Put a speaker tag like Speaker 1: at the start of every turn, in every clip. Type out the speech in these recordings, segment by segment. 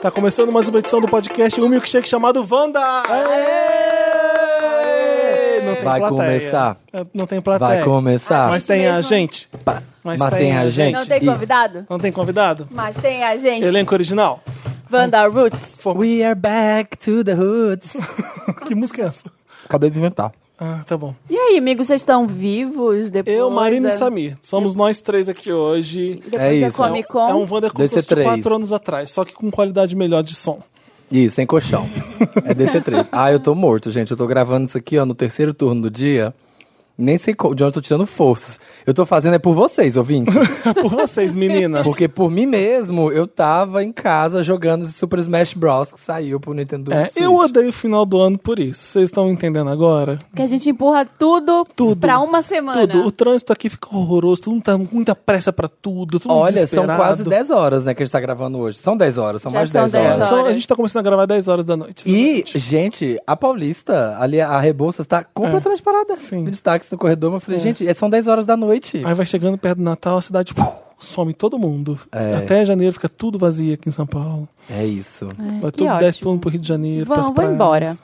Speaker 1: Tá começando mais uma edição do podcast Um Milkshake chamado Wanda! Aê! Não tem
Speaker 2: Vai
Speaker 1: plateia.
Speaker 2: começar.
Speaker 1: Não tem plateia.
Speaker 2: Vai começar.
Speaker 1: Mas tem a
Speaker 3: mesmo.
Speaker 1: gente.
Speaker 2: Pa-
Speaker 1: Mas
Speaker 2: Mas,
Speaker 1: tá
Speaker 2: tem
Speaker 1: aí,
Speaker 2: a
Speaker 1: né?
Speaker 2: gente. é
Speaker 3: Não tem
Speaker 2: e-
Speaker 3: convidado?
Speaker 1: Não tem convidado?
Speaker 3: Mas tem a gente.
Speaker 2: um
Speaker 1: Elenco original?
Speaker 3: Wanda Roots.
Speaker 2: We are back to the hoods.
Speaker 1: que música é essa?
Speaker 2: Acabei de inventar.
Speaker 1: Ah, tá bom.
Speaker 3: E aí, amigos, vocês estão vivos depois?
Speaker 1: Eu, Marina e
Speaker 3: da-
Speaker 1: Samir. Somos nós três aqui hoje.
Speaker 3: Depois
Speaker 2: É
Speaker 3: da
Speaker 2: isso,
Speaker 3: Comic Con.
Speaker 1: É um Wander
Speaker 2: Deve ser
Speaker 1: Concurso de
Speaker 2: três.
Speaker 1: quatro anos atrás, só que com qualidade melhor de som.
Speaker 2: Isso, sem colchão. É DC3. Ah, eu tô morto, gente. Eu tô gravando isso aqui, ó, no terceiro turno do dia. Nem sei co- de onde eu tô tirando forças. Eu tô fazendo é por vocês, ouvintes.
Speaker 1: Por vocês, meninas.
Speaker 2: Porque por mim mesmo, eu tava em casa jogando esse Super Smash Bros. que saiu pro Nintendo
Speaker 1: É,
Speaker 2: Switch.
Speaker 1: eu odeio o final do ano por isso. Vocês estão entendendo agora?
Speaker 3: Que a gente empurra tudo,
Speaker 1: Tudo.
Speaker 3: pra uma semana.
Speaker 1: Tudo. O trânsito aqui fica horroroso. Todo mundo tá com muita pressa pra tudo. todo mundo
Speaker 2: Olha, são
Speaker 1: desesperado.
Speaker 2: quase 10 horas, né, que a gente tá gravando hoje. São 10 horas, são
Speaker 3: Já
Speaker 2: mais de
Speaker 3: são
Speaker 2: 10
Speaker 1: É,
Speaker 3: 10
Speaker 2: horas.
Speaker 1: são- a
Speaker 3: horas.
Speaker 1: gente tá começando a gravar 10 horas da noite.
Speaker 2: E, gente, a Paulista, ali a Rebouças, tá completamente parada.
Speaker 1: É. Sim. É.
Speaker 2: De táxi no corredor, mas eu falei, gente, é, são 10 horas da noite.
Speaker 1: Aí vai chegando perto do Natal, a cidade puf, some todo mundo.
Speaker 2: É.
Speaker 1: Até janeiro fica tudo vazio aqui em São Paulo.
Speaker 2: É isso.
Speaker 1: Vai
Speaker 3: que
Speaker 1: tudo 10
Speaker 3: ótimo.
Speaker 1: turno pro Rio de Janeiro.
Speaker 3: Vão,
Speaker 1: pras
Speaker 3: vou
Speaker 1: praias.
Speaker 3: embora.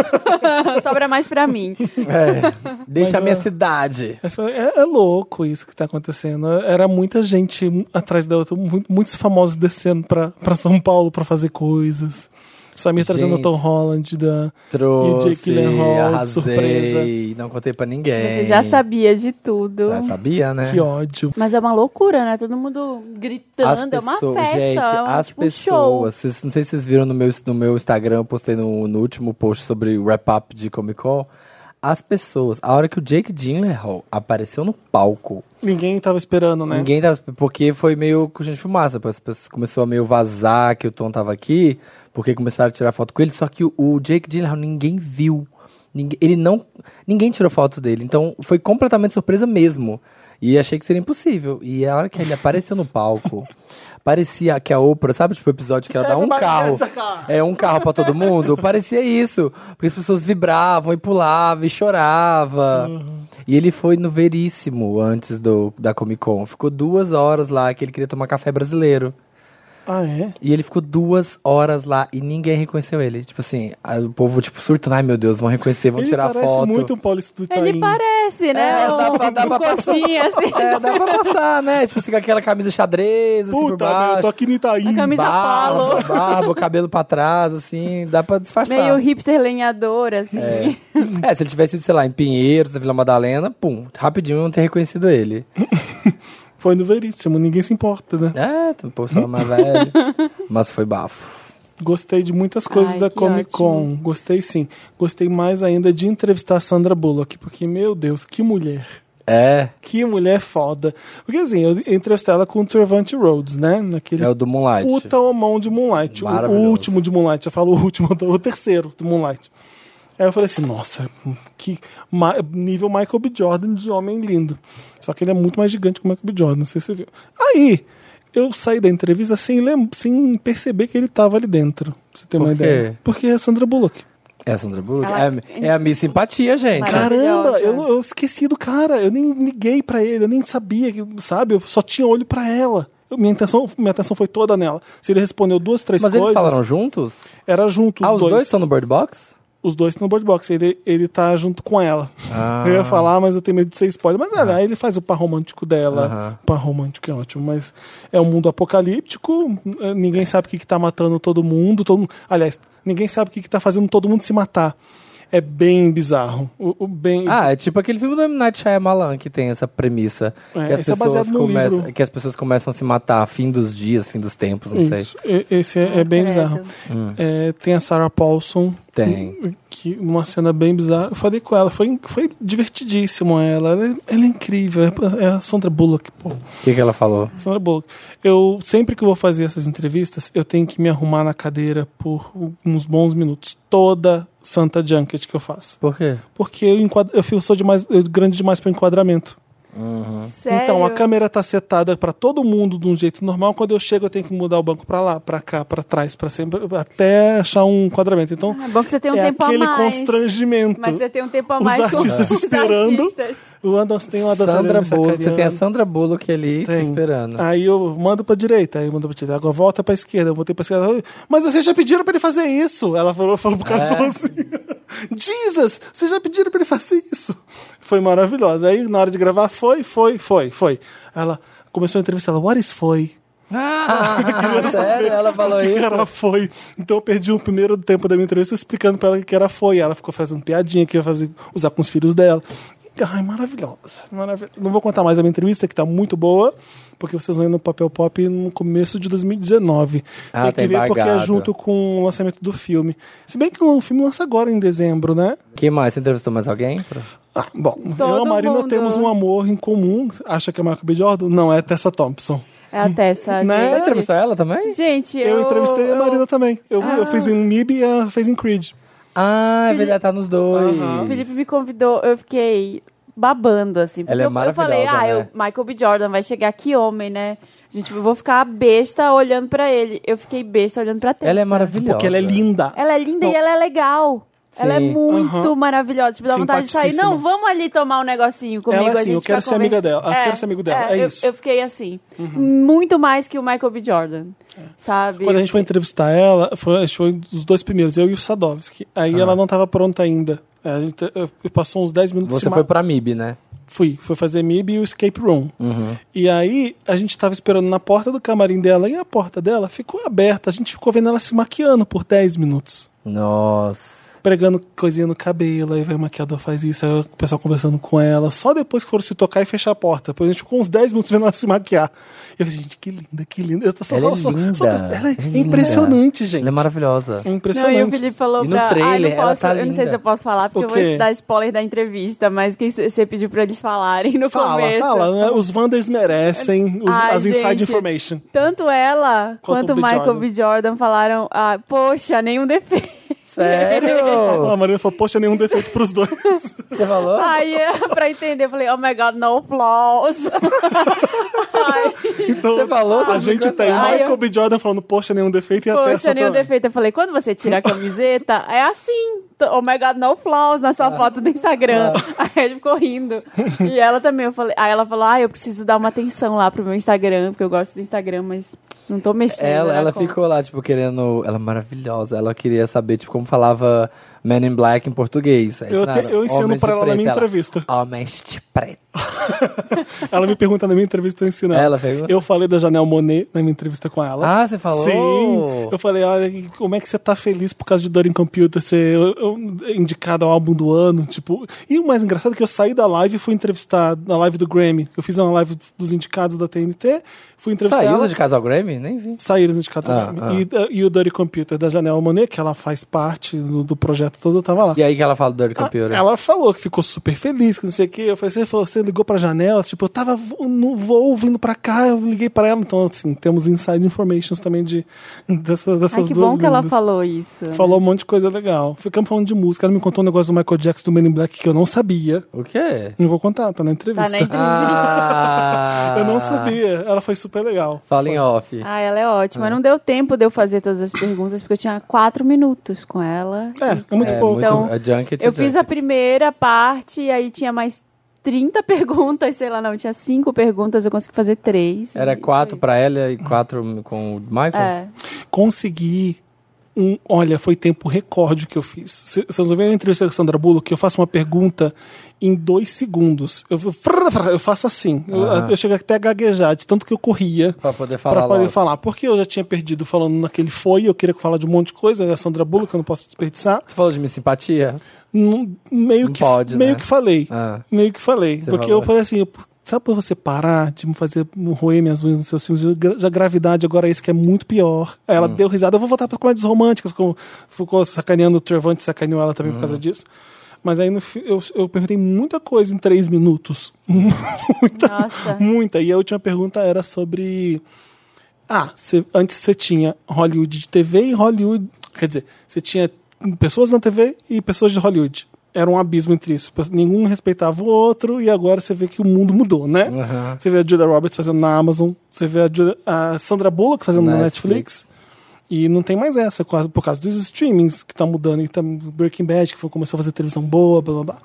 Speaker 3: Sobra mais pra mim.
Speaker 2: É. Deixa
Speaker 1: Mas,
Speaker 2: a minha
Speaker 1: ó,
Speaker 2: cidade.
Speaker 1: Mas foi- É, é louco isso que tá acontecendo. Era muita gente um atrás da outra, mu- muitos famosos descendo pra, pra São Paulo pra fazer coisas. O Samir trazendo o
Speaker 2: Gente.
Speaker 1: Tom Holland da e o Jake
Speaker 2: Trouxe,
Speaker 1: Gyllenhaal, de
Speaker 2: arrasei,
Speaker 1: surpresa.
Speaker 2: não contei pra ninguém.
Speaker 3: Você já sabia de tudo.
Speaker 2: É. Já sabia, né?
Speaker 1: Que ódio.
Speaker 3: Mas é uma loucura, né? Todo mundo gritando.
Speaker 2: As
Speaker 3: é uma
Speaker 2: pessoas-
Speaker 3: festa.
Speaker 2: gente,
Speaker 3: é um,
Speaker 2: as
Speaker 3: tipo, um show.
Speaker 2: pessoas, vocês- não sei se vocês viram no meu, no meu Instagram, eu postei no, no último post sobre o wrap-up de Comic Con, as pessoas, a hora que o Jake Gyllenhaal apareceu no palco,
Speaker 1: Ninguém tava esperando, né?
Speaker 2: Ninguém tava. Porque foi meio com gente fumaça. As pessoas começou a meio vazar que o Tom tava aqui, porque começaram a tirar foto com ele. Só que o, o Jake Gyllenhaal ninguém viu. Ninguém, ele não. Ninguém tirou foto dele. Então foi completamente surpresa mesmo. E achei que seria impossível. E a hora que ele apareceu no palco, parecia que a Oprah, sabe, tipo, o episódio que ela dá um
Speaker 1: Everybody
Speaker 2: carro.
Speaker 1: gets a car.
Speaker 2: É um carro pra todo mundo. Parecia isso. Porque as pessoas vibravam e pulavam e chorava.
Speaker 1: Uhum.
Speaker 2: E ele foi no Veríssimo antes do, da Comic Con. Ficou duas horas lá que ele queria tomar café brasileiro.
Speaker 1: Ah, é?
Speaker 2: E ele ficou duas horas lá e ninguém reconheceu ele. Tipo assim, a- o povo tipo surtando. Ai meu Deus, vão reconhecer, vão
Speaker 1: Ele
Speaker 2: tirar
Speaker 1: parece
Speaker 2: foto.
Speaker 1: muito um paulista do Itaim.
Speaker 3: Ele parece, né?
Speaker 2: É,
Speaker 3: um,
Speaker 2: dá pra- dá
Speaker 3: um
Speaker 2: pra passar.
Speaker 3: coxinha, assim.
Speaker 2: É, dá pra passar, né? Tipo assim, com aquela camisa xadrez, assim, por
Speaker 1: Puta, meu, eu
Speaker 2: baixo.
Speaker 1: tô aqui no Itaim.
Speaker 3: A camisa palo.
Speaker 2: barba, barba, o cabelo pra trás, assim, dá pra disfarçar.
Speaker 3: Meio hipster lenhador, assim.
Speaker 2: É, se ele tivesse ido, sei lá, em Pinheiros, na Vila Madalena, pum, rapidinho eu não ter reconhecido ele.
Speaker 1: Foi no Veríssimo, ninguém se importa, né?
Speaker 2: É, tu postou mais velho. Mas foi bafo.
Speaker 1: Gostei de muitas coisas
Speaker 3: Ai,
Speaker 1: da
Speaker 3: que
Speaker 1: Comic Con. Gostei sim. Gostei mais ainda de entrevistar a Sandra Bullock, porque, meu Deus, que mulher.
Speaker 2: É,
Speaker 1: Que mulher foda. Porque assim, eu entrevistei ela com o Trevante Rhodes, né? Naquele
Speaker 2: é o do Moonlight.
Speaker 1: puta homão de Moonlight. O, o
Speaker 2: Maravilhoso.
Speaker 1: último de Moonlight. Eu falo o último, o terceiro do Moonlight. Aí eu falei assim, nossa, que ma- nível Michael B. Jordan de homem lindo. Só que ele é muito mais gigante que o Michael B. Jordan, não sei se você viu. Aí, eu saí da entrevista sem, lem- sem perceber que ele tava ali dentro. pra Você tem uma
Speaker 2: Por quê?
Speaker 1: ideia? Porque é Sandra Bullock.
Speaker 2: É a Sandra Bullock?
Speaker 3: Ela-
Speaker 2: É, a- é a Miss Simpatia, gente.
Speaker 3: Maravilha.
Speaker 1: Caramba,
Speaker 3: Maravilhosa.
Speaker 1: eu, não- eu esqueci do cara, eu nem liguei pra ele, eu nem sabia, que- sabe? Eu só tinha olho pra ela. Eu- minha, atenção, minha atenção foi toda nela. Se ele respondeu duas, três
Speaker 2: Mas
Speaker 1: coisas,
Speaker 2: eles falaram juntos?
Speaker 1: era junto os
Speaker 2: ah, os
Speaker 1: dois.
Speaker 2: dois estão no Bird Box?
Speaker 1: Os dois estão no board box, ele, ele tá junto com ela.
Speaker 2: Ah.
Speaker 1: Eu ia falar, mas eu tenho medo de ser spoiler. Mas olha, aí ele faz o par romântico dela.
Speaker 2: Aham.
Speaker 1: Par romântico é ótimo, mas é um mundo apocalíptico, eh,
Speaker 2: É.
Speaker 1: ninguém sabe o que, que tá matando todo mundo, todo mundo- Aliás, ninguém sabe o que, que tá fazendo todo mundo se matar. É bem bizarro. O, o bem,
Speaker 2: Ah, é tipo aquele filme do M. Night Shyamalan que tem essa premissa.
Speaker 1: É,
Speaker 2: que, as
Speaker 1: isso é
Speaker 2: pessoas
Speaker 1: baseado num
Speaker 2: começam,
Speaker 1: livro.
Speaker 2: que as pessoas começam a se matar fim dos dias, fim dos tempos, não
Speaker 1: Isso,
Speaker 2: sei. Hum.
Speaker 1: e- Esse é, é
Speaker 3: Ah,
Speaker 1: bem
Speaker 3: credo.
Speaker 1: bizarro. É, tem a Sarah Paulson.
Speaker 2: Tem.
Speaker 1: Que, uma cena bem bizarra. Eu falei com ela, foi, foi divertidíssimo ela. Ela, é- ela é incrível. é- É a Sandra Bullock, pô.
Speaker 2: O que, que ela falou?
Speaker 1: Sandra Bullock. Eu, sempre que eu vou fazer essas entrevistas, eu tenho que me arrumar na cadeira por uns bons minutos. Toda Santa Junket que eu faço.
Speaker 2: Por quê?
Speaker 1: Porque eu, enquad- eu fico- sou demais, eu grande demais para enquadramento.
Speaker 3: Sério?
Speaker 1: Então, a câmera tá setada pra todo mundo de um jeito normal. Quando eu chego, eu tenho que mudar o banco pra lá, pra cá, pra trás, pra sempre, até achar um enquadramento. Então,
Speaker 3: É bom que você tem um
Speaker 1: é
Speaker 3: tempo a
Speaker 1: aquele
Speaker 3: mais.
Speaker 1: constrangimento.
Speaker 3: Mas você tem um tempo a
Speaker 1: Os
Speaker 3: mais
Speaker 1: artistas
Speaker 3: com os
Speaker 1: esperando.
Speaker 3: artistas.
Speaker 1: O Anderson tem uma
Speaker 2: Sandra
Speaker 1: dançarina
Speaker 2: Bullock, você tem a
Speaker 1: pensando?
Speaker 2: Sandra Bullock ali te esperando.
Speaker 1: Aí eu mando pra direita, aí eu mando pra direita. Agora volta pra esquerda, eu voltei pra esquerda. Mas vocês já pediram pra ele fazer isso? Ela falou, falou pro cara
Speaker 2: É.
Speaker 1: falou assim: Jesus, vocês já pediram pra ele fazer isso? Foi maravilhosa. Aí na hora de gravar, foi, foi, foi, foi. Ela começou a entrevista, ela, what is foi?
Speaker 2: Ah, sério? Ela falou
Speaker 1: que
Speaker 2: isso?
Speaker 1: era foi. Então eu perdi o primeiro tempo da minha entrevista explicando pra ela o que era foi. Ela ficou fazendo piadinha que ia fazer, usar com os filhos dela. Ai, maravilhosa. maravil- Não vou contar mais a minha entrevista, que tá muito boa, porque vocês vão ir no Papel Pop no começo de 2019.
Speaker 2: Ah,
Speaker 1: tem que
Speaker 2: tem
Speaker 1: ver porque é
Speaker 2: bagado.
Speaker 1: junto com o lançamento do filme. Se bem que o filme lança agora em dezembro, né?
Speaker 2: Quem mais? Você entrevistou mais alguém?
Speaker 1: Ah, bom, eu e a
Speaker 3: Todo
Speaker 1: Marina
Speaker 3: mundo.
Speaker 1: temos um amor em comum. Acha que é Michael B. Jordan? Não, é Tessa Thompson.
Speaker 3: É a Tessa.
Speaker 1: Né?
Speaker 2: Você
Speaker 1: É.
Speaker 2: entrevistou ela também?
Speaker 3: Gente, eu...
Speaker 1: Eu, entrevistei a
Speaker 3: eu- Ah.
Speaker 1: Marina também. Eu, eu fiz em MIB e ela fez em Creed.
Speaker 2: Ah, é verdade, tá nos dois.
Speaker 3: O Felipe me convidou, eu fiquei babando, assim. porque
Speaker 2: Ela é
Speaker 3: eu, eu falei, ah,
Speaker 2: maravilhosa,
Speaker 3: eu-
Speaker 2: né?
Speaker 3: Michael B. Jordan vai chegar, que homem, né? Gente, eu vou ficar besta olhando pra ele. Eu fiquei besta olhando pra Tessa.
Speaker 2: Ela é maravilhosa.
Speaker 1: Porque ela é linda.
Speaker 3: Ela é linda
Speaker 1: Não.
Speaker 3: e ela é legal. Ela é
Speaker 2: Sim.
Speaker 3: muito maravilhosa. Tipo, dá vontade de sair.
Speaker 1: Simpaticíssima.
Speaker 3: Não, vamos ali tomar um negocinho comigo.
Speaker 1: Ela é
Speaker 3: a
Speaker 1: assim,
Speaker 3: gente
Speaker 1: eu quero
Speaker 3: vai
Speaker 1: ser amiga
Speaker 3: conversar.
Speaker 1: dela, eu quero ser amigo dela, é
Speaker 3: eu,
Speaker 1: isso. Uhum.
Speaker 3: Eu fiquei assim. Muito mais que o Michael B. Jordan. Sabe?
Speaker 1: É. Quando a gente foi entrevistar ela, foi, acho que foi os dois primeiros, eu e o Sadovski. Aí ela não estava pronta ainda. A gente eh, passou uns 10 minutos
Speaker 2: Você
Speaker 1: se ma-
Speaker 2: foi pra MIB, né?
Speaker 1: Fui, fui fazer MIB e o Escape Room.
Speaker 2: Uhum.
Speaker 1: E aí a gente tava esperando na porta do camarim dela e a porta dela ficou aberta. A gente ficou vendo ela se maquiando por 10 minutos.
Speaker 2: Nossa.
Speaker 1: Pregando coisinha no cabelo, aí vai o maquiador faz isso, aí o pessoal conversando com ela. Só depois que foram se tocar e fechar a porta. Depois a gente ficou uns 10 minutos vendo ela se maquiar. Eu falei, gente, que linda, que linda. Eu tô só,
Speaker 2: Ela é
Speaker 1: só- só-
Speaker 2: linda.
Speaker 1: só- ela é
Speaker 2: linda.
Speaker 1: impressionante, gente.
Speaker 2: Ela é maravilhosa.
Speaker 1: É
Speaker 3: Não,
Speaker 1: impressionante.
Speaker 3: e o Felipe falou
Speaker 2: E no
Speaker 3: pra. ah, eu
Speaker 2: trailer,
Speaker 3: não
Speaker 2: ela
Speaker 3: posso,
Speaker 2: tá
Speaker 3: eu não sei
Speaker 2: linda.
Speaker 3: se eu posso falar,
Speaker 1: O
Speaker 3: porque eu vou
Speaker 1: quê?
Speaker 3: dar spoiler da entrevista, mas que c- você pediu pra eles falarem no
Speaker 1: fala,
Speaker 3: começo.
Speaker 1: fala. né? Os Wanders merecem os-
Speaker 3: Ai,
Speaker 1: as inside
Speaker 3: gente,
Speaker 1: information.
Speaker 3: Tanto ela
Speaker 1: Quanto
Speaker 3: quanto,
Speaker 1: o B.
Speaker 3: Michael
Speaker 1: Jordan.
Speaker 3: B. Jordan falaram: ah, poxa, nenhum defeito.
Speaker 1: Ah,
Speaker 2: Sério?
Speaker 1: a Marina falou, poxa, nenhum defeito pros dois.
Speaker 2: Você falou?
Speaker 3: Aí, é, pra entender, eu falei, oh my god, no flaws. Ai,
Speaker 1: Então,
Speaker 2: Você falou,
Speaker 1: a
Speaker 2: você
Speaker 1: gente
Speaker 2: ficou
Speaker 1: tem o
Speaker 3: assim.
Speaker 1: Michael B. Jordan falando, poxa, nenhum defeito e a Tessa
Speaker 3: poxa, é nenhum
Speaker 1: também.
Speaker 3: defeito. Eu falei, quando você tira a camiseta, é assim. t- Oh my god, no flaws na sua foto do Instagram. Aí ele ficou rindo. E ela também, eu falei, aí ela falou, ah, eu preciso dar uma atenção lá pro meu Instagram, porque eu gosto do Instagram, mas não tô mexendo.
Speaker 2: Ela,
Speaker 3: né,
Speaker 2: ela
Speaker 3: com-
Speaker 2: ficou lá, tipo, querendo. Ela é maravilhosa. Ela queria saber, tipo, como falava Man in Black em português. Aí
Speaker 1: Eu te-
Speaker 2: ensinaram,
Speaker 1: eu ensino
Speaker 2: "Homens
Speaker 1: pra
Speaker 2: de
Speaker 1: ela na
Speaker 2: preto",
Speaker 1: minha entrevista.
Speaker 2: Homens de preto.
Speaker 1: Ela me pergunta na minha entrevista, eu ensino
Speaker 2: Ela pergunta?
Speaker 1: Eu falei da Janelle Monet na minha entrevista com ela.
Speaker 2: Ah, você falou?
Speaker 1: Sim, eu falei, olha, como é que você tá feliz por causa de Dorin Computer ser eu, eu, indicado ao álbum do ano, tipo... E o mais engraçado é que eu saí da live e fui entrevistar, na live do Grammy. Eu fiz uma live dos indicados da TNT, fui entrevistar
Speaker 2: Saiu
Speaker 1: ela.
Speaker 2: de casa ao Grammy? Nem vi.
Speaker 1: saíram indicados ao
Speaker 2: Ah,
Speaker 1: Grammy.
Speaker 2: ah.
Speaker 1: E, da- e o Dirty Computer da Janelle Monet, que ela faz parte do, do projeto todo, eu tava lá.
Speaker 2: E aí que ela fala do né? Dirty Computer?
Speaker 1: Ah, Ela falou que ficou super feliz, que não sei o quê. Eu falei, você, falou, você ligou pra janela? Tipo, eu tava vo- no voo vindo pra cá, eu liguei pra ela. Então, assim, temos inside informations também de, dessa, dessas
Speaker 3: Ai, que
Speaker 1: duas
Speaker 3: bom que ela
Speaker 1: lindas.
Speaker 3: falou né? isso.
Speaker 1: Falou um monte de coisa legal. Ficamos falando de música. Ela me contou um negócio do Michael Jackson do Men in Black que eu não sabia.
Speaker 2: O quê?
Speaker 1: Não vou contar, tá na
Speaker 3: Tá
Speaker 1: entrevista.
Speaker 3: na entrevista.
Speaker 2: Ah,
Speaker 1: Eu não sabia. Ela foi super legal.
Speaker 2: Fala em off.
Speaker 3: Ah, ela é ótima. Não deu tempo de eu fazer todas as perguntas, porque eu tinha quatro minutos com ela.
Speaker 1: É, é muito
Speaker 2: é,
Speaker 1: bom.
Speaker 2: muito,
Speaker 3: Então,
Speaker 2: a Junket é
Speaker 3: Eu fiz a
Speaker 2: junket.
Speaker 3: primeira parte, e aí tinha mais 30 perguntas, sei lá, não, tinha cinco perguntas, eu consegui fazer três.
Speaker 2: Era
Speaker 3: E
Speaker 2: quatro
Speaker 3: foi
Speaker 2: pra ela e quatro com o
Speaker 3: isso.
Speaker 2: Michael?
Speaker 3: É.
Speaker 1: consegui um. Olha, foi tempo recorde que eu fiz. Se- Vocês ouviram a entrevista com a Sandra Bullock, que eu faço uma pergunta em dois segundos. Eu, vou frrr, frrr, eu faço assim. Eu- Eu, chego até a gaguejar, de tanto que eu corria.
Speaker 2: Pra poder falar
Speaker 1: Pra poder
Speaker 2: logo.
Speaker 1: falar. Porque eu já tinha perdido falando naquele foi, eu queria falar de um monte de coisa, a Sandra Bullock, eu não posso desperdiçar.
Speaker 2: Você falou de minha simpatia?
Speaker 1: Não- meio
Speaker 2: Não
Speaker 1: que
Speaker 2: pode,
Speaker 1: meio
Speaker 2: né?
Speaker 1: que falei.
Speaker 2: Ah.
Speaker 1: Meio que falei.
Speaker 2: Você
Speaker 1: porque
Speaker 2: falou.
Speaker 1: eu falei assim, eu- sabe por você parar de me fazer roer minhas unhas nos seus filmes? Eu gra- Já gravidade agora é isso que é muito pior. Aí
Speaker 2: Hum.
Speaker 1: ela deu risada, eu vou voltar para comédias românticas, como ficou sacaneando o Trevante, sacaneou ela também por
Speaker 2: Hum.
Speaker 1: causa disso. Mas aí no fi- eu, eu perguntei muita coisa em três minutos. muita,
Speaker 3: Nossa.
Speaker 1: muita. E a última pergunta era sobre. Ah, cê- antes você tinha Hollywood de TV e Hollywood. Quer dizer, você tinha pessoas na TV e pessoas de Hollywood. era um abismo entre isso. Nenhum respeitava o outro, e agora você vê que o mundo mudou, né?
Speaker 2: Aham.
Speaker 1: Você vê a Julia Roberts fazendo na Amazon, você vê a, Julia- a Sandra Bullock fazendo na
Speaker 2: Netflix.
Speaker 1: Netflix. E não tem mais essa, quase- por causa dos streamings que tá mudando. E tá Breaking Bad, que foi- começou a fazer televisão boa, blá blá blá.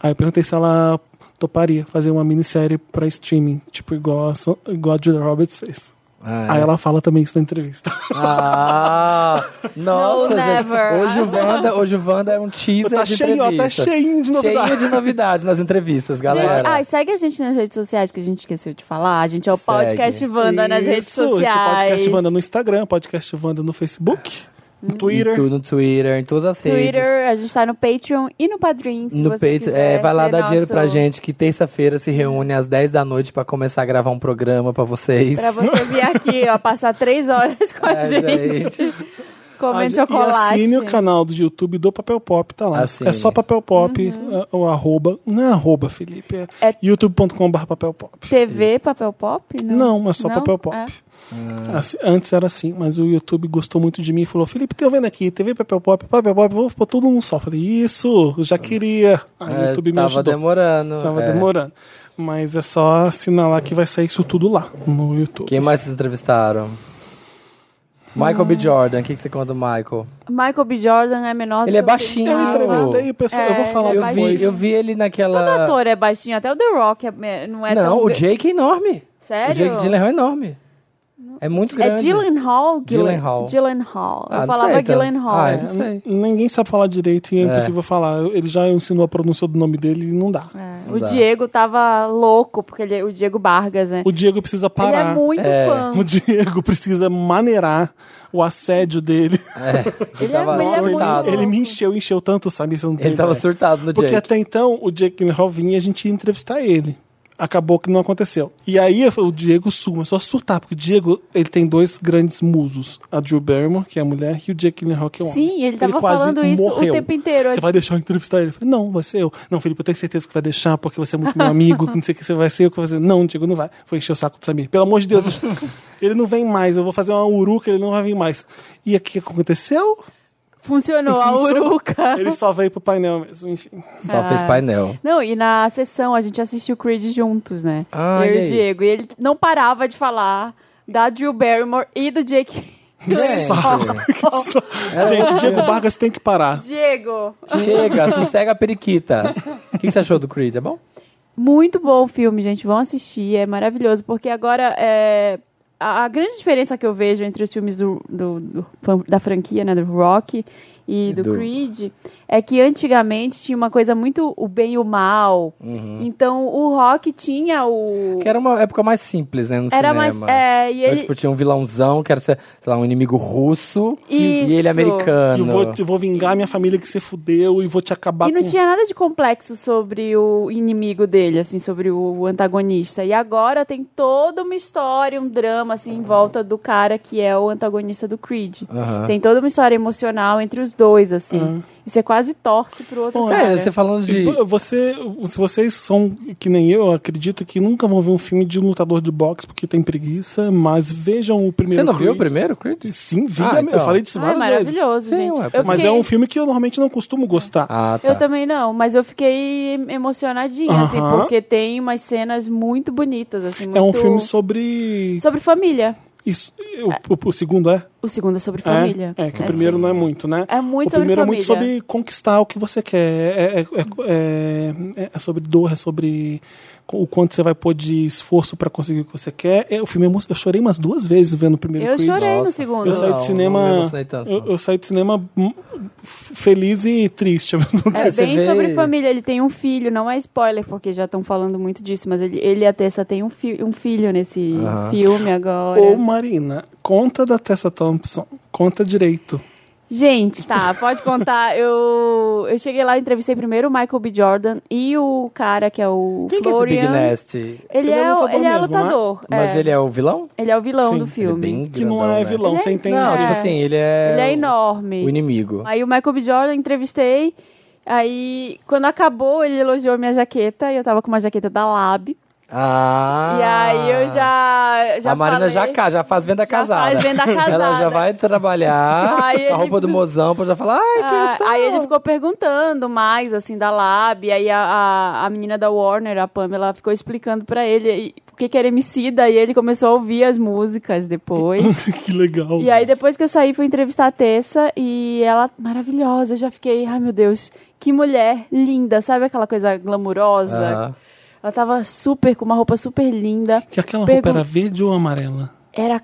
Speaker 1: Aí eu perguntei se ela toparia fazer uma minissérie pra streaming, tipo igual a, Sa- igual a Julia Roberts fez.
Speaker 2: Ah,
Speaker 1: Aí ela fala também isso na entrevista.
Speaker 2: Ah, nossa,
Speaker 3: No,
Speaker 2: gente.
Speaker 3: never.
Speaker 2: Hoje o, Wanda, hoje o Wanda é um teaser
Speaker 1: Tá
Speaker 2: de
Speaker 1: cheio, ó, tá
Speaker 2: entrevista.
Speaker 1: cheinho de novidades.
Speaker 2: Cheio de novidades nas entrevistas, galera.
Speaker 3: Gente, ai, segue a gente nas redes sociais que a gente esqueceu de falar. A gente é o
Speaker 2: Segue.
Speaker 3: Podcast Wanda nas redes
Speaker 1: Isso, gente, é
Speaker 3: sociais.
Speaker 1: podcast Wanda no Instagram, podcast Wanda no Facebook, no Twitter.
Speaker 2: E tu no Twitter, em todas as redes.
Speaker 3: Twitter, a gente tá no Patreon e no Padrim, se
Speaker 2: no
Speaker 3: você
Speaker 2: peito,
Speaker 3: quiser
Speaker 2: é, vai lá
Speaker 3: ser
Speaker 2: dar dinheiro pra
Speaker 3: nosso-
Speaker 2: gente que terça-feira se reúne às 10 da noite pra começar a gravar um programa pra vocês.
Speaker 3: Pra você vir aqui, ó, passar três horas com a
Speaker 2: É,
Speaker 3: gente.
Speaker 1: Ah,
Speaker 3: Comendo
Speaker 1: gente, E
Speaker 3: chocolate.
Speaker 1: assine o canal do YouTube do Papel Pop, tá lá.
Speaker 2: Assine.
Speaker 1: É só Papel Pop, é, o arroba. Não é arroba, Felipe, é,
Speaker 3: Uhum. É-
Speaker 1: youtube.com.br papel pop.
Speaker 3: TV, papel pop? Não,
Speaker 1: Não, é só Papel Pop.
Speaker 3: É.
Speaker 2: Ah.
Speaker 1: Assim, antes era assim, mas o YouTube gostou muito de mim e falou: Felipe, tô vendo aqui, TV Papel Pop, Papel Pop, vou pôr tudo num só. Falei, isso, eu já queria. Aí o
Speaker 2: Ah. É,
Speaker 1: Ah, YouTube me
Speaker 2: tava
Speaker 1: ajudou.
Speaker 2: demorando.
Speaker 1: Tava
Speaker 2: é.
Speaker 1: demorando. Mas é só assinar lá que vai sair isso tudo lá no YouTube.
Speaker 2: Quem mais vocês entrevistaram? Michael
Speaker 3: Ah.
Speaker 2: B. Jordan, o que, que você conta do Michael?
Speaker 3: Michael B. Jordan é menor
Speaker 2: Ele é
Speaker 3: do que o
Speaker 2: baixinho.
Speaker 3: original.
Speaker 1: Eu entrevistei o pessoal, eu vou
Speaker 3: É,
Speaker 1: falar
Speaker 3: ele é
Speaker 2: Eu
Speaker 1: depois.
Speaker 2: vi, eu vi ele naquela.
Speaker 3: Todo ator é baixinho, até o The Rock é- não é
Speaker 2: Não,
Speaker 3: tão...
Speaker 2: o
Speaker 3: gra-
Speaker 2: Jake é enorme.
Speaker 3: Sério?
Speaker 2: O Jake Gyllenhaal é enorme. É muito
Speaker 3: É
Speaker 2: grande.
Speaker 3: Gyllenhaal?
Speaker 2: Gyllenhaal.
Speaker 3: Gyllenhaal.
Speaker 2: Ah,
Speaker 3: Eu
Speaker 2: não
Speaker 3: falava
Speaker 2: sei, então.
Speaker 3: Gyllenhaal. né?
Speaker 2: Ah,
Speaker 1: É,
Speaker 2: eu não
Speaker 1: n-
Speaker 2: sei.
Speaker 1: Ninguém sabe falar direito e é,
Speaker 2: É.
Speaker 1: impossível falar. Ele já ensinou a pronúncia do nome dele e não dá.
Speaker 3: É,
Speaker 2: Não
Speaker 3: O
Speaker 2: dá.
Speaker 3: Diego tava louco, porque ele, é o Diego Vargas, né?
Speaker 1: O Diego precisa
Speaker 3: Ele
Speaker 1: parar.
Speaker 3: é muito
Speaker 2: É.
Speaker 3: fã.
Speaker 1: O Diego precisa maneirar o assédio dele.
Speaker 2: É, ele
Speaker 3: Ele é-
Speaker 2: tava
Speaker 3: ele é muito
Speaker 2: surtado.
Speaker 3: bom.
Speaker 1: Ele me encheu, encheu tanto, sabe? Você não tem
Speaker 2: Ele tava
Speaker 1: ideia.
Speaker 2: surtado no
Speaker 1: Porque
Speaker 2: Jake.
Speaker 1: até então o Jake Gyllenhaal vinha e a gente ia entrevistar ele. Acabou que não aconteceu. E aí eu falei, o Diego suma, só surtar, porque o Diego ele tem dois grandes musos: a Drew Barrymore, que é a mulher, e o Jake Gyllenhaal, que é o homem.
Speaker 3: Sim, ele tava
Speaker 1: quase
Speaker 3: falando isso
Speaker 1: morreu.
Speaker 3: o tempo inteiro.
Speaker 1: Você vai deixar eu entrevistar ele? Eu falei, não, vai ser eu. Não, Felipe, eu tenho certeza que vai deixar, porque você é muito meu amigo, que não sei o que você vai ser eu que vou fazer. Não, Diego, não vai. Foi encher o saco do Samir. Pelo amor de Deus, ele não vem mais. Eu vou fazer uma uruca, ele não vai vir mais. E o que aconteceu?
Speaker 3: Funcionou a
Speaker 1: Funcionou.
Speaker 3: Uruca.
Speaker 1: Ele só veio pro painel mesmo, enfim.
Speaker 2: Só fez
Speaker 3: Ah.
Speaker 2: painel.
Speaker 3: Não, e na sessão a gente assistiu Creed juntos, né?
Speaker 2: Ah,
Speaker 3: eu
Speaker 2: e
Speaker 3: e
Speaker 2: aí?
Speaker 3: o Diego. E ele não parava de falar da Drew Barrymore e do Jake.
Speaker 2: Gente, Era
Speaker 1: Gente,
Speaker 2: muito
Speaker 1: Diego Vargas tem que parar.
Speaker 3: Diego!
Speaker 2: Chega, sossega a periquita. O que, que você achou do Creed? É bom?
Speaker 3: Muito bom o filme, gente. Vão assistir, é maravilhoso, porque agora é. A, a grande diferença que eu vejo entre os filmes do, do- do- da franquia, né, do Rock e do,
Speaker 2: do-
Speaker 3: Creed, é que antigamente tinha uma coisa muito o bem e o mal. Então o Rock tinha o.
Speaker 2: Uhum. Que era uma época mais simples, né? No
Speaker 3: Era
Speaker 2: cinema.
Speaker 3: mais. É, e
Speaker 2: Então,
Speaker 3: ele.
Speaker 2: tipo, tinha um vilãozão que era, sei lá, um inimigo russo e ele é
Speaker 3: Isso.
Speaker 1: Que
Speaker 2: americano.
Speaker 1: eu vou, eu vou vingar minha família que se fudeu e vou te acabar
Speaker 3: E não
Speaker 1: com.
Speaker 3: tinha nada de complexo sobre o inimigo dele, assim, sobre o antagonista. E agora tem toda uma história, um drama, assim, em volta do cara que é o antagonista do Creed.
Speaker 2: Aham.
Speaker 3: Tem toda uma história emocional entre os dois, assim. E você quase torce pro outro
Speaker 1: Bom,
Speaker 3: cara.
Speaker 2: É, você falando de.
Speaker 1: E Você, se vocês são que nem eu, eu acredito que nunca vão ver um filme de um lutador de boxe porque tem preguiça, mas vejam o
Speaker 2: Você
Speaker 1: primeiro.
Speaker 2: não viu o
Speaker 1: Creed.
Speaker 2: primeiro, Creed?
Speaker 1: Sim, vi.
Speaker 2: Ah, então.
Speaker 1: Eu falei disso
Speaker 3: Ah, é
Speaker 1: várias vezes.
Speaker 3: maravilhoso,
Speaker 2: Sim,
Speaker 3: gente.
Speaker 2: ué,
Speaker 3: Eu
Speaker 1: Mas é
Speaker 3: fiquei-
Speaker 1: um filme que eu normalmente não costumo gostar.
Speaker 2: Ah, tá.
Speaker 3: Eu também não, mas eu fiquei emocionadinha, assim,
Speaker 1: Aham.
Speaker 3: porque tem umas cenas muito bonitas, assim,
Speaker 1: É um
Speaker 3: muito-
Speaker 1: filme sobre.
Speaker 3: sobre família.
Speaker 1: Isso, o, o- o segundo é?
Speaker 3: O segundo é sobre família.
Speaker 1: É, é que o primeiro não é muito, né?
Speaker 3: É muito
Speaker 1: O primeiro
Speaker 3: sobre
Speaker 1: é muito
Speaker 3: família.
Speaker 1: sobre conquistar o que você quer. É, é- é- é- é sobre dor, é sobre o quanto você vai pôr de esforço pra conseguir o que você quer. É, o filme é emo- eu chorei umas duas vezes vendo o primeiro
Speaker 3: Eu
Speaker 1: é Creed.
Speaker 3: chorei
Speaker 2: Nossa.
Speaker 3: no segundo.
Speaker 1: Eu saí
Speaker 2: Não,
Speaker 1: do
Speaker 2: não me
Speaker 1: cinema.
Speaker 2: emocionei tanto,
Speaker 1: Eu,
Speaker 2: não.
Speaker 1: eu saí do cinema hum, f- feliz e triste. ao mesmo tempo.
Speaker 3: É
Speaker 2: Você
Speaker 3: bem
Speaker 2: vê-
Speaker 3: sobre família. Ele tem um filho, não é spoiler, porque já estão falando muito disso, mas ele, ele e a Tessa tem um, fi- um filho nesse
Speaker 2: Aham. um-
Speaker 3: filme agora.
Speaker 1: Ô, Marina, conta da Tessa Thompson. Conta direito.
Speaker 3: Gente, tá, pode contar. Eu, eu cheguei lá, entrevistei primeiro o Michael B. Jordan e o cara que é o
Speaker 2: Quem que é esse
Speaker 3: Florian.
Speaker 2: Big Nasty?
Speaker 3: Ele,
Speaker 1: Ele é
Speaker 3: é, o-
Speaker 1: lutador
Speaker 3: ele é
Speaker 1: mesmo, né?
Speaker 3: lutador.
Speaker 2: Mas
Speaker 3: é.
Speaker 2: ele é o vilão?
Speaker 3: Ele é o vilão
Speaker 1: Sim.
Speaker 3: do filme.
Speaker 2: Ele é bem
Speaker 1: Que não
Speaker 2: grandão,
Speaker 1: é
Speaker 2: né?
Speaker 1: vilão,
Speaker 3: Ele é-
Speaker 1: você entende?
Speaker 2: Não,
Speaker 3: É.
Speaker 2: tipo assim, ele é.
Speaker 3: Ele é
Speaker 2: o-
Speaker 3: enorme.
Speaker 2: O inimigo.
Speaker 3: Aí o Michael B. Jordan entrevistei. Aí, quando acabou, ele elogiou minha jaqueta. E eu tava com uma jaqueta da Lab.
Speaker 2: Ah!
Speaker 3: E aí eu já. já
Speaker 2: a Marina
Speaker 3: falei-
Speaker 2: já, ca- já faz venda casada.
Speaker 3: faz venda
Speaker 2: Ela já
Speaker 3: casada.
Speaker 2: vai trabalhar
Speaker 3: Aí ele-
Speaker 2: a roupa do mozão pra já falar, ai, tá?" que
Speaker 3: Ah, aí ele ficou perguntando mais, assim, da Lab. Aí a, a, a menina da Warner, a Pamela, ficou explicando pra ele e- o que, que era Emicida. E ele começou a ouvir as músicas depois.
Speaker 1: que legal.
Speaker 3: e aí, depois que eu saí, fui entrevistar a Tessa. E ela, maravilhosa, eu já fiquei, ai meu Deus, que mulher linda. Sabe aquela coisa glamurosa?
Speaker 2: Aham.
Speaker 3: Ela tava super, com uma roupa super linda.
Speaker 1: Que aquela
Speaker 3: Pergun-
Speaker 1: roupa era verde ou amarela?
Speaker 3: Era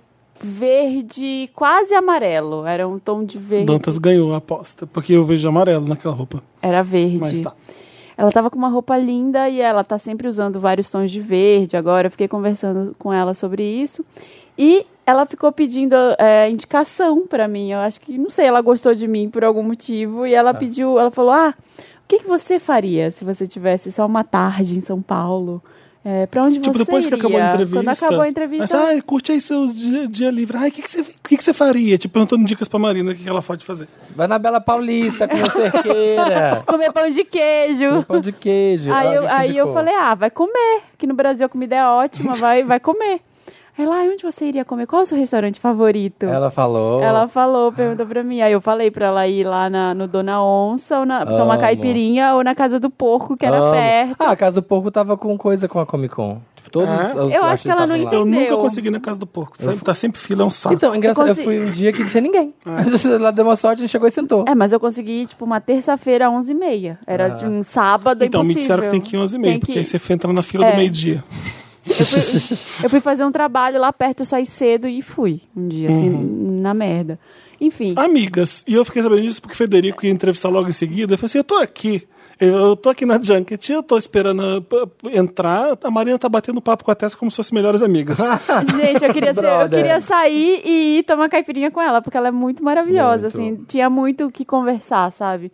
Speaker 3: verde, quase amarelo. Era um tom de verde.
Speaker 1: Dantas ganhou a aposta, porque eu vejo amarelo naquela roupa.
Speaker 3: Era verde.
Speaker 1: Mas tá.
Speaker 3: Ela tava com uma roupa linda e ela tá sempre usando vários tons de verde agora. Eu fiquei conversando com ela sobre isso. E ela ficou pedindo é, indicação pra mim. Eu acho que, não sei, ela gostou de mim por algum motivo. E ela
Speaker 1: É.
Speaker 3: pediu, ela falou: Ah, o que, que você faria se você tivesse só uma tarde em São Paulo? É, pra onde
Speaker 1: Tipo,
Speaker 3: você
Speaker 1: depois que
Speaker 3: iria?
Speaker 1: acabou a entrevista.
Speaker 3: Quando acabou a entrevista.
Speaker 1: Mas, ai, curte aí seu dia, dia livre. Ai, o que, que, você, que, que você faria? Tipo, perguntando dicas pra Marina, o que, que ela pode fazer.
Speaker 2: Vai na Bela Paulista, com
Speaker 1: ah,
Speaker 2: cerqueira.
Speaker 3: Comer pão de queijo.
Speaker 2: Pão de queijo.
Speaker 3: Aí,
Speaker 2: Alguém
Speaker 3: eu,
Speaker 2: te
Speaker 3: aí eu
Speaker 2: indicou.
Speaker 3: falei, ah, vai comer. Que no Brasil a comida é ótima, vai, vai comer. Aí lá, onde você iria comer? Qual é o seu restaurante favorito?
Speaker 2: Ela falou.
Speaker 3: Ela falou, perguntou pra mim. Aí eu falei pra ela ir lá na- no Dona Onça, ou na, tomar
Speaker 2: Amo.
Speaker 3: caipirinha, ou na Casa do Porco, que era
Speaker 2: Amo.
Speaker 3: perto.
Speaker 2: Ah, a Casa do Porco tava com coisa com a Comic Con. Tipo, todos
Speaker 1: Ah.
Speaker 2: os
Speaker 3: Eu acho
Speaker 2: artistas
Speaker 3: que ela
Speaker 2: estavam lá.
Speaker 3: não
Speaker 1: Eu
Speaker 3: Entendeu.
Speaker 1: nunca consegui ir na casa do porco. Sempre, tá sempre fila, é um saco.
Speaker 2: Então, engraçado, eu,
Speaker 3: consi-
Speaker 2: fui um dia que não tinha ninguém. Ela deu uma sorte, chegou e sentou.
Speaker 3: É, mas eu consegui, tipo, uma terça-feira, 11h30. Era de um sábado,
Speaker 1: Ah. Então, me
Speaker 3: impossível.
Speaker 1: disseram que tem que ir 11 e meia,
Speaker 3: Tem
Speaker 1: porque
Speaker 3: que-
Speaker 1: aí você entra na fila
Speaker 3: É.
Speaker 1: do meio-dia.
Speaker 3: Eu fui, eu fui fazer um trabalho lá perto, eu saí cedo e fui. Um dia, assim,
Speaker 1: Uhum.
Speaker 3: na merda. Enfim.
Speaker 1: Amigas, e eu fiquei sabendo disso porque o Federico ia entrevistar logo em seguida. Eu falei assim: eu tô aqui. Eu tô aqui na Junket, eu tô esperando uh, p- p- entrar. A Marina tá batendo papo com a Tessa como se fossem melhores amigas.
Speaker 3: Gente, eu queria, ser- eu
Speaker 2: Brother.
Speaker 3: queria sair e ir tomar caipirinha com ela, porque ela é muito maravilhosa,
Speaker 2: Muito.
Speaker 3: assim, tinha muito o que conversar, sabe?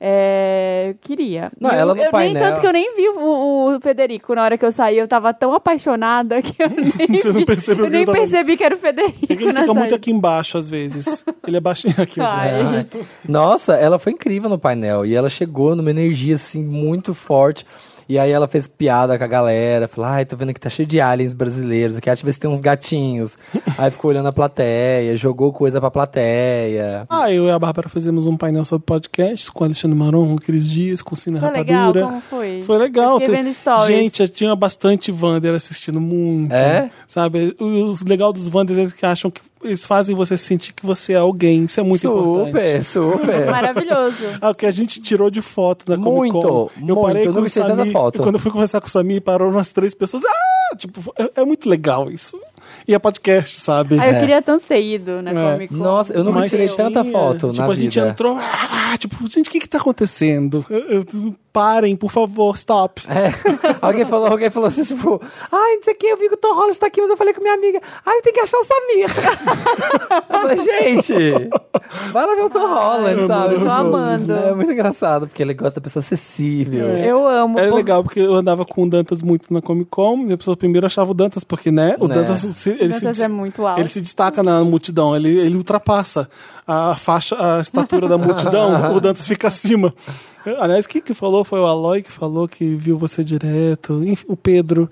Speaker 3: É, eu queria.
Speaker 2: Não,
Speaker 3: eu,
Speaker 2: ela no
Speaker 3: eu nem
Speaker 2: painel.
Speaker 3: tanto que eu nem vi o, o Federico na hora que eu saí, eu tava tão apaixonada que eu nem,
Speaker 1: Você não
Speaker 3: vi-
Speaker 1: percebeu
Speaker 3: eu
Speaker 1: que ele
Speaker 3: nem
Speaker 1: tava-
Speaker 3: percebi que era o Federico.
Speaker 1: É Ele
Speaker 3: na
Speaker 1: fica muito
Speaker 3: saída.
Speaker 1: aqui embaixo às vezes. Ele é baixinho aqui.
Speaker 2: né?
Speaker 3: Ai.
Speaker 2: Ai. Nossa, ela foi incrível no painel. E ela chegou numa energia, assim, muito forte. E aí ela fez piada com a galera. Falou, ai, tô vendo que tá cheio de aliens brasileiros. Aqui, acho que tem uns gatinhos. aí ficou olhando a plateia, jogou coisa pra plateia.
Speaker 1: Ah, eu e a Bárbara fizemos um painel sobre podcasts com o Alexandre Maron, com o Cris Dias, com o Cine
Speaker 3: Foi legal,
Speaker 1: Rapadura.
Speaker 3: como foi?
Speaker 1: Foi legal.
Speaker 3: Eu fiquei
Speaker 1: Tem-
Speaker 3: vendo stories.
Speaker 1: Gente, eu tinha bastante Wander assistindo muito.
Speaker 2: É?
Speaker 1: Sabe? Os legal dos Wanders é que acham que eles fazem você sentir que você é alguém. Isso é muito importante.
Speaker 2: super, super.
Speaker 3: Maravilhoso.
Speaker 1: Ah, o que a gente tirou de foto da Comic
Speaker 2: Muito,
Speaker 1: Con.
Speaker 2: muito. Eu nunca tirei tanta foto.
Speaker 1: Quando eu fui conversar com o Samir, parou umas três pessoas. Ah! Tipo, é, é muito legal isso. E é podcast, sabe?
Speaker 3: Aí eu
Speaker 2: É.
Speaker 3: queria tanto ter ido né, na Comic Con.
Speaker 2: Nossa, eu nunca
Speaker 1: Mas
Speaker 2: tirei
Speaker 1: tinha,
Speaker 2: tanta foto
Speaker 1: tipo,
Speaker 2: na
Speaker 1: a gente
Speaker 2: vida.
Speaker 1: entrou, ah, tipo, gente, o que que tá acontecendo? Eu- eu- Parem, por favor, stop.
Speaker 2: É. alguém, falou, alguém falou assim, tipo, ai, não sei o que, eu vi que o Tom Holland tá aqui, mas eu falei com minha amiga, ai, tem que achar o Samir. eu falei, gente, vai lá ver o Tom Holland, sabe?
Speaker 3: eu tô
Speaker 2: Tipo,
Speaker 3: amando. É.
Speaker 2: É muito engraçado, porque ele gosta da pessoa acessível.
Speaker 3: Eu amo.
Speaker 1: Era
Speaker 3: pô.
Speaker 1: legal, porque eu andava com o Dantas muito na Comic Con, e a pessoa primeiro achava o Dantas, porque, né, o
Speaker 2: Né.
Speaker 1: Dantas, se- ele, se,
Speaker 3: Dantas
Speaker 1: des-
Speaker 3: é muito alto.
Speaker 1: ele se destaca na multidão, ele, ele ultrapassa a faixa, a estatura da multidão, o Dantas fica acima. Aliás, quem que falou? Foi o Aloy que falou que viu você direto, enfim, o Pedro.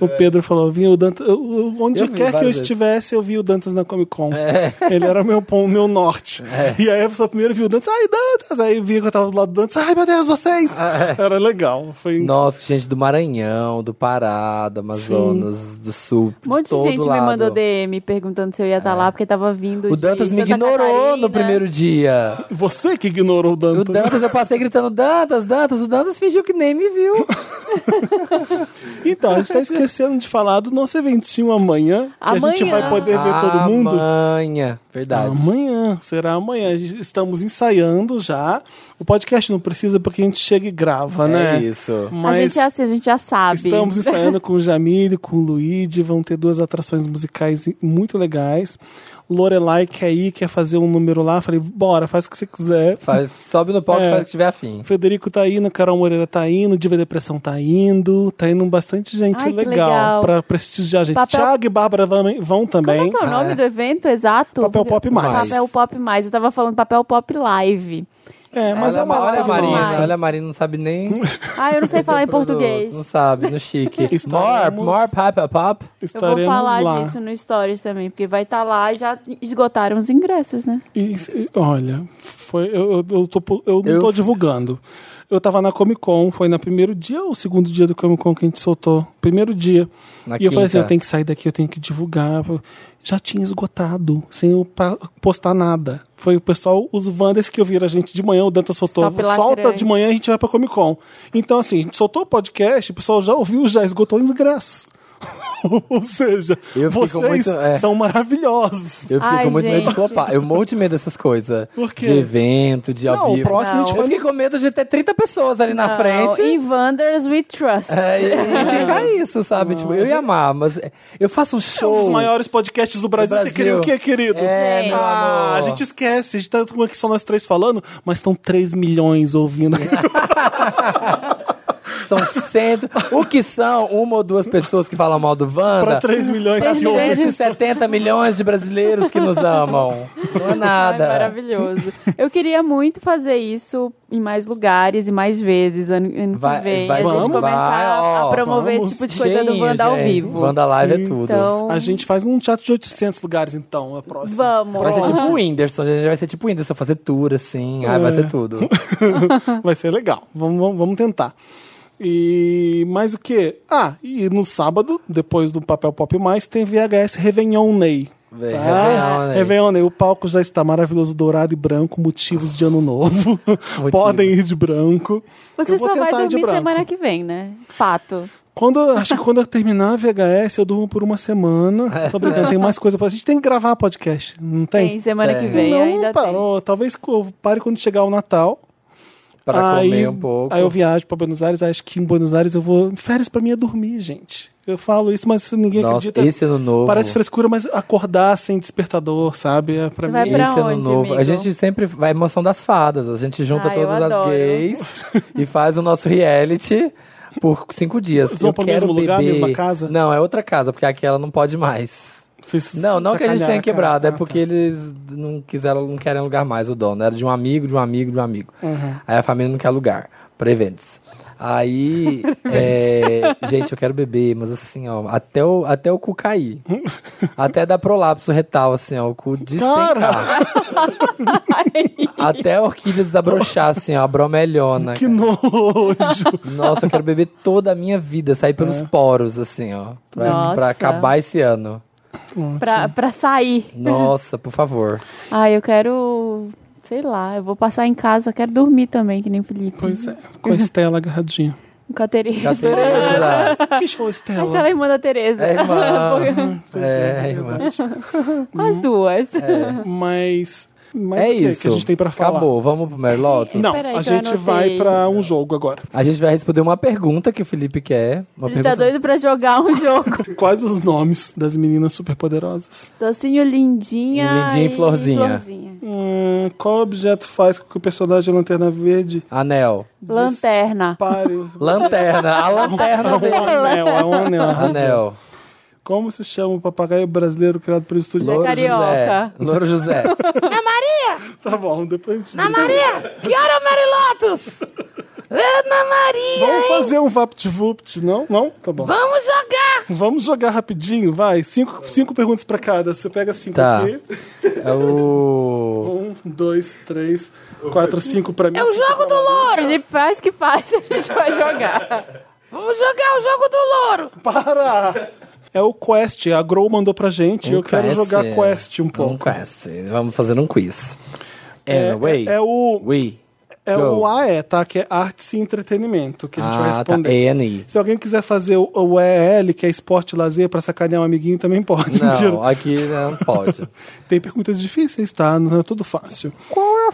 Speaker 1: O Pedro, falou, vinha o Dantas, eu- eu- onde
Speaker 2: é. Eu vi
Speaker 1: quer que eu
Speaker 2: várias vezes.
Speaker 1: estivesse, eu vi o Dantas na Comic Con.
Speaker 2: É.
Speaker 1: Ele era o meu, pon- o meu norte. E aí a pessoa primeiro viu o Dantas, ai, Dantas! Aí via que eu tava do lado do Dantas, ai, meu Deus, vocês!
Speaker 2: É.
Speaker 1: Era legal, foi
Speaker 2: Nossa, gente do Maranhão, do Pará, do Amazonas, do Sul,
Speaker 3: Um monte
Speaker 2: de
Speaker 3: de
Speaker 2: todo
Speaker 3: gente
Speaker 2: lado. É.
Speaker 3: me mandou DM perguntando se eu ia estar lá, porque tava vindo
Speaker 2: O
Speaker 3: de
Speaker 2: Dantas me
Speaker 3: Santa
Speaker 2: ignorou
Speaker 3: Catarina.
Speaker 2: no primeiro dia.
Speaker 1: Você que ignorou o
Speaker 2: O
Speaker 1: Dantas.
Speaker 2: Dantas, eu passei gritando, Dantas, Dantas, o Dantas fingiu que nem me viu.
Speaker 1: Então, a gente tá esquecendo de falar do nosso eventinho amanhã, que a gente
Speaker 3: Amanhã.
Speaker 1: vai poder ver todo
Speaker 2: Ah,
Speaker 1: mundo.
Speaker 2: Amanhã, verdade.
Speaker 1: Amanhã, será amanhã. A gente- Estamos ensaiando já. O podcast não precisa porque a gente chega e grava,
Speaker 2: É
Speaker 1: né?
Speaker 2: isso.
Speaker 1: Mas
Speaker 3: a gente é assim, a gente já sabe.
Speaker 1: estamos ensaiando com o Jamile, com o Luigi. Vão ter duas atrações musicais muito legais. Lorelai quer ir, quer fazer um número lá. Falei, bora, faz o que você quiser.
Speaker 2: Faz- sobe no palco
Speaker 1: É.
Speaker 2: e faz o que tiver afim.
Speaker 1: Federico tá indo, Carol Moreira tá indo, Diva Depressão tá indo, tá indo bastante gente
Speaker 3: Ai, que
Speaker 1: legal,
Speaker 3: legal.
Speaker 1: pra prestigiar a gente.
Speaker 3: Papel-
Speaker 1: Thiago e Bárbara vão, vão também.
Speaker 3: Como é que é o nome do evento exato?
Speaker 1: Papel Pop Mais.
Speaker 3: Papel Pop Mais. Eu tava falando Papel Pop Live.
Speaker 1: É, mas
Speaker 2: olha,
Speaker 1: é uma
Speaker 2: olha a
Speaker 1: live
Speaker 2: Marina,
Speaker 1: nossa.
Speaker 2: olha a Marina, não sabe nem.
Speaker 3: Ah, eu não sei falar em português.
Speaker 2: Não sabe, no chique. more,
Speaker 1: Estaremos-
Speaker 2: more pop, pop.
Speaker 3: Eu vou
Speaker 1: Estaremos
Speaker 3: falar
Speaker 1: lá.
Speaker 3: disso no Stories também, porque vai estar lá e já esgotaram os ingressos, né?
Speaker 1: E, e, olha, foi, eu, eu, eu tô, pu- eu não
Speaker 2: Eu-
Speaker 1: tô divulgando. Eu tava na Comic Con, foi no primeiro dia ou segundo dia do Comic Con que a gente soltou? Primeiro dia.
Speaker 2: Na
Speaker 1: e eu falei assim:
Speaker 2: quinta.
Speaker 1: eu tenho que sair daqui, eu tenho que divulgar. Já tinha esgotado, sem eu pa- postar nada. Foi o pessoal, os Wanders que ouviram a gente de manhã, o Danta soltou.
Speaker 3: Stop
Speaker 1: Solta
Speaker 3: lacrante.
Speaker 1: de manhã e a gente vai pra Comic Con. Então, assim, a gente soltou o podcast, o pessoal já ouviu, já esgotou os ingressos. ou seja,
Speaker 2: Eu fico
Speaker 1: vocês
Speaker 2: muito- é.
Speaker 1: são maravilhosos.
Speaker 2: Eu fico
Speaker 3: Ai,
Speaker 2: com muito medo
Speaker 3: gente.
Speaker 2: de flopar. Eu morro de medo dessas coisas.
Speaker 1: Por quê?
Speaker 2: De evento, de ao
Speaker 1: Não, o
Speaker 2: vivo.
Speaker 1: próximo a gente
Speaker 3: Não.
Speaker 2: Eu
Speaker 1: vai no
Speaker 2: fiquei com medo de ter 30 pessoas ali na frente.
Speaker 3: E Wonders We Trust.
Speaker 2: É, e fica isso, sabe? tipo, eu ia amar, mas eu faço um
Speaker 1: É um
Speaker 2: show.
Speaker 1: dos maiores podcasts do Brasil.
Speaker 2: Do Brasil.
Speaker 1: Você queria o quê, querido?
Speaker 2: É,
Speaker 3: Gente.
Speaker 2: meu
Speaker 1: ah,
Speaker 2: amor.
Speaker 1: a gente esquece. A gente tá como aqui só nós três falando, mas estão 3 milhões ouvindo.
Speaker 2: São cento. o que são uma ou duas pessoas que falam mal do
Speaker 1: pra
Speaker 2: Wanda?
Speaker 1: 3 milhões
Speaker 2: Pra
Speaker 1: que ouvem.
Speaker 2: 170 milhões de brasileiros que nos amam. Não é
Speaker 3: Ai,
Speaker 2: nada.
Speaker 3: maravilhoso. Eu queria muito fazer isso em mais lugares e mais vezes ano, ano
Speaker 2: Vai-
Speaker 3: que vem.
Speaker 2: vai-
Speaker 3: a gente
Speaker 1: vamos,
Speaker 3: começar
Speaker 2: vai, ó,
Speaker 3: a promover
Speaker 1: vamos.
Speaker 3: esse tipo de coisa do
Speaker 2: Cheinho,
Speaker 3: Wanda ao
Speaker 2: gente.
Speaker 3: vivo.
Speaker 2: Wanda Live
Speaker 1: Sim.
Speaker 2: é tudo.
Speaker 3: Então,
Speaker 1: A gente faz um teatro de 800 lugares, então, a próxima.
Speaker 3: vamos.
Speaker 2: Vai ser tipo o Whindersson, gente vai ser tipo o Whindersson, fazer tour assim, ai, vai ser tudo.
Speaker 1: Vai ser legal. Vamos, vamos, vamos tentar. E mais o quê? Ah, e no sábado, depois do Papel Pop Mais, tem VHS Réveillon Ney.
Speaker 2: Vem,
Speaker 1: Tá?
Speaker 2: Réveillon, né?
Speaker 1: Réveillon Ney. O palco já está maravilhoso, dourado e branco, motivos de ano novo. Podem ir de branco.
Speaker 3: Você
Speaker 1: Eu vou
Speaker 3: só vai
Speaker 1: tentar ir de
Speaker 3: dormir
Speaker 1: branco.
Speaker 3: semana que vem, né? Fato.
Speaker 1: Quando, eu- acho que quando eu terminar a VHS, eu durmo por uma semana. Tô brincando, tem mais coisa pra. A gente tem que gravar podcast, não
Speaker 3: Tem,
Speaker 1: tem?
Speaker 3: semana que
Speaker 2: Tem.
Speaker 3: vem.
Speaker 1: não
Speaker 3: ainda
Speaker 1: parou. Talvez eu pare quando chegar o Natal.
Speaker 2: Pra
Speaker 1: aí,
Speaker 2: comer um pouco.
Speaker 1: Aí eu viajo pra Buenos Aires, acho que em Buenos Aires eu vou. Férias pra mim é dormir, gente. Eu falo isso, mas ninguém
Speaker 2: Nossa,
Speaker 1: acredita.
Speaker 2: esse ano novo.
Speaker 1: Parece frescura, mas acordar sem despertador, sabe? É pra
Speaker 3: Você vai
Speaker 1: mim.
Speaker 2: Esse
Speaker 3: pra
Speaker 2: ano
Speaker 3: onde,
Speaker 2: novo.
Speaker 3: amigo?
Speaker 2: A gente sempre vai mansão das fadas. A gente junta
Speaker 3: Ah, eu
Speaker 2: todas as
Speaker 3: adoro.
Speaker 2: gays e faz o nosso reality por cinco dias.
Speaker 1: Vocês vão
Speaker 2: Eu
Speaker 1: pro
Speaker 2: quero
Speaker 1: mesmo lugar,
Speaker 2: beber-
Speaker 1: mesma casa?
Speaker 2: Não, é outra casa, porque aqui ela não pode mais.
Speaker 1: Vocês
Speaker 2: Não, não que a gente
Speaker 1: sacanearam
Speaker 2: tenha
Speaker 1: a
Speaker 2: quebrado,
Speaker 1: casa.
Speaker 2: é
Speaker 1: Ah, tá.
Speaker 2: porque eles não quiseram, não querem alugar mais o dono. Era de um amigo, de um amigo, de um amigo.
Speaker 1: Uhum.
Speaker 2: Aí a família não quer alugar pra eventos. Aí, é, gente, eu quero beber, mas assim, ó, até o, até o cu cair. até dar prolapso retal, assim, ó, o cu despencar. até a orquídea desabrochar, assim, ó, a bromelhona.
Speaker 1: Ah, tá. Que nojo!
Speaker 2: Nossa, eu quero beber toda a minha vida, sair
Speaker 1: É.
Speaker 2: pelos poros, assim, ó. Pra, pra
Speaker 3: Nossa.
Speaker 2: acabar esse ano.
Speaker 3: Pra, pra sair.
Speaker 2: Nossa, por favor.
Speaker 3: Ah, eu quero. Sei lá, eu vou passar em casa, eu quero dormir também, que nem o Felipe.
Speaker 1: pois é, com a Estela agarradinha.
Speaker 3: Com a Tereza.
Speaker 2: Já tem Tereza.
Speaker 1: Quem chamou a Estela?
Speaker 3: A Estela é irmã da
Speaker 1: um
Speaker 3: Tereza.
Speaker 2: É irmã.
Speaker 1: Pois é,
Speaker 2: É,
Speaker 1: é
Speaker 2: irmã.
Speaker 1: verdade.
Speaker 3: As duas.
Speaker 1: Mas, mas
Speaker 2: é
Speaker 1: o que,
Speaker 2: isso.
Speaker 1: que a gente tem pra falar?
Speaker 2: Acabou, vamos pro Merloto?
Speaker 1: Não,
Speaker 3: Peraí,
Speaker 1: a
Speaker 3: que eu
Speaker 1: gente
Speaker 3: anotei.
Speaker 1: vai pra um jogo agora.
Speaker 2: A gente vai responder uma pergunta que o Felipe quer. Uma
Speaker 3: Ele
Speaker 2: pergunta...
Speaker 3: tá doido pra jogar um jogo.
Speaker 1: Quais os nomes das meninas superpoderosas?
Speaker 3: Docinho lindinha.
Speaker 2: Lindinha e florzinha.
Speaker 1: Hum, qual objeto faz com que o personagem Lanterna Verde
Speaker 2: Anel.
Speaker 3: Lanterna.
Speaker 1: pare os...
Speaker 2: Lanterna. A lanterna
Speaker 1: É um
Speaker 2: dele.
Speaker 1: anel, é um anel. arrasou.
Speaker 2: Anel.
Speaker 1: Como se chama o papagaio brasileiro criado pelo estúdio?
Speaker 2: Louro José.
Speaker 3: é carioca.
Speaker 2: Louro José.
Speaker 1: Tá bom, depois a gente...
Speaker 2: Maria! Que hora, Marilotos? Ana Maria!
Speaker 1: Vamos fazer um VaptVupt, não? Não? Tá bom.
Speaker 2: Vamos jogar!
Speaker 1: Vamos jogar rapidinho, vai. Cinco, cinco perguntas pra cada. Você pega cinco
Speaker 2: Tá.
Speaker 1: aqui.
Speaker 2: É o...
Speaker 1: Um, dois, três, quatro, cinco pra
Speaker 3: é
Speaker 1: mim. cinco pra você.
Speaker 2: Louro!
Speaker 3: Felipe faz que faz, a gente vai jogar.
Speaker 2: Vamos jogar o jogo do Louro!
Speaker 1: Para! É o Quest, a Grow mandou pra gente.
Speaker 2: Um
Speaker 1: eu quero jogar Quest um pouco.
Speaker 2: quest. Vamos fazer um quiz. Anyway.
Speaker 1: É, é o,
Speaker 2: We.
Speaker 1: é
Speaker 2: go.
Speaker 1: o AE, tá? Que é Artes e Entretenimento, que a gente vai
Speaker 2: Ah, tá.
Speaker 1: responder.
Speaker 2: A&E.
Speaker 1: Se alguém quiser fazer o, o EL, que é Esporte e Lazer, pra sacanear um amiguinho, também pode.
Speaker 2: Não,
Speaker 1: Mentira.
Speaker 2: aqui não pode.
Speaker 1: Tem perguntas difíceis, tá? Não é tudo fácil.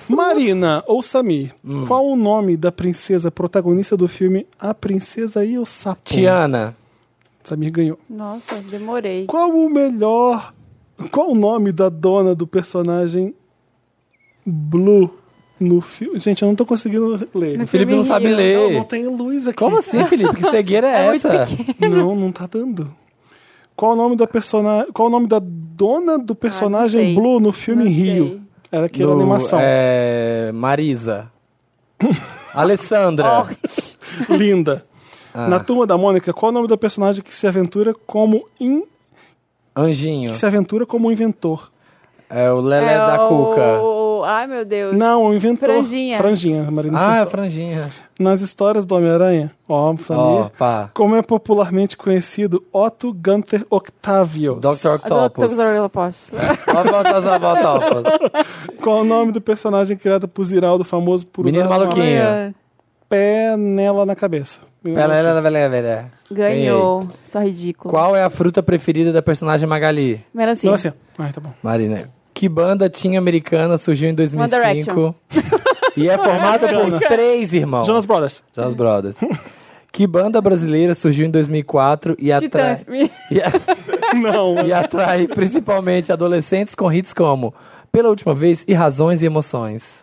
Speaker 1: Marina ou Samir,
Speaker 2: Hum.
Speaker 1: qual o nome da princesa protagonista do filme A Princesa e o Sapo?
Speaker 2: Tiana.
Speaker 1: Samir ganhou.
Speaker 3: Nossa, demorei.
Speaker 1: Qual o melhor. Qual o nome da dona do personagem Blue no filme? Gente, eu não tô conseguindo ler.
Speaker 2: O Felipe não sabe
Speaker 3: Rio.
Speaker 1: Não,
Speaker 2: ler.
Speaker 1: não tem luz aqui.
Speaker 2: Como assim, Felipe? Que cegueira é, essa?
Speaker 1: Não, não tá dando. Qual o nome da personagem. Qual o nome da dona do personagem
Speaker 3: Ah, sei.
Speaker 1: Blue no filme
Speaker 3: Não
Speaker 1: Rio?
Speaker 3: sei.
Speaker 1: Era aquela
Speaker 2: Do,
Speaker 1: animação.
Speaker 2: É, Marisa. Alessandra.
Speaker 3: Forte.
Speaker 1: Linda.
Speaker 2: Ah.
Speaker 1: Na turma da Mônica, qual é o nome da personagem que se aventura como in-
Speaker 2: Anjinho.
Speaker 1: que se aventura como um inventor?
Speaker 2: É o Lelé da Cuca.
Speaker 3: o- Ai, meu Deus.
Speaker 1: Não, o inventor.
Speaker 3: Franjinha.
Speaker 1: Franjinha, Marina
Speaker 2: Ah, é
Speaker 1: Sirtão.
Speaker 2: a franjinha.
Speaker 1: Nas histórias do Homem-Aranha, ó, Samir,
Speaker 2: Ó, pá.
Speaker 1: como é popularmente conhecido, Otto Gunther Octavius.
Speaker 2: Dr.
Speaker 3: A do-
Speaker 2: Octopus.
Speaker 3: Dr. Octopus.
Speaker 2: Ó, Baltas, ó, Baltopos.
Speaker 1: Qual o nome do personagem criado por Ziraldo, famoso por
Speaker 2: Menino
Speaker 1: usar uma
Speaker 2: maluquinho.
Speaker 3: É,
Speaker 2: Quem?
Speaker 1: pé nela na cabeça? Menino
Speaker 2: Ela,
Speaker 1: maluquinho.
Speaker 2: ela, velha, velha.
Speaker 3: Ganhou. Só ridículo.
Speaker 2: Qual é a fruta preferida da personagem Magali?
Speaker 3: Melancia.
Speaker 1: Não, assim, ah, tá bom.
Speaker 2: Marina. Que banda tinha americana surgiu em
Speaker 3: One
Speaker 2: 2005
Speaker 3: Direction.
Speaker 2: e é formada por três irmãos.
Speaker 1: Jonas Brothers.
Speaker 2: Jonas Brothers. que banda brasileira surgiu em 2004 e atrai,
Speaker 3: Titãs.
Speaker 2: e, a-
Speaker 1: Não,
Speaker 2: e atrai principalmente adolescentes com hits como Pela Última Vez e Razões e Emoções.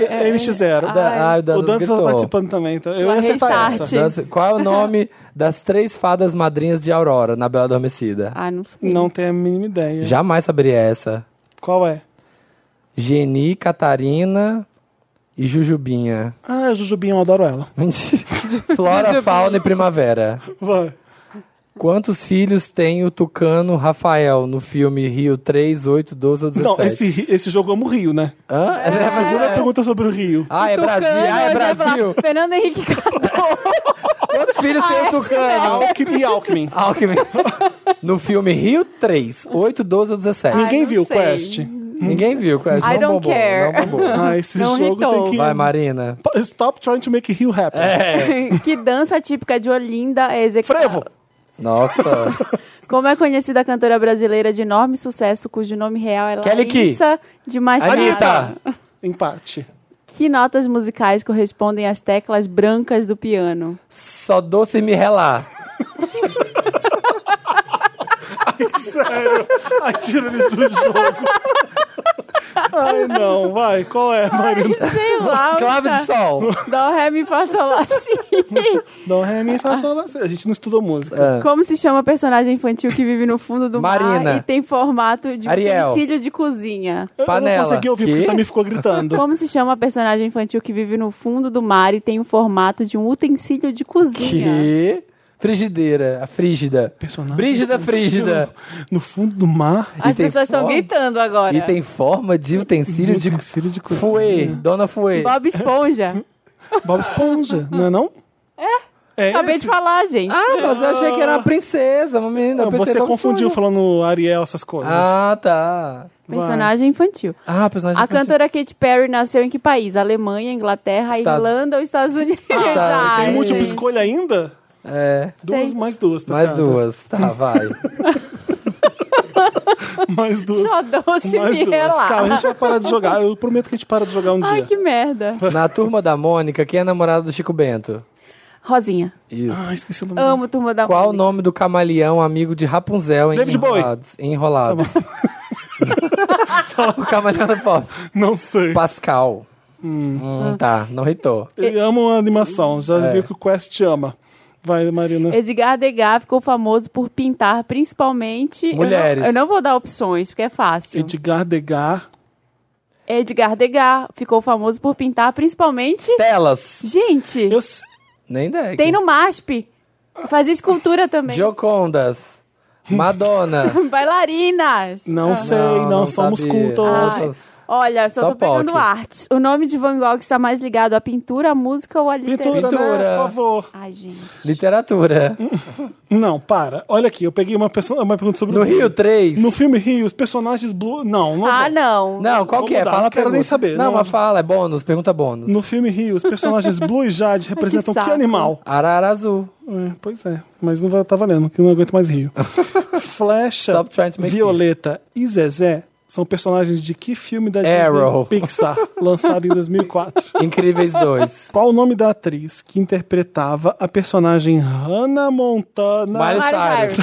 Speaker 1: é, NX0.
Speaker 2: Da-
Speaker 3: Ai.
Speaker 2: Ah, o Dantas
Speaker 1: o Dantas tá
Speaker 2: gritou.
Speaker 1: participando também, então eu ia
Speaker 3: Lá,
Speaker 1: acertar
Speaker 3: restart.
Speaker 1: essa.
Speaker 2: Dança- Qual é o nome das três fadas madrinhas de Aurora na Bela Adormecida?
Speaker 3: Ah, não sei.
Speaker 1: Não tenho a mínima ideia.
Speaker 2: Jamais saberia essa.
Speaker 1: Qual é?
Speaker 2: Geni, Catarina e Jujubinha.
Speaker 1: Ah, Jujubinha, eu adoro ela.
Speaker 2: Mentira. Flora, Fauna e Primavera.
Speaker 1: Vai.
Speaker 2: Quantos filhos tem o tucano Rafael no filme Rio 3, 8, 12 ou 17?
Speaker 1: Não, esse, esse jogo ama o Rio, né?
Speaker 2: Hã? É
Speaker 1: A
Speaker 2: Brasil?
Speaker 1: segunda pergunta sobre o Rio.
Speaker 2: Ah, é Brasil. Ah, é Brasil.
Speaker 3: Fernando Henrique Cardoso.
Speaker 2: Quantos filhos
Speaker 3: Ah,
Speaker 2: tem
Speaker 3: é
Speaker 2: o tucano?
Speaker 1: Alckmin e Alckmin.
Speaker 2: Alckmin. No filme Rio 3, 8, 12 ou 17?
Speaker 3: Ai,
Speaker 1: Ninguém
Speaker 3: não
Speaker 1: viu o
Speaker 3: sei.
Speaker 1: Quest.
Speaker 2: Ninguém viu, Quest.
Speaker 3: I
Speaker 2: não
Speaker 3: don't
Speaker 2: bombou,
Speaker 3: care.
Speaker 2: Não bombou.
Speaker 1: Ah, esse
Speaker 3: Não
Speaker 1: jogo
Speaker 3: irritou.
Speaker 1: tem que.
Speaker 2: Vai, É. Marina.
Speaker 1: Stop trying to make Rio happen.
Speaker 3: que dança típica de Olinda é executada.
Speaker 1: É. Frevo!
Speaker 2: Nossa.
Speaker 3: Como é conhecida a cantora brasileira de enorme sucesso, cujo nome real é
Speaker 2: Kelly Key.
Speaker 3: Larissa de Machado.
Speaker 2: Anitta!
Speaker 1: Empate.
Speaker 3: Que notas musicais correspondem às teclas brancas do piano?
Speaker 2: Só doce me relar.
Speaker 1: Sério, atira ele do jogo. Ai, não, vai, qual é, Marina?
Speaker 3: Sei lá.
Speaker 2: Clave de sol.
Speaker 3: Dó, ré, mi, fá, sol, lá, si.
Speaker 1: Não, é minha façola. A gente não estudou música.
Speaker 2: Ah.
Speaker 3: Como se chama a personagem infantil que vive no fundo do
Speaker 2: Marina.
Speaker 3: mar e tem formato de
Speaker 2: Ariel.
Speaker 3: utensílio de cozinha?
Speaker 1: Eu
Speaker 2: Panela.
Speaker 1: não consegui ouvir porque
Speaker 2: Quê?
Speaker 1: o Samir ficou gritando.
Speaker 3: Como se chama a personagem infantil que vive no fundo do mar e tem o formato de um utensílio de cozinha?
Speaker 2: Que... Frigideira. A frígida.
Speaker 1: Personagem
Speaker 2: Brígida frígida.
Speaker 1: No fundo do mar.
Speaker 3: As
Speaker 2: E tem
Speaker 3: pessoas estão
Speaker 2: forma-
Speaker 3: gritando agora.
Speaker 2: E tem forma de utensílio de...
Speaker 1: utensílio de cozinha.
Speaker 2: Fouet. Dona Fouet.
Speaker 3: Bob Esponja.
Speaker 1: Bob Esponja, não é não? É. É
Speaker 3: Acabei
Speaker 1: esse?
Speaker 3: de falar, gente.
Speaker 2: Ah, mas eu achei que era uma princesa. Uma menina.
Speaker 1: Não,
Speaker 2: Eu pensei,
Speaker 1: você
Speaker 2: Bob
Speaker 1: confundiu
Speaker 2: Esponja.
Speaker 1: falando Ariel, essas coisas.
Speaker 2: Ah, tá.
Speaker 3: personagem infantil.
Speaker 2: Ah, personagem
Speaker 3: A cantora Katy Perry nasceu em que país? Alemanha, Inglaterra,
Speaker 2: Estado-
Speaker 3: Irlanda ou Estados Unidos?
Speaker 2: Tá.
Speaker 1: Tem
Speaker 3: Ai,
Speaker 1: múltipla
Speaker 3: gente.
Speaker 1: escolha ainda?
Speaker 2: É.
Speaker 1: Duas,
Speaker 3: Tem.
Speaker 1: mais duas. pra
Speaker 2: Mais
Speaker 1: cada.
Speaker 2: duas. Tá, vai.
Speaker 1: Mais duas.
Speaker 3: Só doce
Speaker 1: mais
Speaker 3: me
Speaker 1: duas. Cara, a
Speaker 3: relar.
Speaker 1: gente vai parar de jogar. Eu prometo que a gente para de jogar um
Speaker 3: Ai,
Speaker 1: dia.
Speaker 3: que merda.
Speaker 2: Na turma da Mônica, quem é namorado do Chico Bento?
Speaker 3: Rosinha,
Speaker 2: Isso.
Speaker 1: Ah, esqueci o nome. dele.
Speaker 3: amo Turma da
Speaker 2: Qual o
Speaker 3: Mônica.
Speaker 2: nome do camaleão amigo de Rapunzel em
Speaker 1: David Bowie. Tá
Speaker 2: Enrolados? Em Enrolados. o camaleão do pop.
Speaker 1: Não sei.
Speaker 2: Pascal. Hum, tá, não ritou.
Speaker 3: É.
Speaker 1: Ele ama a animação. Já
Speaker 2: É.
Speaker 1: viu que o Quest ama. Vai, Marina.
Speaker 3: Edgar Degas ficou famoso por pintar principalmente...
Speaker 2: Mulheres.
Speaker 3: Eu não, eu não vou dar opções, porque é fácil.
Speaker 1: Edgar Degar.
Speaker 3: Edgar Degas ficou famoso por pintar principalmente...
Speaker 2: Telas.
Speaker 3: Gente,
Speaker 1: Eu sei. é.
Speaker 2: Nem ideia.
Speaker 3: tem no MASP. Fazia escultura também.
Speaker 2: Giocondas. Madonna.
Speaker 3: Bailarinas.
Speaker 1: Não sei, não, somos
Speaker 2: sabia.
Speaker 1: cultos.
Speaker 3: Ah,
Speaker 2: Nossa,
Speaker 3: Olha, só,
Speaker 2: Só
Speaker 3: tô pegando
Speaker 2: POC.
Speaker 3: arte. O nome de Van Gogh está mais ligado à pintura, à música ou à
Speaker 1: Pintura,
Speaker 3: literatura?
Speaker 2: Pintura.
Speaker 1: né? Por favor.
Speaker 3: Ai, gente.
Speaker 2: Literatura.
Speaker 1: Não, para. Olha aqui, eu peguei uma, perso- uma pergunta sobre
Speaker 2: No
Speaker 1: o
Speaker 2: Rio 3.
Speaker 1: No filme Rio, os personagens Blue. Não, não.
Speaker 3: Ah,
Speaker 1: vou.
Speaker 3: não.
Speaker 2: Não, qual
Speaker 1: Vou
Speaker 2: que é?
Speaker 1: mudar,
Speaker 2: Fala
Speaker 1: não quero
Speaker 2: pergunta.
Speaker 1: nem saber,
Speaker 2: Não,
Speaker 1: não.
Speaker 2: mas fala, é bônus, pergunta bônus.
Speaker 1: No filme Rio, os personagens Blue e Jade representam
Speaker 3: Que
Speaker 1: que
Speaker 3: saco.
Speaker 1: animal?
Speaker 2: Arara Azul.
Speaker 1: É, pois é, mas não vai, tá valendo, que eu não aguento mais Rio. Flecha,
Speaker 2: Stop trying to make
Speaker 1: Violeta e Zezé são personagens de que filme da
Speaker 2: Arrow.
Speaker 1: Disney Pixar, lançado em 2004?
Speaker 2: Incríveis 2.
Speaker 1: Qual o nome da atriz que interpretava a personagem Hannah Montana?
Speaker 2: Miley Cyrus.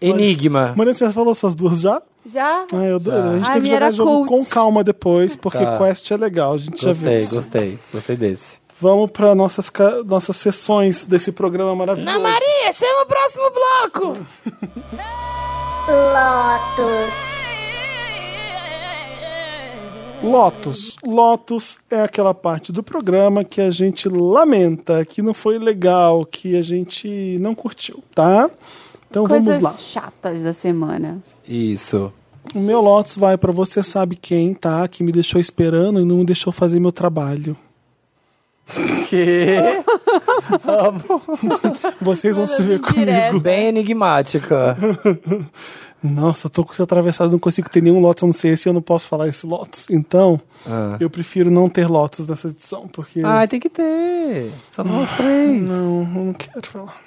Speaker 2: Enigma.
Speaker 1: Marina, você falou essas duas já?
Speaker 3: Já?
Speaker 1: Ah, eu adoro. A gente
Speaker 3: Ah,
Speaker 1: tem que
Speaker 3: minha
Speaker 1: jogar
Speaker 3: era
Speaker 1: jogo
Speaker 3: cult.
Speaker 1: com calma depois, porque
Speaker 2: Tá.
Speaker 1: Quest é legal, a gente já viu
Speaker 2: Gostei,
Speaker 1: isso.
Speaker 2: gostei. Gostei desse.
Speaker 1: Vamos para nossas, ca- nossas sessões desse programa maravilhoso.
Speaker 2: Maria, chama o próximo bloco!
Speaker 4: Lotus.
Speaker 1: Lotus. Lotus é aquela parte do programa que a gente lamenta, que não foi legal, que a gente não curtiu, tá? Então
Speaker 3: Coisas
Speaker 1: vamos lá.
Speaker 3: chatas da semana.
Speaker 2: Isso.
Speaker 1: O meu Lotus vai pra você sabe quem, tá? Que me deixou esperando e não me deixou fazer meu trabalho.
Speaker 2: Que?
Speaker 1: Vocês vão se ver comigo.
Speaker 3: Direto.
Speaker 2: Bem enigmática.
Speaker 1: Nossa, eu tô com isso atravessado, não consigo ter nenhum Lotus, a não ser esse, eu não posso falar esse Lotus. Então,
Speaker 2: Ah.
Speaker 1: eu prefiro não ter Lotus nessa edição, porque
Speaker 2: Ai, tem que ter. Só nós três.
Speaker 1: não, eu não quero falar.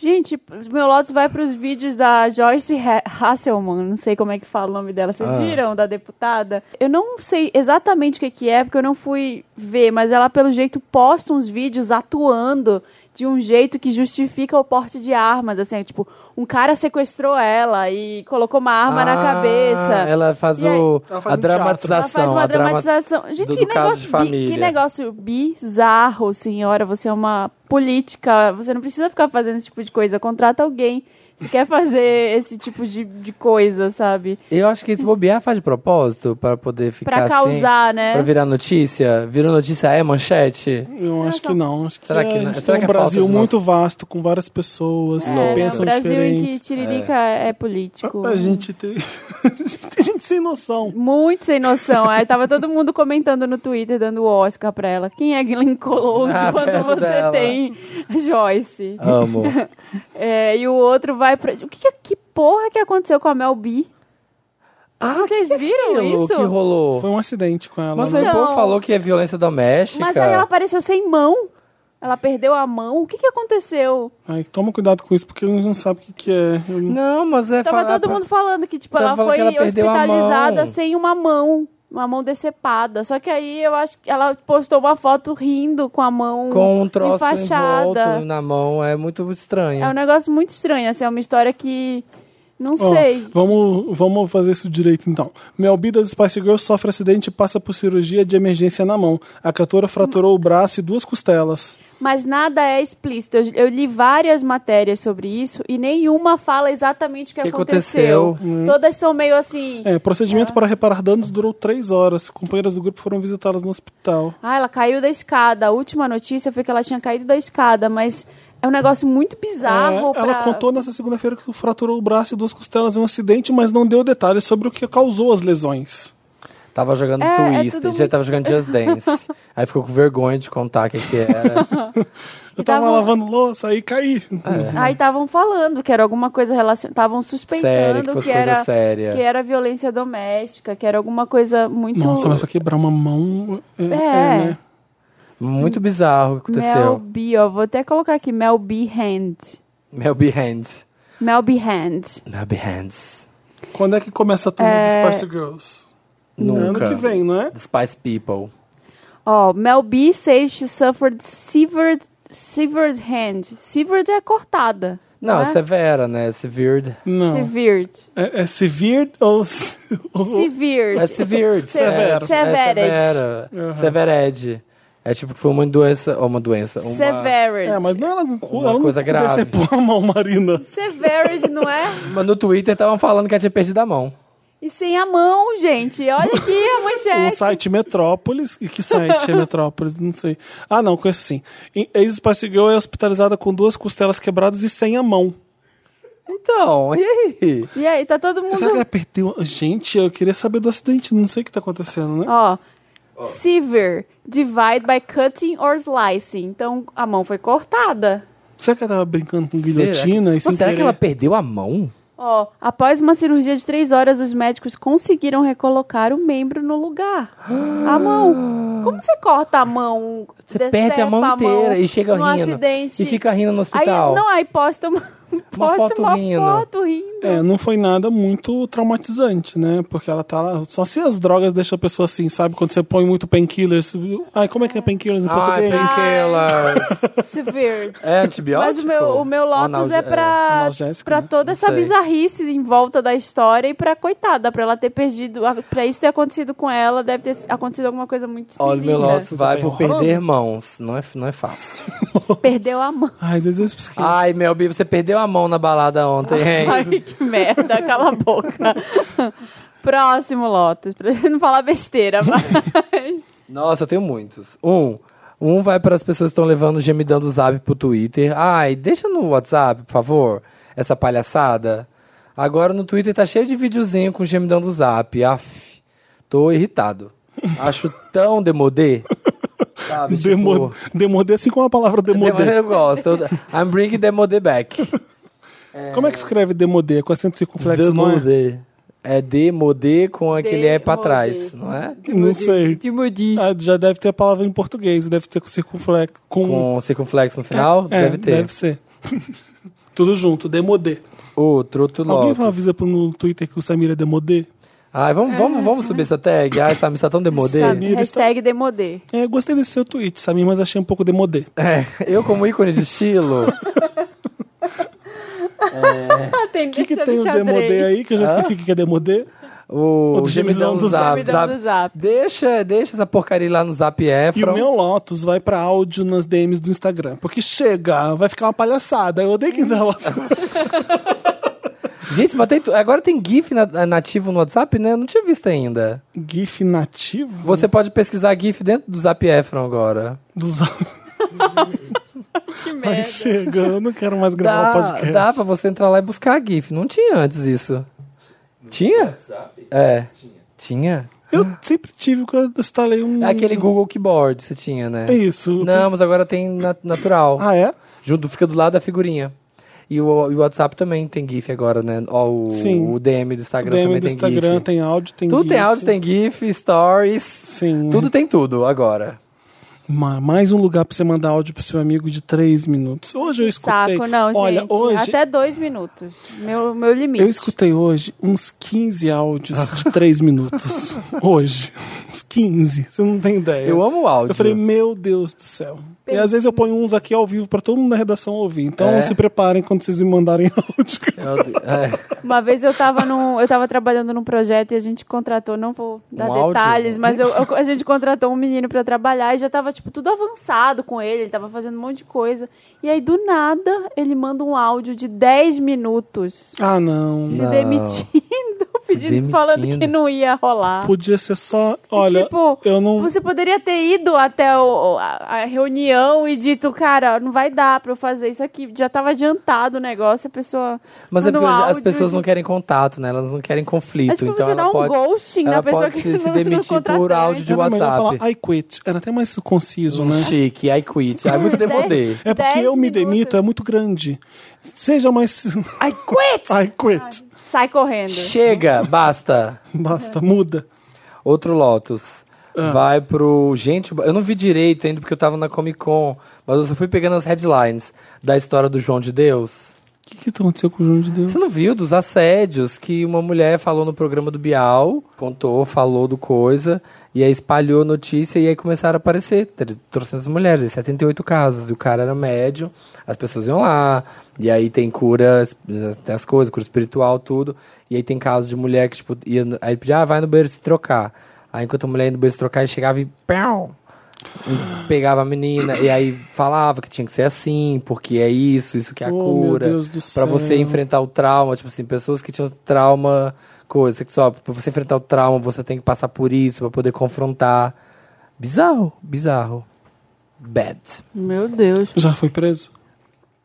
Speaker 3: Gente, meu Lotus vai para os vídeos da Joyce Ha- Hasselman, não sei como é que fala o nome dela. Vocês
Speaker 2: Ah.
Speaker 3: viram, da deputada? Eu não sei exatamente o que, que é, porque eu não fui ver, mas ela, pelo jeito, posta uns vídeos atuando de um jeito que justifica o porte de armas. Assim, tipo, um cara sequestrou ela e colocou uma arma na
Speaker 2: Ah,
Speaker 3: cabeça.
Speaker 2: Ela faz,
Speaker 3: E aí?
Speaker 2: o,
Speaker 1: Ela faz
Speaker 2: a
Speaker 1: um
Speaker 2: dramatização.
Speaker 3: Ela faz uma
Speaker 2: a drama-
Speaker 3: dramatização. Gente,
Speaker 2: do-
Speaker 3: que,
Speaker 2: do caso de
Speaker 3: negócio bi-
Speaker 2: família.
Speaker 3: que negócio bizarro, senhora. Você é uma política. Você não precisa ficar fazendo esse tipo de coisa. Contrata alguém se quer fazer esse tipo de, de coisa, sabe?
Speaker 2: Eu acho que esse bobear faz de propósito pra poder ficar
Speaker 3: Pra
Speaker 2: assim.
Speaker 3: causar, né?
Speaker 2: Pra virar notícia. Virou notícia, é manchete?
Speaker 1: Eu acho que não. Acho que
Speaker 2: Será que
Speaker 1: a
Speaker 2: não?
Speaker 1: gente
Speaker 2: Será
Speaker 1: tem um
Speaker 2: que é falta
Speaker 1: Brasil
Speaker 2: de
Speaker 1: muito vasto, com várias pessoas
Speaker 3: É,
Speaker 1: que pensam
Speaker 3: né? O Brasil em que
Speaker 1: diferente.
Speaker 3: Tiririca é, político.
Speaker 1: A gente tem. a gente tem gente sem noção.
Speaker 3: Muito sem noção. Aí tava todo mundo comentando no Twitter, dando o Oscar pra ela. Quem é Glenn Close
Speaker 2: Ah,
Speaker 3: quando
Speaker 2: perto
Speaker 3: você
Speaker 2: dela.
Speaker 3: tem Joyce?
Speaker 2: Amo.
Speaker 3: É, e o outro vai pra. O que, que- que porra que aconteceu com a Mel B?
Speaker 2: ah,
Speaker 3: Vocês viram
Speaker 2: aquilo
Speaker 3: isso?
Speaker 2: que rolou?
Speaker 1: Foi um acidente com ela.
Speaker 2: Mas
Speaker 1: né?
Speaker 2: aí o
Speaker 3: Então-
Speaker 2: povo falou que é violência doméstica.
Speaker 3: Mas aí ela apareceu sem mão. Ela perdeu a mão. O que, que aconteceu?
Speaker 1: Ai, toma cuidado com isso, porque a gente não sabe o que, que é. Eu não-
Speaker 2: Não, mas é
Speaker 3: Tava
Speaker 2: falar-
Speaker 3: todo mundo falando que, tipo,
Speaker 2: Tava
Speaker 3: ela
Speaker 2: falando
Speaker 3: foi
Speaker 2: que ela perdeu a
Speaker 3: hospitalizada
Speaker 2: mão.
Speaker 3: sem uma mão. Uma mão decepada. Só que aí eu acho que ela postou uma foto rindo com a mão
Speaker 2: Com um troço
Speaker 3: enfaixada.
Speaker 2: envolto na mão, é muito estranho.
Speaker 3: É um negócio muito estranho, assim, é uma história que. Não
Speaker 1: Ó,
Speaker 3: sei.
Speaker 1: vamos, vamos fazer isso direito então. Mel B das Spice Girls sofre acidente e passa por cirurgia de emergência na mão. A cantora fraturou o braço e duas costelas.
Speaker 3: Mas nada é explícito. Eu, eu li várias matérias sobre isso e nenhuma fala exatamente o que,
Speaker 2: Que
Speaker 3: aconteceu.
Speaker 2: aconteceu.
Speaker 3: Todas são meio assim.
Speaker 1: É, procedimento para reparar danos durou três horas. Companheiras do grupo foram visitá-las no hospital.
Speaker 3: Ah, ela caiu da escada. A última notícia foi que ela tinha caído da escada, mas é um negócio muito bizarro.
Speaker 1: É, ela
Speaker 3: pra-
Speaker 1: contou nessa segunda-feira que fraturou o braço e duas costelas em um acidente, mas não deu detalhes sobre o que causou as lesões.
Speaker 2: Tava jogando
Speaker 3: É, é
Speaker 2: Twister,
Speaker 3: tudo
Speaker 2: já
Speaker 3: muito-
Speaker 2: tava jogando Just Dance. aí ficou com vergonha de contar o que, que era.
Speaker 1: Eu tava,
Speaker 3: tava-
Speaker 1: lavando louça e caí.
Speaker 3: Aí estavam falando que era alguma coisa relacionada. Estavam suspeitando
Speaker 2: Séria, que fosse coisa
Speaker 3: era
Speaker 2: séria.
Speaker 3: que era violência doméstica, que era alguma coisa muito.
Speaker 1: Nossa, mas pra quebrar uma mão. É,
Speaker 3: É.
Speaker 1: é, né?
Speaker 2: Muito bizarro o que
Speaker 3: Mel
Speaker 2: aconteceu.
Speaker 3: B, ó. Vou até colocar aqui Mel B Hand.
Speaker 2: Mel B. Hands.
Speaker 3: Mel B Hand.
Speaker 2: Mel B. Hands.
Speaker 1: Quando é que começa a turma dos Spice Girls?
Speaker 2: Nunca.
Speaker 1: Ano que vem, não é?
Speaker 2: The Spice People.
Speaker 3: Ó, Mel B says she suffered severed, severed hand. Severed é cortada.
Speaker 2: Não,
Speaker 3: é?
Speaker 2: é severa, né? Severed.
Speaker 1: Não.
Speaker 3: Severed.
Speaker 1: É, é Severed ou. se- ou-
Speaker 3: Severed.
Speaker 2: É severed.
Speaker 3: Se-
Speaker 2: é-
Speaker 3: severed.
Speaker 2: É severa. Severed. É tipo que foi uma doença... Uma doença. Uma...
Speaker 3: Severed.
Speaker 1: É, mas não ela,
Speaker 2: Uma
Speaker 1: ela
Speaker 2: coisa
Speaker 1: não
Speaker 2: grave.
Speaker 1: decepou a mão, Marina.
Speaker 3: Severed, não é?
Speaker 2: Mas no Twitter estavam falando que ela tinha perdido a mão.
Speaker 3: E sem a mão, gente. Olha aqui a
Speaker 1: O
Speaker 2: É.
Speaker 3: manchete.
Speaker 1: site Metrópolis. E que site é Metrópolis? Não sei. Ah, não, conheço sim. Em- Ex-Spice Girl é hospitalizada com duas costelas quebradas e sem a mão.
Speaker 2: Então, e aí?
Speaker 3: E aí, tá todo
Speaker 2: Uhum.
Speaker 3: mundo...
Speaker 1: Será que é ela perdeu? Gente, eu queria saber do acidente. Não sei o que tá acontecendo,
Speaker 2: Ah.
Speaker 1: né?
Speaker 3: Ó, sever, divide by cutting or slicing. Então, a mão foi cortada.
Speaker 1: Será que ela tava brincando com
Speaker 2: será
Speaker 1: guilhotina
Speaker 2: que...
Speaker 1: e sem
Speaker 2: Mas será que
Speaker 1: querer?
Speaker 2: ela perdeu a mão?
Speaker 3: Ó, após uma cirurgia de três horas, os médicos conseguiram recolocar o membro no lugar. A mão. Como você corta a mão?
Speaker 2: Você
Speaker 3: decepa
Speaker 2: perde a mão inteira e chega
Speaker 3: num
Speaker 2: rindo.
Speaker 3: acidente.
Speaker 2: E fica rindo no
Speaker 3: Aí,
Speaker 2: hospital.
Speaker 3: não, aí posta uma, posta
Speaker 2: foto
Speaker 3: uma
Speaker 2: rindo.
Speaker 3: foto rindo.
Speaker 1: É, não foi nada muito traumatizante, né? Porque ela tá lá. Só se as drogas deixam a pessoa assim, sabe? Quando você põe muito painkillers. Ai, como é que é painkillers em
Speaker 2: Ah,
Speaker 1: português?
Speaker 2: painkillers.
Speaker 3: Severo.
Speaker 2: É antibiótico?
Speaker 3: Mas o meu, o meu Lotus
Speaker 2: Analge-
Speaker 3: é pra,
Speaker 1: analgésico,
Speaker 3: pra
Speaker 1: né?
Speaker 3: toda
Speaker 2: Não
Speaker 3: essa
Speaker 2: sei.
Speaker 3: bizarrice em volta da história e pra coitada, pra ela ter perdido, a- pra isso ter acontecido com ela, deve ter acontecido alguma coisa muito
Speaker 2: Olha, o meu Lotus
Speaker 3: esquisita.
Speaker 2: vai por
Speaker 1: Coisa bem
Speaker 2: perder mãos. Não é, não é fácil.
Speaker 3: Perdeu a mão.
Speaker 1: Ai, às vezes eu esqueço.
Speaker 2: Ai, Melbi, você perdeu a mão na balada ontem,
Speaker 1: É.
Speaker 3: Ai,
Speaker 2: hein?
Speaker 3: que merda, cala a boca. Próximo, Lotus, pra gente não falar besteira, mas.
Speaker 2: Nossa, eu tenho muitos. Um. Um vai para as pessoas que estão levando gemidão do zap pro Twitter. Ai, deixa no WhatsApp, por favor, essa palhaçada. Agora no Twitter tá cheio de videozinho com gemidão do zap. Aff, tô irritado. Acho tão demodê. Sabe, tipo,
Speaker 1: Demo- Demodê, assim como a palavra demodê.
Speaker 2: Eu gosto. Eu- I'm bringing demodê back.
Speaker 1: Como é que escreve demodê? É com acento circunflexo, não é?
Speaker 2: Demodê. É demodê com aquele E pra
Speaker 3: Demodê.
Speaker 2: trás, não é?
Speaker 1: Não sei.
Speaker 3: Timudi.
Speaker 1: Ah, já deve ter a palavra em português, deve ter com circunflexo. Com...
Speaker 2: Com circunflexo no final?
Speaker 1: É,
Speaker 2: deve ter.
Speaker 1: Deve ser. Tudo junto, demodê.
Speaker 2: Outro, outro
Speaker 1: Alguém
Speaker 2: logo.
Speaker 1: avisa pro- no Twitter que o Samir é demodê?
Speaker 2: Ai, vamos,
Speaker 1: É.
Speaker 2: vamos, vamos subir essa tag. Ai, Samir está tão demodê.
Speaker 1: Samir.
Speaker 3: Hashtag Demodê.
Speaker 1: É, gostei desse seu tweet, Samir, mas achei um pouco demodê.
Speaker 2: É, eu como ícone de estilo.
Speaker 3: Ah, tem
Speaker 1: O que, que tem o demodê aí, que eu já
Speaker 2: Ah.
Speaker 1: esqueci o que que é demodê?
Speaker 2: O,
Speaker 1: O do gemidão
Speaker 2: gemidão
Speaker 1: do
Speaker 2: do zap.
Speaker 3: zap. Gemidão do zap.
Speaker 2: Deixa, deixa essa porcaria lá no zap
Speaker 1: E o
Speaker 2: Efron.
Speaker 1: meu Lotus vai pra áudio nas DMs do Instagram. Porque chega, vai ficar uma palhaçada. Eu odeio quem dá Lotus.
Speaker 2: Gente, mas tem, tu- agora tem GIF na- eh, nativo no WhatsApp, né? Eu não tinha visto ainda.
Speaker 1: GIF nativo
Speaker 2: Você pode pesquisar GIF dentro do zap Efron agora.
Speaker 1: do Zap.
Speaker 3: Que
Speaker 1: Vai
Speaker 3: merda.
Speaker 1: chega, eu não quero mais gravar
Speaker 2: Dá,
Speaker 1: podcast.
Speaker 2: dá pra você entrar lá e buscar GIF. Não tinha antes isso. Tinha? É. Tinha?
Speaker 1: Eu sempre tive quando eu instalei um.
Speaker 2: É Aquele Google Keyboard você tinha, né?
Speaker 1: É isso.
Speaker 2: Não, mas agora tem na- natural.
Speaker 1: Ah, é?
Speaker 2: Junto, fica do lado da figurinha. E o, e o WhatsApp também tem GIF agora, né? Ó, o,
Speaker 1: Sim.
Speaker 2: o DM do Instagram
Speaker 1: DM
Speaker 2: também
Speaker 1: do
Speaker 2: tem
Speaker 1: Instagram
Speaker 2: GIF.
Speaker 1: tem áudio, tem
Speaker 2: tudo
Speaker 1: GIF.
Speaker 2: tem áudio, tem GIF, stories.
Speaker 1: Sim.
Speaker 2: Tudo tem tudo agora.
Speaker 1: Ma- Mais um lugar pra você mandar áudio pro seu amigo de três minutos. Hoje eu escutei.
Speaker 3: Saco, não,
Speaker 1: Olha,
Speaker 3: gente.
Speaker 1: hoje.
Speaker 3: Até dois minutos. Meu, meu limite.
Speaker 1: Eu escutei hoje uns 15 áudios de três minutos. Hoje. Uns 15. Você não tem ideia.
Speaker 2: Eu amo o
Speaker 1: É.
Speaker 2: áudio.
Speaker 1: Eu falei, meu Deus do céu. E às vezes eu ponho uns aqui ao vivo pra todo mundo na redação ouvir. Então
Speaker 2: É?
Speaker 1: se preparem quando vocês me mandarem áudio.
Speaker 2: Meu Deus. É.
Speaker 3: Uma vez eu tava, num, eu tava trabalhando num projeto e a gente contratou, não vou dar
Speaker 2: Um áudio?
Speaker 3: detalhes, mas eu- eu- a gente contratou um menino pra trabalhar e já tava, tipo, tudo avançado com ele, ele tava fazendo um monte de coisa. E aí, do nada, ele manda um áudio de 10 minutos
Speaker 1: Ah, não.
Speaker 3: se
Speaker 2: Não.
Speaker 3: demitindo, pedindo, falando
Speaker 2: demitindo.
Speaker 3: que não ia rolar.
Speaker 1: Podia ser só. Olha,
Speaker 3: tipo,
Speaker 1: eu não.
Speaker 3: Você poderia ter ido até o- o- a, a reunião e dito, cara, não vai dar pra eu fazer isso aqui. Já tava adiantado o negócio, a pessoa.
Speaker 2: Mas é
Speaker 3: manda um
Speaker 2: porque hoje as
Speaker 3: áudio
Speaker 2: pessoas
Speaker 3: de-
Speaker 2: não querem contato, né? Elas não querem conflito.
Speaker 3: é tipo
Speaker 2: então
Speaker 3: você
Speaker 2: ela
Speaker 3: dá um
Speaker 2: pode.
Speaker 3: ghosting na
Speaker 2: ela
Speaker 3: pessoa
Speaker 2: pode
Speaker 3: que
Speaker 2: se- se
Speaker 3: não- não
Speaker 2: demitir por
Speaker 3: contratante.
Speaker 2: áudio de
Speaker 1: Era melhor
Speaker 2: WhatsApp.
Speaker 1: falar I quit. Era até mais conciso, né?
Speaker 2: Chique, I quit. É muito demodê.
Speaker 1: É porque
Speaker 3: Dez
Speaker 1: eu me
Speaker 3: minutos.
Speaker 1: demito é muito grande. Seja mais.
Speaker 2: I quit!
Speaker 1: I quit.
Speaker 3: Sai correndo.
Speaker 2: Chega, basta.
Speaker 1: Basta, muda.
Speaker 2: Outro Lotus. Vai pro. Gente, eu não vi direito ainda porque eu tava na Comic Con, mas eu só fui pegando as headlines da história do João de Deus.
Speaker 1: O que, que aconteceu com o João de Deus?
Speaker 2: Você não viu dos assédios que uma mulher falou no programa do Bial, contou, falou do coisa, e aí espalhou notícia e aí começaram a aparecer tre- 300 mulheres, e 78 casos, e o cara era médio, as pessoas iam lá, e aí tem cura, tem as coisas, cura espiritual, tudo, e aí tem casos de mulher que, tipo, ia, no- aí pedia, ah, vai no banheiro se trocar. Aí enquanto a mulher ia no banheiro se trocar, ele chegava e... Pão, pegava a menina e aí falava que tinha que ser assim, porque é isso, isso que é a
Speaker 1: Oh, meu
Speaker 2: cura.
Speaker 1: Deus do
Speaker 2: pra você
Speaker 1: céu.
Speaker 2: enfrentar o trauma, tipo assim, pessoas que tinham trauma, coisa sexual, pra você enfrentar o trauma, você tem que passar por isso pra poder confrontar. Bizarro, bizarro. Bad.
Speaker 3: Meu Deus.
Speaker 1: Já foi preso?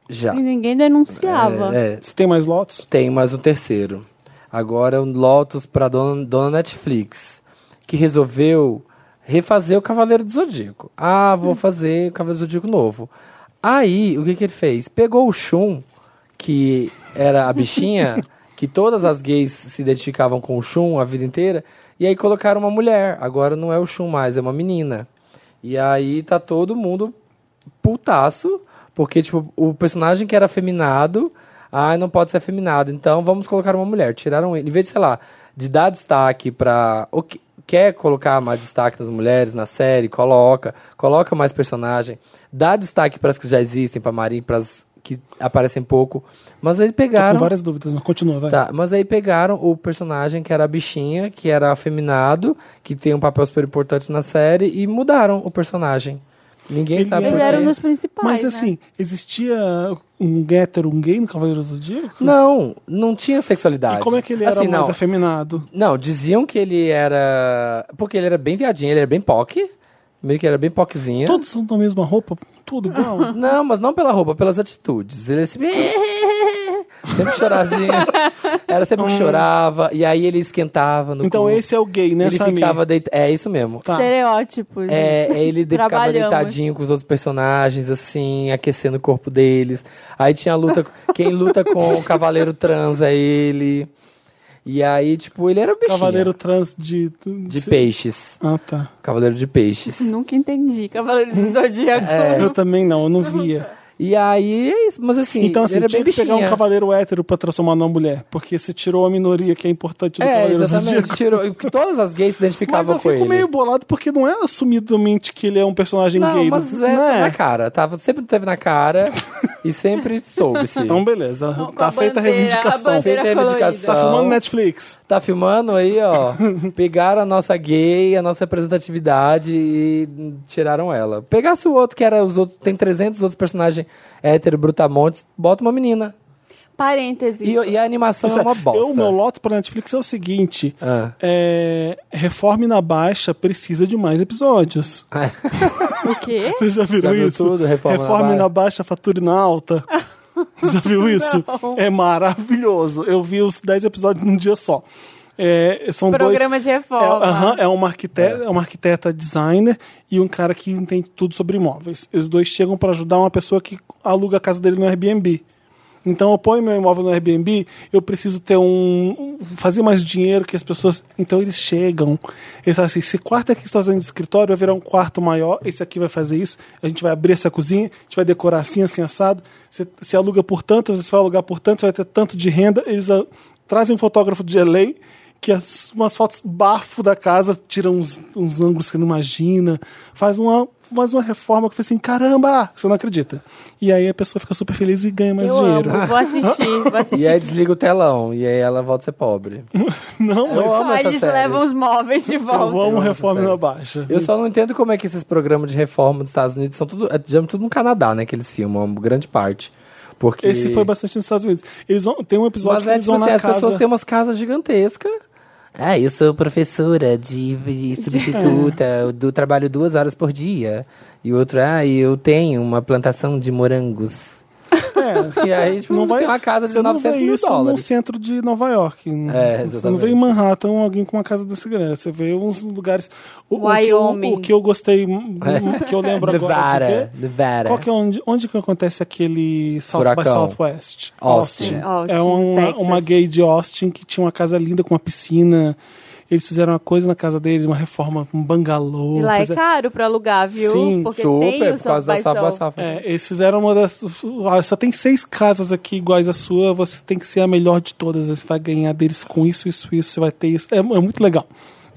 Speaker 2: Já.
Speaker 3: E ninguém denunciava.
Speaker 2: Tá. É, é.
Speaker 1: Você tem mais lotos?
Speaker 2: Tem mais um terceiro. Agora um Lotus pra dona, dona Netflix, que resolveu refazer o Cavaleiro do Zodíaco. Ah, vou fazer o Cavaleiro do Zodíaco novo. Aí, o que, que ele fez? Pegou o Shun, que era a bichinha, que todas as gays se identificavam com o Shun a vida inteira, e aí colocaram uma mulher. Agora não é o Shun mais, é uma menina. E aí tá todo mundo putaço, porque, tipo, o personagem que era afeminado, ai, não pode ser afeminado, então vamos colocar uma mulher. Tiraram ele, em vez de, sei lá, de dar destaque pra. O que, quer colocar mais destaque nas mulheres, na série, coloca, coloca mais personagem, dá destaque pras que já existem, pra Marim, pras que aparecem pouco, mas aí
Speaker 1: Com
Speaker 2: pegaram.
Speaker 1: várias dúvidas, mas continua, vai.
Speaker 2: Tá, mas aí pegaram o personagem que era a bichinha, que era afeminado, que tem um papel super importante na série, e mudaram o personagem. Ninguém
Speaker 1: Ele
Speaker 2: sabe
Speaker 1: é-
Speaker 2: por
Speaker 3: Ele
Speaker 2: quê.
Speaker 3: era um dos principais.
Speaker 1: Mas
Speaker 3: né?
Speaker 1: assim, existia um hétero, um gay no Cavaleiro do Zodíaco?
Speaker 2: Não, não tinha sexualidade.
Speaker 1: E como é que ele era
Speaker 2: Assim,
Speaker 1: mais
Speaker 2: não,
Speaker 1: afeminado?
Speaker 2: Não, diziam que ele era. Porque ele era bem viadinho, ele era bem POC. Meio que era bem POCzinha.
Speaker 1: Todos são da mesma roupa? Tudo igual?
Speaker 2: Não, mas não pela roupa, pelas atitudes. Ele era assim, sempre chorazinho. Era sempre que chorava. E aí ele esquentava no
Speaker 1: Hum. então
Speaker 2: cu.
Speaker 1: esse é o gay, né,
Speaker 2: Ele
Speaker 1: Samir?
Speaker 2: ficava deitado. É isso mesmo.
Speaker 1: Tá.
Speaker 3: Estereótipos.
Speaker 2: É, ele de- ficava
Speaker 3: Trabalhamos.
Speaker 2: deitadinho com os outros personagens, assim, aquecendo o corpo deles. Aí tinha a luta. Quem luta com o Cavaleiro Trans é ele. E aí, tipo, ele era o bichinho.
Speaker 1: Cavaleiro trans de...
Speaker 2: de peixes.
Speaker 1: Ah, tá.
Speaker 2: Cavaleiro de peixes.
Speaker 3: Nunca entendi. Cavaleiros do Zodíaco.
Speaker 2: É.
Speaker 1: Eu também não, eu não via.
Speaker 2: E aí é isso, mas assim,
Speaker 1: Então,
Speaker 2: ele
Speaker 1: assim,
Speaker 2: era
Speaker 1: tinha
Speaker 2: bem
Speaker 1: que pegar um
Speaker 2: bichinha.
Speaker 1: cavaleiro hétero pra transformar numa mulher. Porque se tirou a minoria que é importante do
Speaker 2: É,
Speaker 1: Cavaleiro
Speaker 2: exatamente.
Speaker 1: Zodíaco.
Speaker 2: Tirou, que todas as gays se
Speaker 1: Mas
Speaker 2: identificavam
Speaker 1: eu
Speaker 2: com
Speaker 1: fico
Speaker 2: ele.
Speaker 1: meio bolado porque não é assumidamente que ele é um personagem
Speaker 2: Não,
Speaker 1: gay.
Speaker 2: mas é, tá
Speaker 1: né?
Speaker 2: na cara. Tava, sempre teve na cara e sempre soube-se.
Speaker 1: Então, beleza.
Speaker 3: Com
Speaker 1: tá
Speaker 3: a
Speaker 1: feita a
Speaker 3: bandeira,
Speaker 1: reivindicação.
Speaker 3: a
Speaker 2: Feita
Speaker 3: bandeira
Speaker 2: a reivindicação.
Speaker 1: Tá
Speaker 2: Então-
Speaker 1: filmando Netflix.
Speaker 2: Tá filmando aí, ó. Pegaram a nossa gay, a nossa representatividade e tiraram ela. Pegasse o outro, que era os outros. Tem 300 outros personagens hétero, brutamontes, bota uma menina.
Speaker 3: Parêntese.
Speaker 2: E, e a animação é uma bosta.
Speaker 1: Eu, meu lote pra Netflix é o seguinte:
Speaker 2: Ah.
Speaker 1: é, Reforme na Baixa precisa de mais episódios.
Speaker 3: O quê?
Speaker 1: Vocês já viram
Speaker 2: Já viu
Speaker 1: isso?
Speaker 2: tudo, Reforma na
Speaker 1: na,
Speaker 2: Baixa?
Speaker 1: Baixa, fatura na alta. Você já viu isso? É maravilhoso. Eu vi os 10 episódios num dia só. É, são
Speaker 3: Programa
Speaker 1: dois...
Speaker 3: de reforma.
Speaker 1: É, aham, é uma arquiteta, é. uma arquiteta designer e um cara que entende tudo sobre imóveis. Os dois chegam para ajudar uma pessoa que aluga a casa dele no Airbnb. Então eu ponho meu imóvel no Airbnb, eu preciso ter um. fazer mais dinheiro que as pessoas. Então eles chegam. Eles falam assim: esse quarto aqui que está fazendo de escritório vai virar um quarto maior, esse aqui vai fazer isso, a gente vai abrir essa cozinha, a gente vai decorar assim, assim, assado. Você, você aluga por tanto, você vai alugar por tanto, você vai ter tanto de renda. Eles ah, trazem um fotógrafo de LA que as, umas fotos bafo da casa, tiram uns, uns ângulos que não imagina, faz uma, faz uma reforma que fica assim, caramba, você não acredita. E aí a pessoa fica super feliz e ganha mais
Speaker 3: Eu
Speaker 1: dinheiro.
Speaker 3: amo. Vou assistir. Vou
Speaker 1: assim
Speaker 3: assistir.
Speaker 2: E é aí desliga o telão. E aí ela volta a ser pobre.
Speaker 1: Não, mas
Speaker 2: Eu
Speaker 1: eu,
Speaker 2: amo
Speaker 3: Só
Speaker 2: essa
Speaker 3: eles
Speaker 2: série.
Speaker 3: levam os móveis de volta.
Speaker 1: amo
Speaker 2: essa
Speaker 1: reforma
Speaker 2: série.
Speaker 1: na baixa.
Speaker 2: Eu só não entendo como é que esses programas de reforma dos Estados Unidos são tudo. É digamos, tudo no Canadá, né? Que eles filmam, uma grande parte. Porque.
Speaker 1: Esse foi bastante nos Estados Unidos. Eles vão, tem um episódio
Speaker 2: Mas
Speaker 1: que
Speaker 2: é
Speaker 1: eles
Speaker 2: tipo
Speaker 1: vão
Speaker 2: assim,
Speaker 1: na
Speaker 2: as
Speaker 1: casa.
Speaker 2: pessoas têm umas casas gigantescas. Ah, eu sou professora de de é. substituta, eu do trabalho duas horas por dia. E o outro, ah, eu tenho uma plantação de morangos.
Speaker 1: É.
Speaker 2: E aí, tipo,
Speaker 1: Não vai,
Speaker 2: tem uma casa de
Speaker 1: você não
Speaker 2: 900
Speaker 1: vê
Speaker 2: mil
Speaker 1: isso no
Speaker 2: dólares.
Speaker 1: centro de Nova York.
Speaker 2: É,
Speaker 1: você não
Speaker 2: exatamente.
Speaker 1: vê em Manhattan alguém com uma casa desse grande. Você vê uns lugares. O, o que, eu,
Speaker 3: Wyoming.
Speaker 1: o que eu gostei, hum, o que eu lembro agora de ver,
Speaker 2: Nevada, Nevada.
Speaker 1: Qual que é onde, onde que acontece aquele South by
Speaker 2: Furacão.
Speaker 1: Southwest?
Speaker 2: Austin.
Speaker 3: Austin,
Speaker 1: é uma,
Speaker 3: Texas.
Speaker 1: uma gay de Austin que tinha uma casa linda com uma piscina. Eles fizeram uma coisa na casa dele, uma reforma, um bangalô.
Speaker 3: E lá é
Speaker 1: fizeram-
Speaker 3: caro pra alugar, viu?
Speaker 1: Sim,
Speaker 3: Porque tem
Speaker 2: Super,
Speaker 3: o
Speaker 2: por causa da
Speaker 3: South by
Speaker 2: Saba
Speaker 3: South.
Speaker 2: Safa.
Speaker 1: É, eles fizeram uma das. ah, Só tem seis casas aqui iguais à sua, você tem que ser a melhor de todas. Você vai ganhar deles com isso, isso, isso, você vai ter isso. É, é muito legal.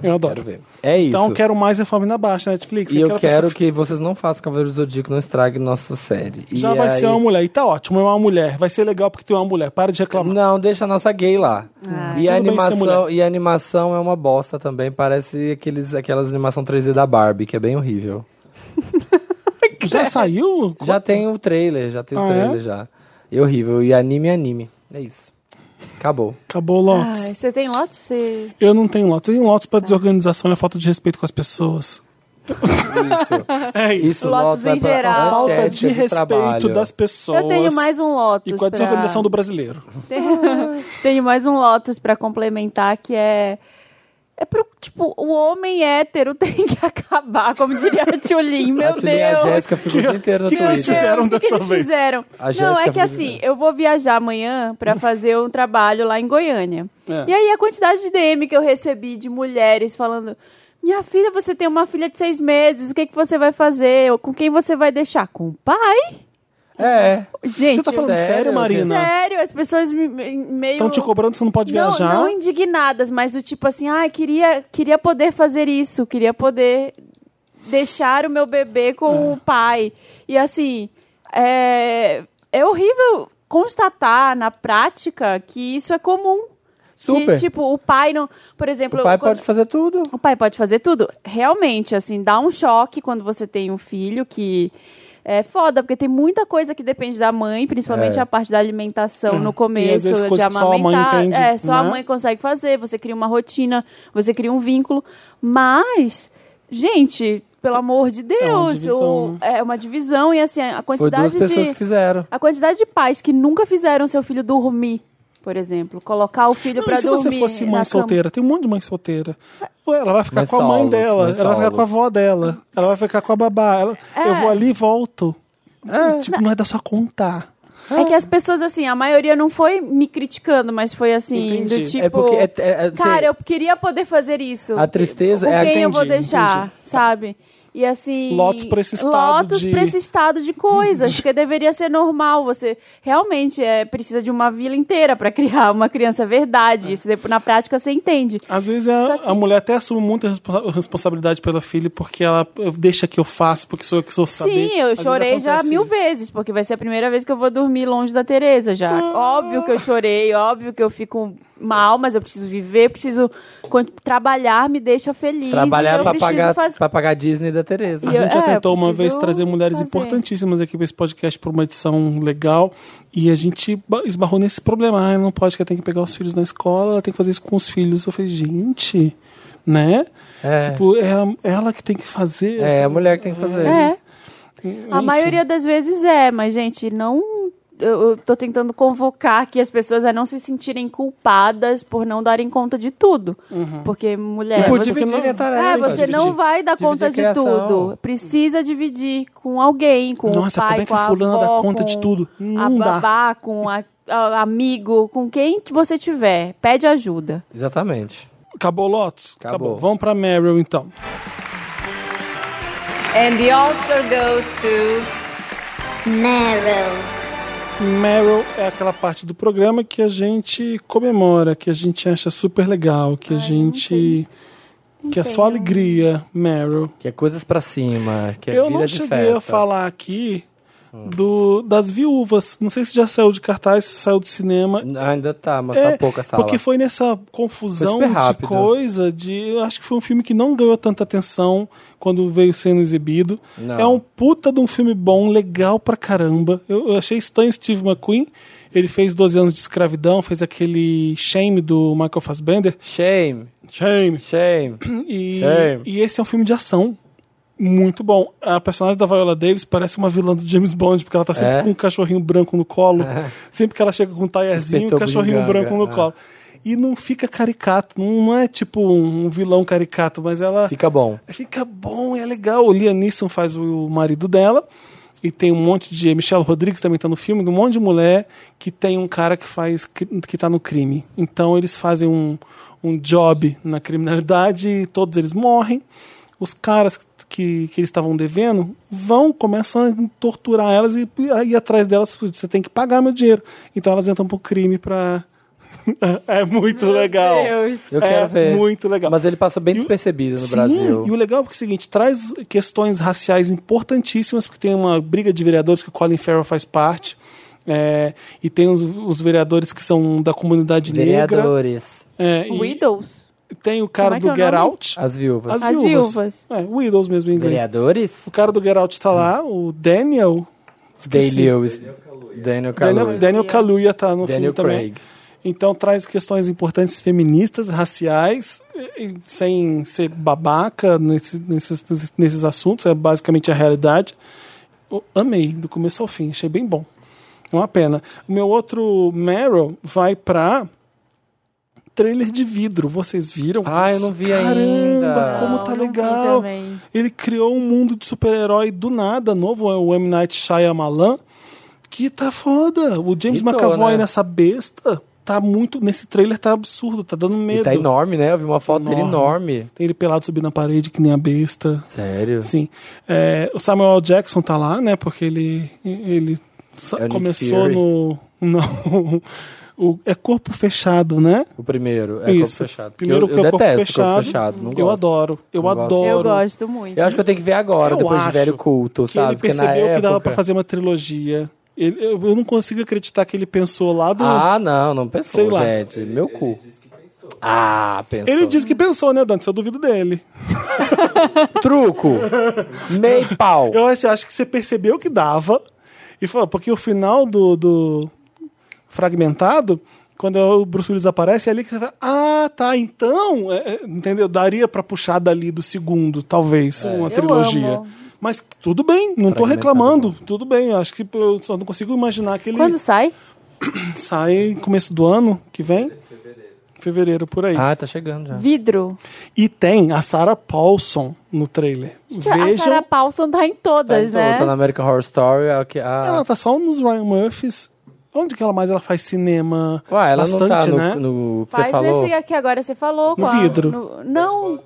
Speaker 1: Eu adoro.
Speaker 2: Quero ver. É isso.
Speaker 1: Então quero mais reforma na baixa, Netflix.
Speaker 2: E eu
Speaker 1: Aquela
Speaker 2: quero
Speaker 1: pessoa
Speaker 2: que vocês não façam Cavaleiro do Zodíaco, não estrague nossa série.
Speaker 1: que Já
Speaker 2: E
Speaker 1: vai
Speaker 2: aí-
Speaker 1: ser uma mulher. E tá ótimo, é uma mulher. Vai ser legal porque tem uma mulher. Para de reclamar.
Speaker 2: Não, deixa a nossa gay lá.
Speaker 3: Ah.
Speaker 2: e, a
Speaker 1: Tudo bem ser
Speaker 2: animação,
Speaker 1: mulher.
Speaker 2: e a animação é uma bosta também. Parece aqueles, aquelas animação 3D da Barbie, que é bem horrível.
Speaker 1: Já saiu?
Speaker 2: Já tem o trailer, já tem
Speaker 1: Ah,
Speaker 2: o trailer
Speaker 1: é?
Speaker 2: já. É horrível. E anime é anime. É isso. Acabou.
Speaker 1: Acabou o Lotus.
Speaker 3: Ai, você tem lote? Você...
Speaker 1: Eu não tenho Lotus. Eu tenho Lotus pra desorganização e a falta de respeito com as pessoas. é isso.
Speaker 2: Isso, é
Speaker 3: Lotus
Speaker 2: Lotus
Speaker 3: em geral.
Speaker 1: A falta
Speaker 2: Falta
Speaker 1: de respeito das pessoas.
Speaker 3: Eu tenho mais um Lotus.
Speaker 1: E com a
Speaker 3: pra-
Speaker 1: desorganização do brasileiro.
Speaker 3: Tenho mais um Lotus pra complementar que é. É pro, tipo, o homem hétero tem que acabar, como diria a Tchulin, meu
Speaker 2: A Tilly e a
Speaker 3: Deus.
Speaker 2: Jéssica ficam o dia inteiro no
Speaker 1: que elas
Speaker 2: Twitter.
Speaker 1: fizeram
Speaker 3: O que que
Speaker 1: dessa
Speaker 3: eles
Speaker 1: vez?
Speaker 3: fizeram?
Speaker 2: A
Speaker 3: Não,
Speaker 2: Jéssica
Speaker 3: é que
Speaker 2: foi-
Speaker 3: assim, eu vou viajar amanhã pra fazer um trabalho lá em Goiânia.
Speaker 1: É.
Speaker 3: E aí a quantidade de DM que eu recebi de mulheres falando: Minha filha, você tem uma filha de seis meses, o que, que você vai fazer? Ou Com quem você vai deixar? Com o pai?
Speaker 2: É.
Speaker 3: Gente,
Speaker 1: Você tá falando sério,
Speaker 2: sério, você-
Speaker 1: Marina?
Speaker 3: sério, as pessoas me- me- meio.
Speaker 1: Estão te cobrando, você não pode
Speaker 3: Não,
Speaker 1: viajar.
Speaker 3: não indignadas, mas do tipo assim, ah, queria, queria poder fazer isso, queria poder deixar o meu bebê
Speaker 2: É.
Speaker 3: com o pai. E assim, é, é horrível constatar na prática que isso é comum.
Speaker 2: Super.
Speaker 3: Que, tipo, o pai não. Por exemplo,
Speaker 2: O pai
Speaker 3: quando-
Speaker 2: pode fazer tudo.
Speaker 3: o pai pode fazer tudo. Realmente, assim, dá um choque quando você tem um filho que é foda, porque tem muita coisa que depende da mãe, principalmente
Speaker 2: É.
Speaker 3: a parte da alimentação no começo,
Speaker 1: É. E às vezes
Speaker 3: de
Speaker 1: coisa que só a mãe
Speaker 3: amamentar.
Speaker 1: entende,
Speaker 3: é, só a
Speaker 1: né?
Speaker 3: mãe consegue fazer, você cria uma rotina, você cria um vínculo. Mas, gente, pelo amor de Deus,
Speaker 1: uma divisão, né?
Speaker 3: o- é uma divisão e assim,
Speaker 2: Foi
Speaker 3: a quantidade
Speaker 2: duas pessoas
Speaker 3: de.
Speaker 2: que fizeram.
Speaker 3: A quantidade de pais que nunca fizeram seu filho dormir, por exemplo, colocar o filho
Speaker 1: Não,
Speaker 3: pra
Speaker 1: e se
Speaker 3: dormir.
Speaker 1: você fosse
Speaker 3: na
Speaker 1: mãe
Speaker 3: cama. É.
Speaker 1: solteira, tem um monte de mãe solteira. Ué, ela vai ficar
Speaker 2: Mãe
Speaker 1: com a mãe
Speaker 2: solos,
Speaker 1: dela,
Speaker 2: mãe
Speaker 1: ela vai ficar com a
Speaker 2: solos.
Speaker 1: avó dela, ela vai ficar com a babá. ela-
Speaker 3: É.
Speaker 1: Eu vou ali e volto. Tipo, não é da sua conta.
Speaker 3: É que as pessoas, assim, a maioria não foi me criticando, mas foi assim,
Speaker 1: Entendi.
Speaker 3: do tipo.
Speaker 2: É porque é- é- é-
Speaker 3: cara,
Speaker 2: cê-
Speaker 3: eu queria poder fazer isso.
Speaker 2: A tristeza
Speaker 3: Com
Speaker 2: é a-
Speaker 3: quem eu vou
Speaker 1: Entendi,
Speaker 3: deixar,
Speaker 1: entendi.
Speaker 3: sabe? E assim.
Speaker 1: Lotus pra esse estado
Speaker 3: lotus
Speaker 1: de-
Speaker 3: pra esse estado de coisas, que deveria ser normal. Você realmente é, precisa de uma vila inteira pra criar uma criança
Speaker 2: É.
Speaker 3: verdade. Isso depois, na prática você entende.
Speaker 1: Às vezes a,
Speaker 3: Só que-
Speaker 1: a mulher até assume muita responsa- responsabilidade pela filha porque ela eu- deixa que eu faço, porque sou eu que sou saber.
Speaker 3: Sim, eu
Speaker 1: Às vezes
Speaker 3: chorei já
Speaker 1: acontece
Speaker 3: mil
Speaker 1: isso.
Speaker 3: vezes, porque vai ser a primeira vez que eu vou dormir longe da Tereza já.
Speaker 1: Ah.
Speaker 3: Óbvio que eu chorei, óbvio que eu fico mal, mas eu preciso viver, preciso con- trabalhar, me deixa feliz.
Speaker 2: Trabalhar
Speaker 3: então eu
Speaker 2: pra
Speaker 3: preciso
Speaker 2: pagar,
Speaker 3: fazer-
Speaker 2: pra pagar a Disney da Tereza.
Speaker 1: A
Speaker 3: E eu-
Speaker 1: gente já
Speaker 3: é,
Speaker 1: tentou uma
Speaker 3: preciso
Speaker 1: vez trazer mulheres
Speaker 3: fazer.
Speaker 1: importantíssimas aqui para esse podcast por uma edição legal e a gente ba- esbarrou nesse problema. Ah, não pode, que ela tem que pegar os filhos na escola, ela tem que fazer isso com os filhos. Eu falei, gente, né?
Speaker 2: É.
Speaker 1: Tipo, é a- ela que tem que fazer.
Speaker 2: É, a mulher que tem que fazer.
Speaker 3: É. A
Speaker 1: Enfim.
Speaker 3: maioria das vezes é, mas, gente, não. Eu, eu tô tentando convocar aqui as pessoas a não se sentirem culpadas por não darem conta de tudo. Porque mulher.
Speaker 1: Uhum. E por
Speaker 3: você-
Speaker 1: dividir a tarefa,
Speaker 3: É,
Speaker 1: tem que
Speaker 3: você não
Speaker 1: dividir.
Speaker 3: vai dar
Speaker 2: Dividir
Speaker 3: conta
Speaker 2: a
Speaker 3: de
Speaker 2: criação.
Speaker 3: tudo. Precisa dividir com alguém, com
Speaker 1: Nossa,
Speaker 3: o pai,
Speaker 1: como é que
Speaker 3: com a
Speaker 1: a fulana dá
Speaker 3: avó,
Speaker 1: conta de
Speaker 3: com
Speaker 1: tudo?
Speaker 3: a
Speaker 1: Não dá.
Speaker 3: babá, com a, a- amigo, com quem você tiver. Pede ajuda.
Speaker 2: Exatamente.
Speaker 1: Acabou, Lotus?
Speaker 2: Acabou.
Speaker 1: Vamos para Meryl, então.
Speaker 4: And the Oscar goes to
Speaker 5: Meryl.
Speaker 1: Meryl é aquela parte do programa que a gente comemora, que a gente acha super legal, que a gente. Que é só alegria, Meryl.
Speaker 2: Que é coisas pra cima, que é
Speaker 1: Eu
Speaker 2: vida
Speaker 1: não
Speaker 2: de
Speaker 1: cheguei
Speaker 2: festa.
Speaker 1: a falar aqui do, das viúvas. Não sei se já saiu de cartaz, se saiu do cinema.
Speaker 2: Ainda tá, mas
Speaker 1: É,
Speaker 2: tá pouca sala.
Speaker 1: Porque foi nessa confusão
Speaker 2: Foi super
Speaker 1: de
Speaker 2: rápido.
Speaker 1: coisa, de. eu Acho que foi um filme que não ganhou tanta atenção quando veio sendo exibido.
Speaker 2: Não.
Speaker 1: É um puta de um filme bom, legal pra caramba. Eu, eu achei estranho Steve McQueen. Ele fez 12 anos de escravidão, fez aquele Shame do Michael Fassbender.
Speaker 2: Shame,
Speaker 1: Shame.
Speaker 2: shame.
Speaker 1: E,
Speaker 2: Shame.
Speaker 1: e esse é um filme de ação. Muito bom. A personagem da Viola Davis parece uma vilã do James Bond, porque ela tá sempre
Speaker 2: É?
Speaker 1: com um cachorrinho branco no colo. Sempre que ela chega com um taierzinho, um
Speaker 2: Inspetor
Speaker 1: cachorrinho
Speaker 2: Bugiganga,
Speaker 1: branco no
Speaker 2: é.
Speaker 1: colo. E não fica caricato, não é tipo um vilão caricato, mas ela
Speaker 2: Fica bom.
Speaker 1: fica bom, é legal. O Liam Neeson faz o marido dela. E tem um monte de. Michelle Rodrigues também tá no filme, um monte de mulher que tem um cara que faz. cri- que tá no crime. Então eles fazem um, um job na criminalidade, e todos eles morrem. Os caras que, que eles estavam devendo vão, começam a torturar elas e, e aí atrás delas você tem que pagar meu dinheiro. Então elas entram pro crime pra. é muito legal.
Speaker 3: Deus.
Speaker 2: Eu
Speaker 1: É
Speaker 2: quero ver.
Speaker 1: muito legal.
Speaker 2: Mas ele passou bem
Speaker 1: E o-
Speaker 2: despercebido no
Speaker 1: Sim,
Speaker 2: Brasil.
Speaker 1: E o legal é porque é o seguinte, traz questões raciais importantíssimas, porque tem uma briga de vereadores que o Colin Farrell faz parte. é, e tem os, os vereadores que são da comunidade negra.
Speaker 2: Vereadores.
Speaker 1: é, e
Speaker 3: Widows. Tem
Speaker 1: o cara
Speaker 3: Como é
Speaker 1: do
Speaker 3: que é o
Speaker 1: Get
Speaker 3: nome?
Speaker 1: Out.
Speaker 2: As viúvas.
Speaker 1: As,
Speaker 3: As
Speaker 1: viúvas.
Speaker 3: viúvas.
Speaker 1: É, Widows mesmo em inglês.
Speaker 2: Vereadores?
Speaker 1: O cara do Get Out tá lá, o Daniel.
Speaker 2: Day
Speaker 1: esqueci.
Speaker 2: Lewis. Daniel
Speaker 1: Daniel,
Speaker 2: Kaluuya.
Speaker 1: Daniel Kaluuya tá no filme
Speaker 2: Daniel
Speaker 1: também.
Speaker 2: Craig.
Speaker 1: Então traz questões importantes feministas, raciais, e- e sem ser babaca nesse- nesses, nesses assuntos, é basicamente a realidade. Eu amei, do começo ao fim, achei bem bom. É uma pena. O meu outro Meryl vai pra trailer de vidro. Vocês viram?
Speaker 2: Ah, eu não vi
Speaker 1: Caramba,
Speaker 2: ainda.
Speaker 1: como
Speaker 3: Não,
Speaker 1: tá
Speaker 3: não vi
Speaker 1: legal.
Speaker 3: também.
Speaker 1: Ele criou um mundo de super-herói do nada novo, é o M. Night Shyamalan, que tá foda. O James
Speaker 2: Hitou,
Speaker 1: McAvoy
Speaker 2: né?
Speaker 1: nessa besta tá muito... Nesse trailer tá absurdo, tá dando medo.
Speaker 2: E tá enorme, né? Eu vi uma foto dele enorme.
Speaker 1: Tem ele pelado subindo na parede que nem a besta.
Speaker 2: Sério?
Speaker 1: Sim. É, o Samuel L. Jackson tá lá, né? Porque ele, ele sa-
Speaker 2: É o Nick
Speaker 1: começou
Speaker 2: Fury.
Speaker 1: no... Não... o- é corpo fechado, né?
Speaker 2: O primeiro. É
Speaker 1: Isso.
Speaker 2: corpo fechado.
Speaker 1: Primeiro
Speaker 2: eu,
Speaker 1: que
Speaker 2: eu
Speaker 1: é corpo
Speaker 2: detesto
Speaker 1: fechado.
Speaker 2: corpo fechado. Não
Speaker 1: eu
Speaker 2: gosto.
Speaker 1: adoro. Eu
Speaker 2: Não gosto.
Speaker 1: adoro.
Speaker 3: Eu gosto muito.
Speaker 2: Eu acho que eu tenho que ver agora,
Speaker 1: Eu
Speaker 2: depois de velho
Speaker 1: acho
Speaker 2: culto,
Speaker 1: que
Speaker 2: sabe?
Speaker 1: ele percebeu
Speaker 2: Porque
Speaker 1: que
Speaker 2: na
Speaker 1: dava
Speaker 2: época-
Speaker 1: pra fazer uma trilogia. Ele- eu, eu não consigo acreditar que ele pensou lá do.
Speaker 2: Ah, não, não pensou,
Speaker 1: Sei lá.
Speaker 2: gente. Meu cu. Ah, pensou.
Speaker 1: Ele disse que pensou, né, Dante? Eu duvido dele.
Speaker 2: Truco. Meio pau.
Speaker 1: Eu acho, acho que você percebeu que dava. E falou, porque o final do, do Fragmentado, quando o Bruce Willis aparece, é ali que você fala, ah, tá, então, é, é, entendeu? Daria pra puxar dali do segundo, talvez, uma trilogia.
Speaker 3: É. amo.
Speaker 1: Mas tudo bem, não tô
Speaker 2: Fragmentado
Speaker 1: reclamando, tudo bem. Eu acho que eu só não consigo imaginar aquele
Speaker 3: Quando sai?
Speaker 1: sai começo do ano que vem. Fevereiro. Fevereiro, por aí.
Speaker 2: Ah, tá chegando já.
Speaker 3: Vidro.
Speaker 1: E tem a Sarah Paulson no trailer.
Speaker 3: A Sarah
Speaker 1: Vejam.
Speaker 3: Paulson tá em
Speaker 2: Tá,
Speaker 3: todas,
Speaker 2: então,
Speaker 3: né?
Speaker 2: tá na American Horror Story. A, que- a-
Speaker 1: Ela tá só nos Ryan Murphys. Onde que ela mais ela faz cinema?
Speaker 2: Ué, ela
Speaker 1: bastante,
Speaker 2: não tá no,
Speaker 1: né?
Speaker 2: no que você
Speaker 3: Faz
Speaker 2: falou.
Speaker 3: nesse aqui agora, você falou.
Speaker 1: No
Speaker 3: com a-
Speaker 1: vidro.
Speaker 3: no- não,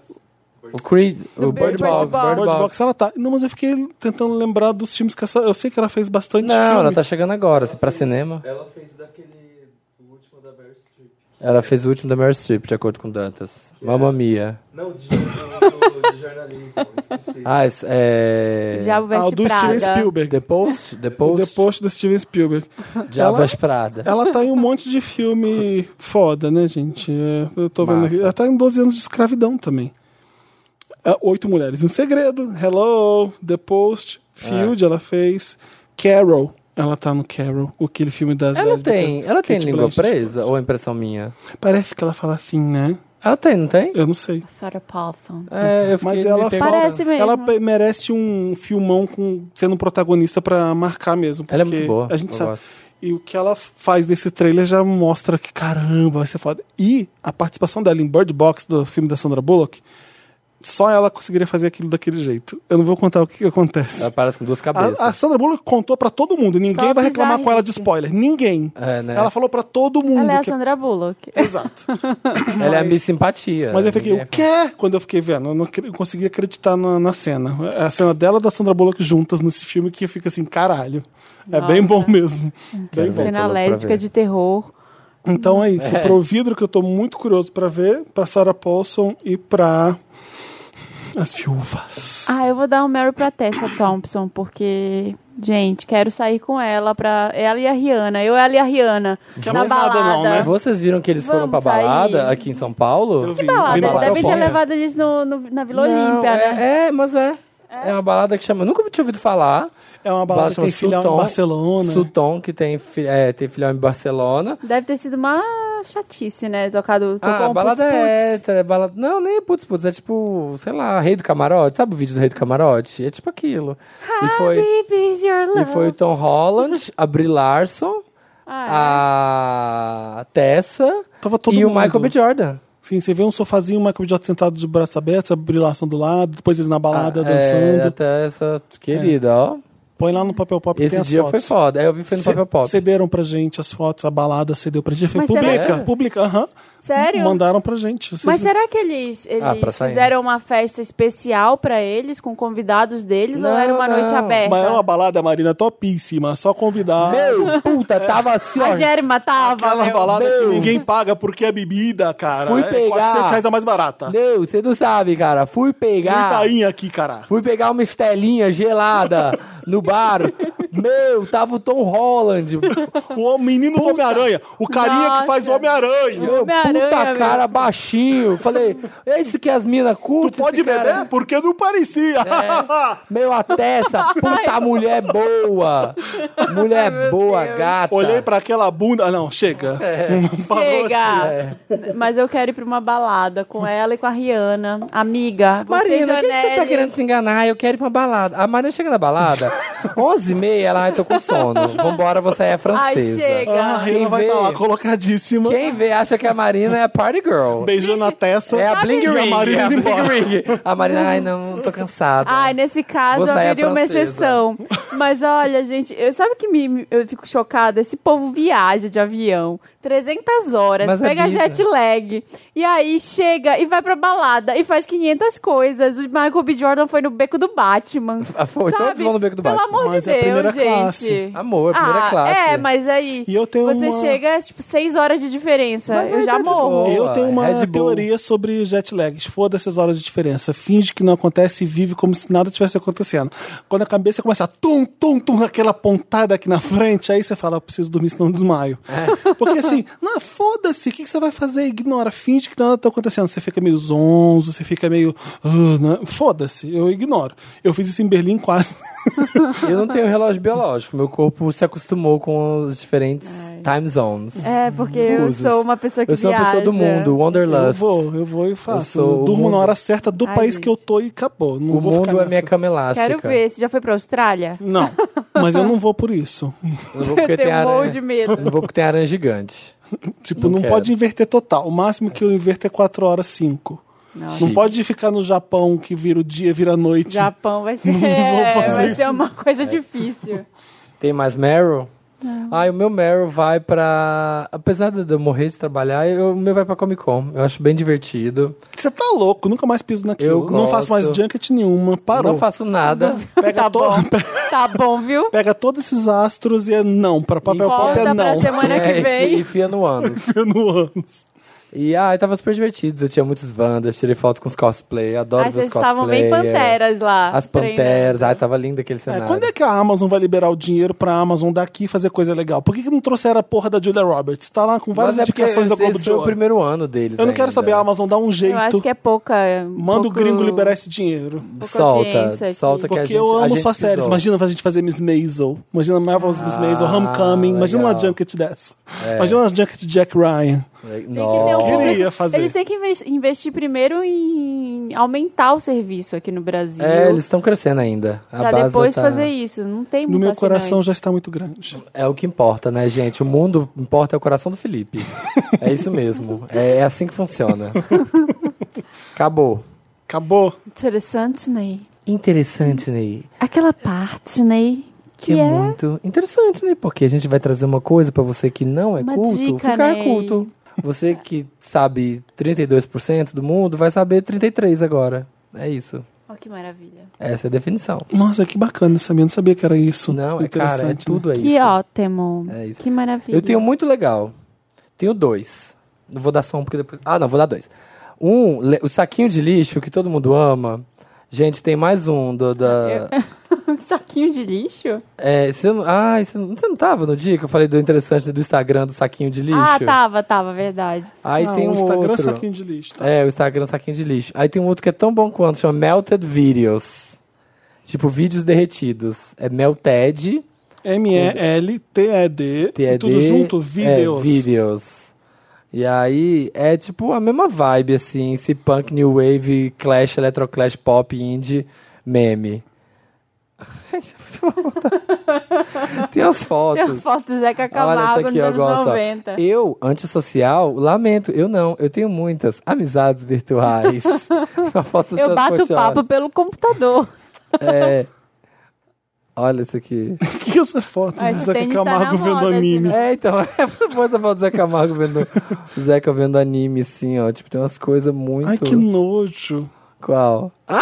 Speaker 2: O Creed, o Bird,
Speaker 3: Bird
Speaker 2: Box,
Speaker 3: Box.
Speaker 2: Bird
Speaker 1: Bird
Speaker 2: Box.
Speaker 1: Box ela tá. Não, mas eu fiquei tentando lembrar dos filmes que essa. Eu sei que ela fez bastante é um filme.
Speaker 2: Não, ela tá chegando agora, assim, pra cinema.
Speaker 6: Ela fez daquele. O último da Bear Streep.
Speaker 2: Ela fez o último da Meryl Streep, de acordo com o Dantas. Mamma Mia.
Speaker 6: Não, de, do- do- de jornalismo, esqueci.
Speaker 2: Ah, isso, é...
Speaker 3: Diabo
Speaker 1: Ah, o
Speaker 3: Veste
Speaker 1: do
Speaker 3: Prada.
Speaker 1: Steven Spielberg.
Speaker 2: The Post? The
Speaker 1: O
Speaker 2: Post?
Speaker 1: The Post do Steven Spielberg.
Speaker 2: Diabo
Speaker 1: Ela-
Speaker 2: Veste Prada.
Speaker 1: Ela tá em um monte de filme foda, né, gente? É, Eu tô vendo
Speaker 2: Massa.
Speaker 1: aqui. Ela tá em 12 anos de escravidão também. É, Oito Mulheres em Segredo, Hello, The Post,
Speaker 2: É.
Speaker 1: Field, ela fez. Carol, ela tá no Carol, aquele filme das
Speaker 2: Ela
Speaker 1: lésbicas.
Speaker 2: tem, ela tem
Speaker 1: Kate
Speaker 2: língua
Speaker 1: Blanchett.
Speaker 2: presa ou é impressão minha?
Speaker 1: Parece que ela fala assim, né?
Speaker 2: Ela tem, não tem?
Speaker 1: Eu não sei.
Speaker 3: Sarah Paulson.
Speaker 2: É, eu fiquei
Speaker 1: Mas
Speaker 2: me
Speaker 1: ela
Speaker 2: pegando.
Speaker 1: fala-
Speaker 3: Parece mesmo.
Speaker 1: Ela pe- merece um filmão com sendo um protagonista pra marcar mesmo.
Speaker 2: Ela é
Speaker 1: porque
Speaker 2: muito boa.
Speaker 1: A gente
Speaker 2: eu
Speaker 1: sabe.
Speaker 2: gosto.
Speaker 1: E o que ela faz nesse trailer já mostra que, caramba, vai ser foda. E a participação dela em Bird Box, do filme da Sandra Bullock, só ela conseguiria fazer aquilo daquele jeito. Eu não vou contar o que, que
Speaker 2: Ela
Speaker 1: acontece.
Speaker 2: parece com duas cabeças.
Speaker 1: A, a Sandra Bullock contou pra todo mundo. Ninguém
Speaker 3: Só
Speaker 1: vai reclamar com ela de
Speaker 3: bizarrice.
Speaker 1: spoiler. Ninguém.
Speaker 2: É, né?
Speaker 1: Ela falou pra todo mundo.
Speaker 3: Ela é a
Speaker 1: Hum, que-
Speaker 3: Sandra Bullock.
Speaker 1: Exato.
Speaker 2: Ela é a
Speaker 1: Mas-
Speaker 2: Miss Simpatia.
Speaker 1: Mas eu fiquei, o
Speaker 2: Ninguém é-
Speaker 1: quê? Quando eu fiquei vendo, eu não cre- conseguia acreditar na, na cena. A cena dela e da Sandra Bullock juntas nesse filme que fica assim, caralho. É bem bom mesmo. Bem bom.
Speaker 2: ver.
Speaker 3: Cena
Speaker 2: louco pra
Speaker 3: lésbica
Speaker 2: ver.
Speaker 3: de terror.
Speaker 1: Então é isso.
Speaker 2: É.
Speaker 1: Pro vidro que eu tô muito curioso pra ver, pra Sarah Paulson e pra as viúvas.
Speaker 3: Ah, eu vou dar um Meryl pra Tessa Thompson, porque, gente, quero sair com ela pra. Ela e a Rihanna. Eu, ela e a Rihanna.
Speaker 1: Quer
Speaker 3: na
Speaker 1: mais nada
Speaker 3: balada.
Speaker 1: não, né?
Speaker 2: Vocês viram que eles foram pra
Speaker 3: Vamos
Speaker 2: balada
Speaker 3: sair.
Speaker 2: aqui em São Paulo?
Speaker 1: Eu vi.
Speaker 3: Balada,
Speaker 1: vi no papel
Speaker 3: devem ter
Speaker 1: pop.
Speaker 3: levado isso no, no- na Vila
Speaker 2: Não,
Speaker 3: Olímpia,
Speaker 2: é,
Speaker 3: né?
Speaker 2: É, mas é. é. uma balada que chama. Eu nunca tinha ouvido falar.
Speaker 1: É uma balada que tem filial em Barcelona.
Speaker 2: Suton, que tem, fi- é, tem filial em Barcelona.
Speaker 3: Deve ter sido uma chatice, né? Tocado. Tocou
Speaker 2: é. Ah, a
Speaker 3: um
Speaker 2: balada
Speaker 3: putz,
Speaker 2: é
Speaker 3: putz.
Speaker 2: hétero, é balada. Não, nem é putz, putz, é tipo, sei lá, Rei do Camarote. Sabe o vídeo do Rei do Camarote? É tipo aquilo. E
Speaker 3: How
Speaker 2: foi,
Speaker 3: Ah, deep is your
Speaker 2: e
Speaker 3: love?
Speaker 2: foi o Tom Holland, a Brie Larson,
Speaker 3: Ah, é?
Speaker 2: a Tessa
Speaker 1: Tava todo
Speaker 2: e o
Speaker 1: mundo.
Speaker 2: Michael B. Jordan.
Speaker 1: Sim, você vê um sofazinho, o Michael B. Jordan sentado de braço aberto, a brilhação do lado, depois eles na balada
Speaker 2: Ah, É, a
Speaker 1: dançando.
Speaker 2: Tessa, querida, ó.
Speaker 1: Põe lá no papel pop que
Speaker 2: Esse
Speaker 1: tem as
Speaker 2: dia
Speaker 1: fotos.
Speaker 2: foi foda. Aí eu vi foi no
Speaker 1: Ce-
Speaker 2: papel pop.
Speaker 1: Cederam pra gente as fotos, a balada cedeu pra gente. Eu falei,
Speaker 3: Mas será
Speaker 1: publica,
Speaker 2: que-
Speaker 1: publica, aham.
Speaker 3: Sério?
Speaker 1: Mandaram pra gente. Vocês-
Speaker 3: Mas será que eles, eles
Speaker 2: Ah,
Speaker 1: né?
Speaker 2: pra sair.
Speaker 3: fizeram uma festa especial pra eles, com convidados deles, ou
Speaker 2: Não,
Speaker 3: era uma
Speaker 2: não.
Speaker 3: noite aberta?
Speaker 1: Mas é uma balada, Marina, topíssima. Só convidar.
Speaker 2: Meu, puta, tava assim, ó.
Speaker 3: A Gérima tava.
Speaker 1: Aquela
Speaker 3: meu.
Speaker 1: balada que
Speaker 2: meu.
Speaker 1: ninguém paga porque é bebida, cara.
Speaker 2: Fui
Speaker 1: é
Speaker 2: pegar.
Speaker 1: 400 reais a mais barata.
Speaker 2: Meu, você não sabe, cara. Fui pegar.
Speaker 1: Itainha aqui, cara.
Speaker 2: Fui pegar uma estelinha gelada no bar. Meu, tava o Tom Holland.
Speaker 1: O homem- menino do Homem-Aranha. O carinha que faz
Speaker 3: Nossa.
Speaker 1: Homem-Aranha.
Speaker 2: Meu,
Speaker 3: Homem-Aranha,
Speaker 2: puta
Speaker 3: meu.
Speaker 2: cara baixinho. Falei, é isso que as minas
Speaker 1: Tu
Speaker 2: curtem?
Speaker 1: pode
Speaker 2: esse cara?"
Speaker 1: beber? Porque não parecia.
Speaker 2: Meu, a Tessa, puta mulher boa. Mulher boa, gata.
Speaker 1: Olhei pra aquela bunda. Ah, não, chega.
Speaker 2: É.
Speaker 1: Parou
Speaker 3: Chega! Mas eu quero ir pra uma balada com ela e com a Rihanna. Amiga, você e
Speaker 2: Marina, o que que você tá
Speaker 3: Janelle.
Speaker 2: querendo se enganar? Eu quero ir pra uma balada. A Marina chega na balada, 11h30, ela, ai, tô com sono. Vambora, você é
Speaker 3: Ai,
Speaker 2: francesa.
Speaker 3: chega!
Speaker 1: Ah,
Speaker 2: Quem
Speaker 1: ela vai
Speaker 2: vê?
Speaker 1: estar lá colocadíssima.
Speaker 2: Quem vê acha que a Marina é a party girl.
Speaker 1: Beijando a Tessa.
Speaker 2: É a Bling
Speaker 1: E a
Speaker 2: Ring.
Speaker 1: Marina
Speaker 2: é a
Speaker 1: indo embora.
Speaker 2: Bling Ring. A Marina, ai, não, tô cansada.
Speaker 3: Ai, nesse caso,
Speaker 2: Tá. Você é
Speaker 3: abriria uma
Speaker 2: francesa.
Speaker 3: exceção. Mas olha, gente, eu, sabe que me, me- eu fico chocada? Esse povo viaja de avião 300 horas,
Speaker 2: Mas é
Speaker 3: pega
Speaker 2: business.
Speaker 3: jet lag, e aí chega e vai pra balada e faz 500 coisas. O Michael B. Jordan foi no beco do Batman.
Speaker 2: Ah, foi, todos
Speaker 3: sabe?
Speaker 2: vão no beco do Batman.
Speaker 3: Pelo amor
Speaker 1: Mas
Speaker 3: de
Speaker 1: é a
Speaker 3: Deus,
Speaker 1: primeira
Speaker 3: gente.
Speaker 1: classe.
Speaker 2: Amor, é a primeira
Speaker 3: Ah,
Speaker 2: classe.
Speaker 3: É, mas aí.
Speaker 1: E eu tenho
Speaker 3: você
Speaker 1: uma-
Speaker 3: chega, é, tipo, 6 horas de diferença.
Speaker 2: Mas
Speaker 3: eu
Speaker 2: aí
Speaker 3: já
Speaker 2: tá de
Speaker 3: morro.
Speaker 2: é boa.
Speaker 1: Eu tenho uma
Speaker 2: Red Bull.
Speaker 1: teoria sobre jet lag. Foda essas horas de diferença. Finge que não acontece e vive como se nada tivesse acontecendo. Quando a cabeça começa a
Speaker 2: É.
Speaker 1: tum, tum, tum, aquela pontada aqui na frente, aí você fala, "Eu preciso dormir, senão eu desmaio. Porque assim, não, foda-se, o que, que você vai fazer? Ignora, finge que nada tá acontecendo. Você fica meio zonzo, você fica meio. "Ah, né?" Foda-se, eu ignoro. Eu fiz isso em Berlim quase.
Speaker 2: Eu não tenho relógio biológico. Meu corpo se acostumou com os diferentes time zones.
Speaker 3: É, porque eu
Speaker 2: Usos.
Speaker 3: sou uma pessoa que
Speaker 2: Eu sou uma
Speaker 3: viaja.
Speaker 2: pessoa do mundo, Wanderlust.
Speaker 1: Eu vou, eu vou e faço.
Speaker 2: sou
Speaker 1: Eu
Speaker 2: o
Speaker 1: durmo
Speaker 2: mundo-
Speaker 1: na hora certa do
Speaker 3: Ai,
Speaker 1: país
Speaker 3: gente.
Speaker 1: que eu tô e acabou. Não
Speaker 2: O
Speaker 1: vou ficar
Speaker 2: mundo é
Speaker 1: nessa.
Speaker 2: minha cama elástica.
Speaker 3: Quero ver, você já foi pra Austrália?
Speaker 1: Não, mas eu não vou por isso.
Speaker 2: Eu Não vou porque
Speaker 3: Eu
Speaker 2: tem
Speaker 3: tenho um
Speaker 2: aranha.
Speaker 3: monte de medo.
Speaker 2: Eu Não vou porque tem aranha gigante.
Speaker 1: Tipo,
Speaker 2: Não
Speaker 1: não,
Speaker 2: quero.
Speaker 1: pode inverter total. O máximo que eu inverto é 4 horas 5. Não pode ficar no Japão que vira o dia, vira a noite.
Speaker 3: Japão vai ser,
Speaker 1: vou fazer
Speaker 3: vai ser
Speaker 1: isso.
Speaker 3: uma
Speaker 2: É.
Speaker 3: coisa difícil.
Speaker 2: Tem mais Meryl? Ah, o meu Meryl vai pra. Apesar de eu morrer de trabalhar, eu- o meu vai pra Comic Con. Eu acho bem divertido.
Speaker 1: Você tá louco, nunca mais piso naquilo.
Speaker 2: Eu
Speaker 1: não faço mais
Speaker 2: gosto.
Speaker 1: junket nenhuma. Parou.
Speaker 2: Não faço nada.
Speaker 1: Pega, to-
Speaker 3: Tá bom, viu?
Speaker 1: pega todos esses astros e é não. Pra papel pop
Speaker 3: Volta
Speaker 1: é
Speaker 3: pra
Speaker 1: não. É
Speaker 3: semana
Speaker 2: É,
Speaker 3: que
Speaker 2: e
Speaker 3: vem.
Speaker 2: Enfia no ânus.
Speaker 1: no ânus.
Speaker 2: E ah, tava super divertido. Eu tinha muitos Wandas, tirei foto com os cosplay. Adoro ver
Speaker 3: Aí
Speaker 2: os
Speaker 3: vocês
Speaker 2: cosplay.
Speaker 3: estavam bem panteras lá.
Speaker 2: As
Speaker 3: treinando.
Speaker 2: panteras. Ai, tava lindo aquele
Speaker 1: É,
Speaker 2: cenário.
Speaker 1: quando é que a Amazon vai liberar o dinheiro pra Amazon daqui fazer coisa legal? Por que, que não trouxeram a porra da Julia Roberts? Tá lá com várias
Speaker 2: Mas é porque
Speaker 1: indicações da
Speaker 2: esse-
Speaker 1: Globo
Speaker 2: esse
Speaker 1: de
Speaker 2: foi o
Speaker 1: Ouro.
Speaker 2: primeiro né? ano deles.
Speaker 1: Eu não quero
Speaker 2: ainda.
Speaker 1: saber, a Amazon dá um jeito.
Speaker 3: Eu acho que é pouca.
Speaker 1: Manda o
Speaker 3: pouco-
Speaker 1: gringo liberar esse dinheiro.
Speaker 3: pouca audiência
Speaker 2: Solta,
Speaker 3: aqui.
Speaker 2: solta que a
Speaker 1: Porque
Speaker 2: gente,
Speaker 1: eu
Speaker 2: a
Speaker 1: amo
Speaker 2: gente
Speaker 1: suas séries.
Speaker 2: pisou.
Speaker 1: Imagina a gente fazer Miss Maisel. Imagina Marvel's Miss Maisel, Homecoming. Imagina uma
Speaker 2: Ah, legal. É.
Speaker 1: junket dessa. Imagina uma junket de Jack Ryan.
Speaker 3: Tem que ter um
Speaker 2: Nossa.
Speaker 1: Queria
Speaker 3: público-
Speaker 1: fazer.
Speaker 3: Eles têm que inves- investir primeiro em aumentar o serviço aqui no Brasil.
Speaker 2: É, eles estão crescendo ainda. A
Speaker 3: Pra
Speaker 2: base
Speaker 3: depois
Speaker 2: tá-
Speaker 3: fazer isso. Não tem
Speaker 1: No
Speaker 3: muito
Speaker 1: meu coração
Speaker 3: assinante.
Speaker 1: já está muito grande.
Speaker 2: É o que importa, né, gente? O mundo importa é o coração do Felipe. é isso mesmo. É, é assim que funciona. Acabou.
Speaker 1: Acabou.
Speaker 3: Interessante, Ney.
Speaker 2: Interessante, Ney.
Speaker 3: Aquela parte, Ney, que,
Speaker 2: Que é
Speaker 3: é
Speaker 2: muito interessante, né? Porque a gente vai trazer uma coisa pra você que não é
Speaker 3: Uma
Speaker 2: culto,
Speaker 3: dica,
Speaker 2: ficar
Speaker 3: Ney.
Speaker 2: culto. Você que sabe 32% do mundo vai saber 33 agora. É isso.
Speaker 3: Ó, que maravilha.
Speaker 2: Essa é a definição.
Speaker 1: Nossa, que bacana essa minha. Não sabia que era isso.
Speaker 2: Não, é
Speaker 1: Interessante,
Speaker 2: cara, é
Speaker 1: né?
Speaker 2: tudo é isso.
Speaker 3: Que ótimo.
Speaker 2: É isso.
Speaker 3: Que maravilha.
Speaker 2: Eu tenho muito legal. Tenho dois. Não vou dar só um porque depois. Ah, não, vou dar dois. Um, le- o saquinho de lixo que todo mundo ama. Gente, tem mais um do, da.
Speaker 3: um saquinho de lixo?
Speaker 2: É, você não, ai, você não, você não tava no dia que eu falei do interessante do Instagram do saquinho de lixo?
Speaker 3: Ah, tava, tava, verdade.
Speaker 2: Aí
Speaker 1: Ah,
Speaker 2: tem um
Speaker 1: o Instagram
Speaker 2: outro.
Speaker 1: saquinho de lixo. tá?
Speaker 2: É, o Instagram saquinho de lixo. Aí tem um outro que é tão bom quanto, chama Melted Videos. Tipo, vídeos derretidos. É Melted,
Speaker 1: M-E-L-T-E-D.
Speaker 2: TED.
Speaker 1: e Tudo junto,
Speaker 2: É,
Speaker 1: vídeos.
Speaker 2: videos. E aí é tipo a mesma vibe, assim, esse punk, new wave, clash, electroclash, pop, indie, meme. Gente, é muito bom. Tem as
Speaker 3: Tem uma
Speaker 2: fotos.
Speaker 3: foto do Zeca
Speaker 2: Ah, Olha essa
Speaker 3: Camargo
Speaker 2: aqui,
Speaker 3: nos
Speaker 2: eu
Speaker 3: anos
Speaker 2: gosto. ó.
Speaker 3: 90.
Speaker 2: Eu, antissocial, lamento, eu não. Eu tenho muitas amizades virtuais. Uma foto do
Speaker 3: Eu
Speaker 2: Celso
Speaker 3: bato
Speaker 2: Portiolli.
Speaker 3: papo pelo computador.
Speaker 2: É. Olha isso aqui.
Speaker 1: O que é essa foto
Speaker 3: Ah,
Speaker 1: do
Speaker 3: esse
Speaker 1: Zeca
Speaker 3: tênis tá
Speaker 1: Camargo
Speaker 3: na
Speaker 1: vendo
Speaker 3: moda,
Speaker 1: anime?
Speaker 3: assim,
Speaker 2: É, então, é muito boa essa foto do Zeca Camargo vendo. o Zeca vendo anime, assim, ó. Tipo, tem umas coisas muito.
Speaker 1: Ai, que nojo.
Speaker 2: Qual? Ah!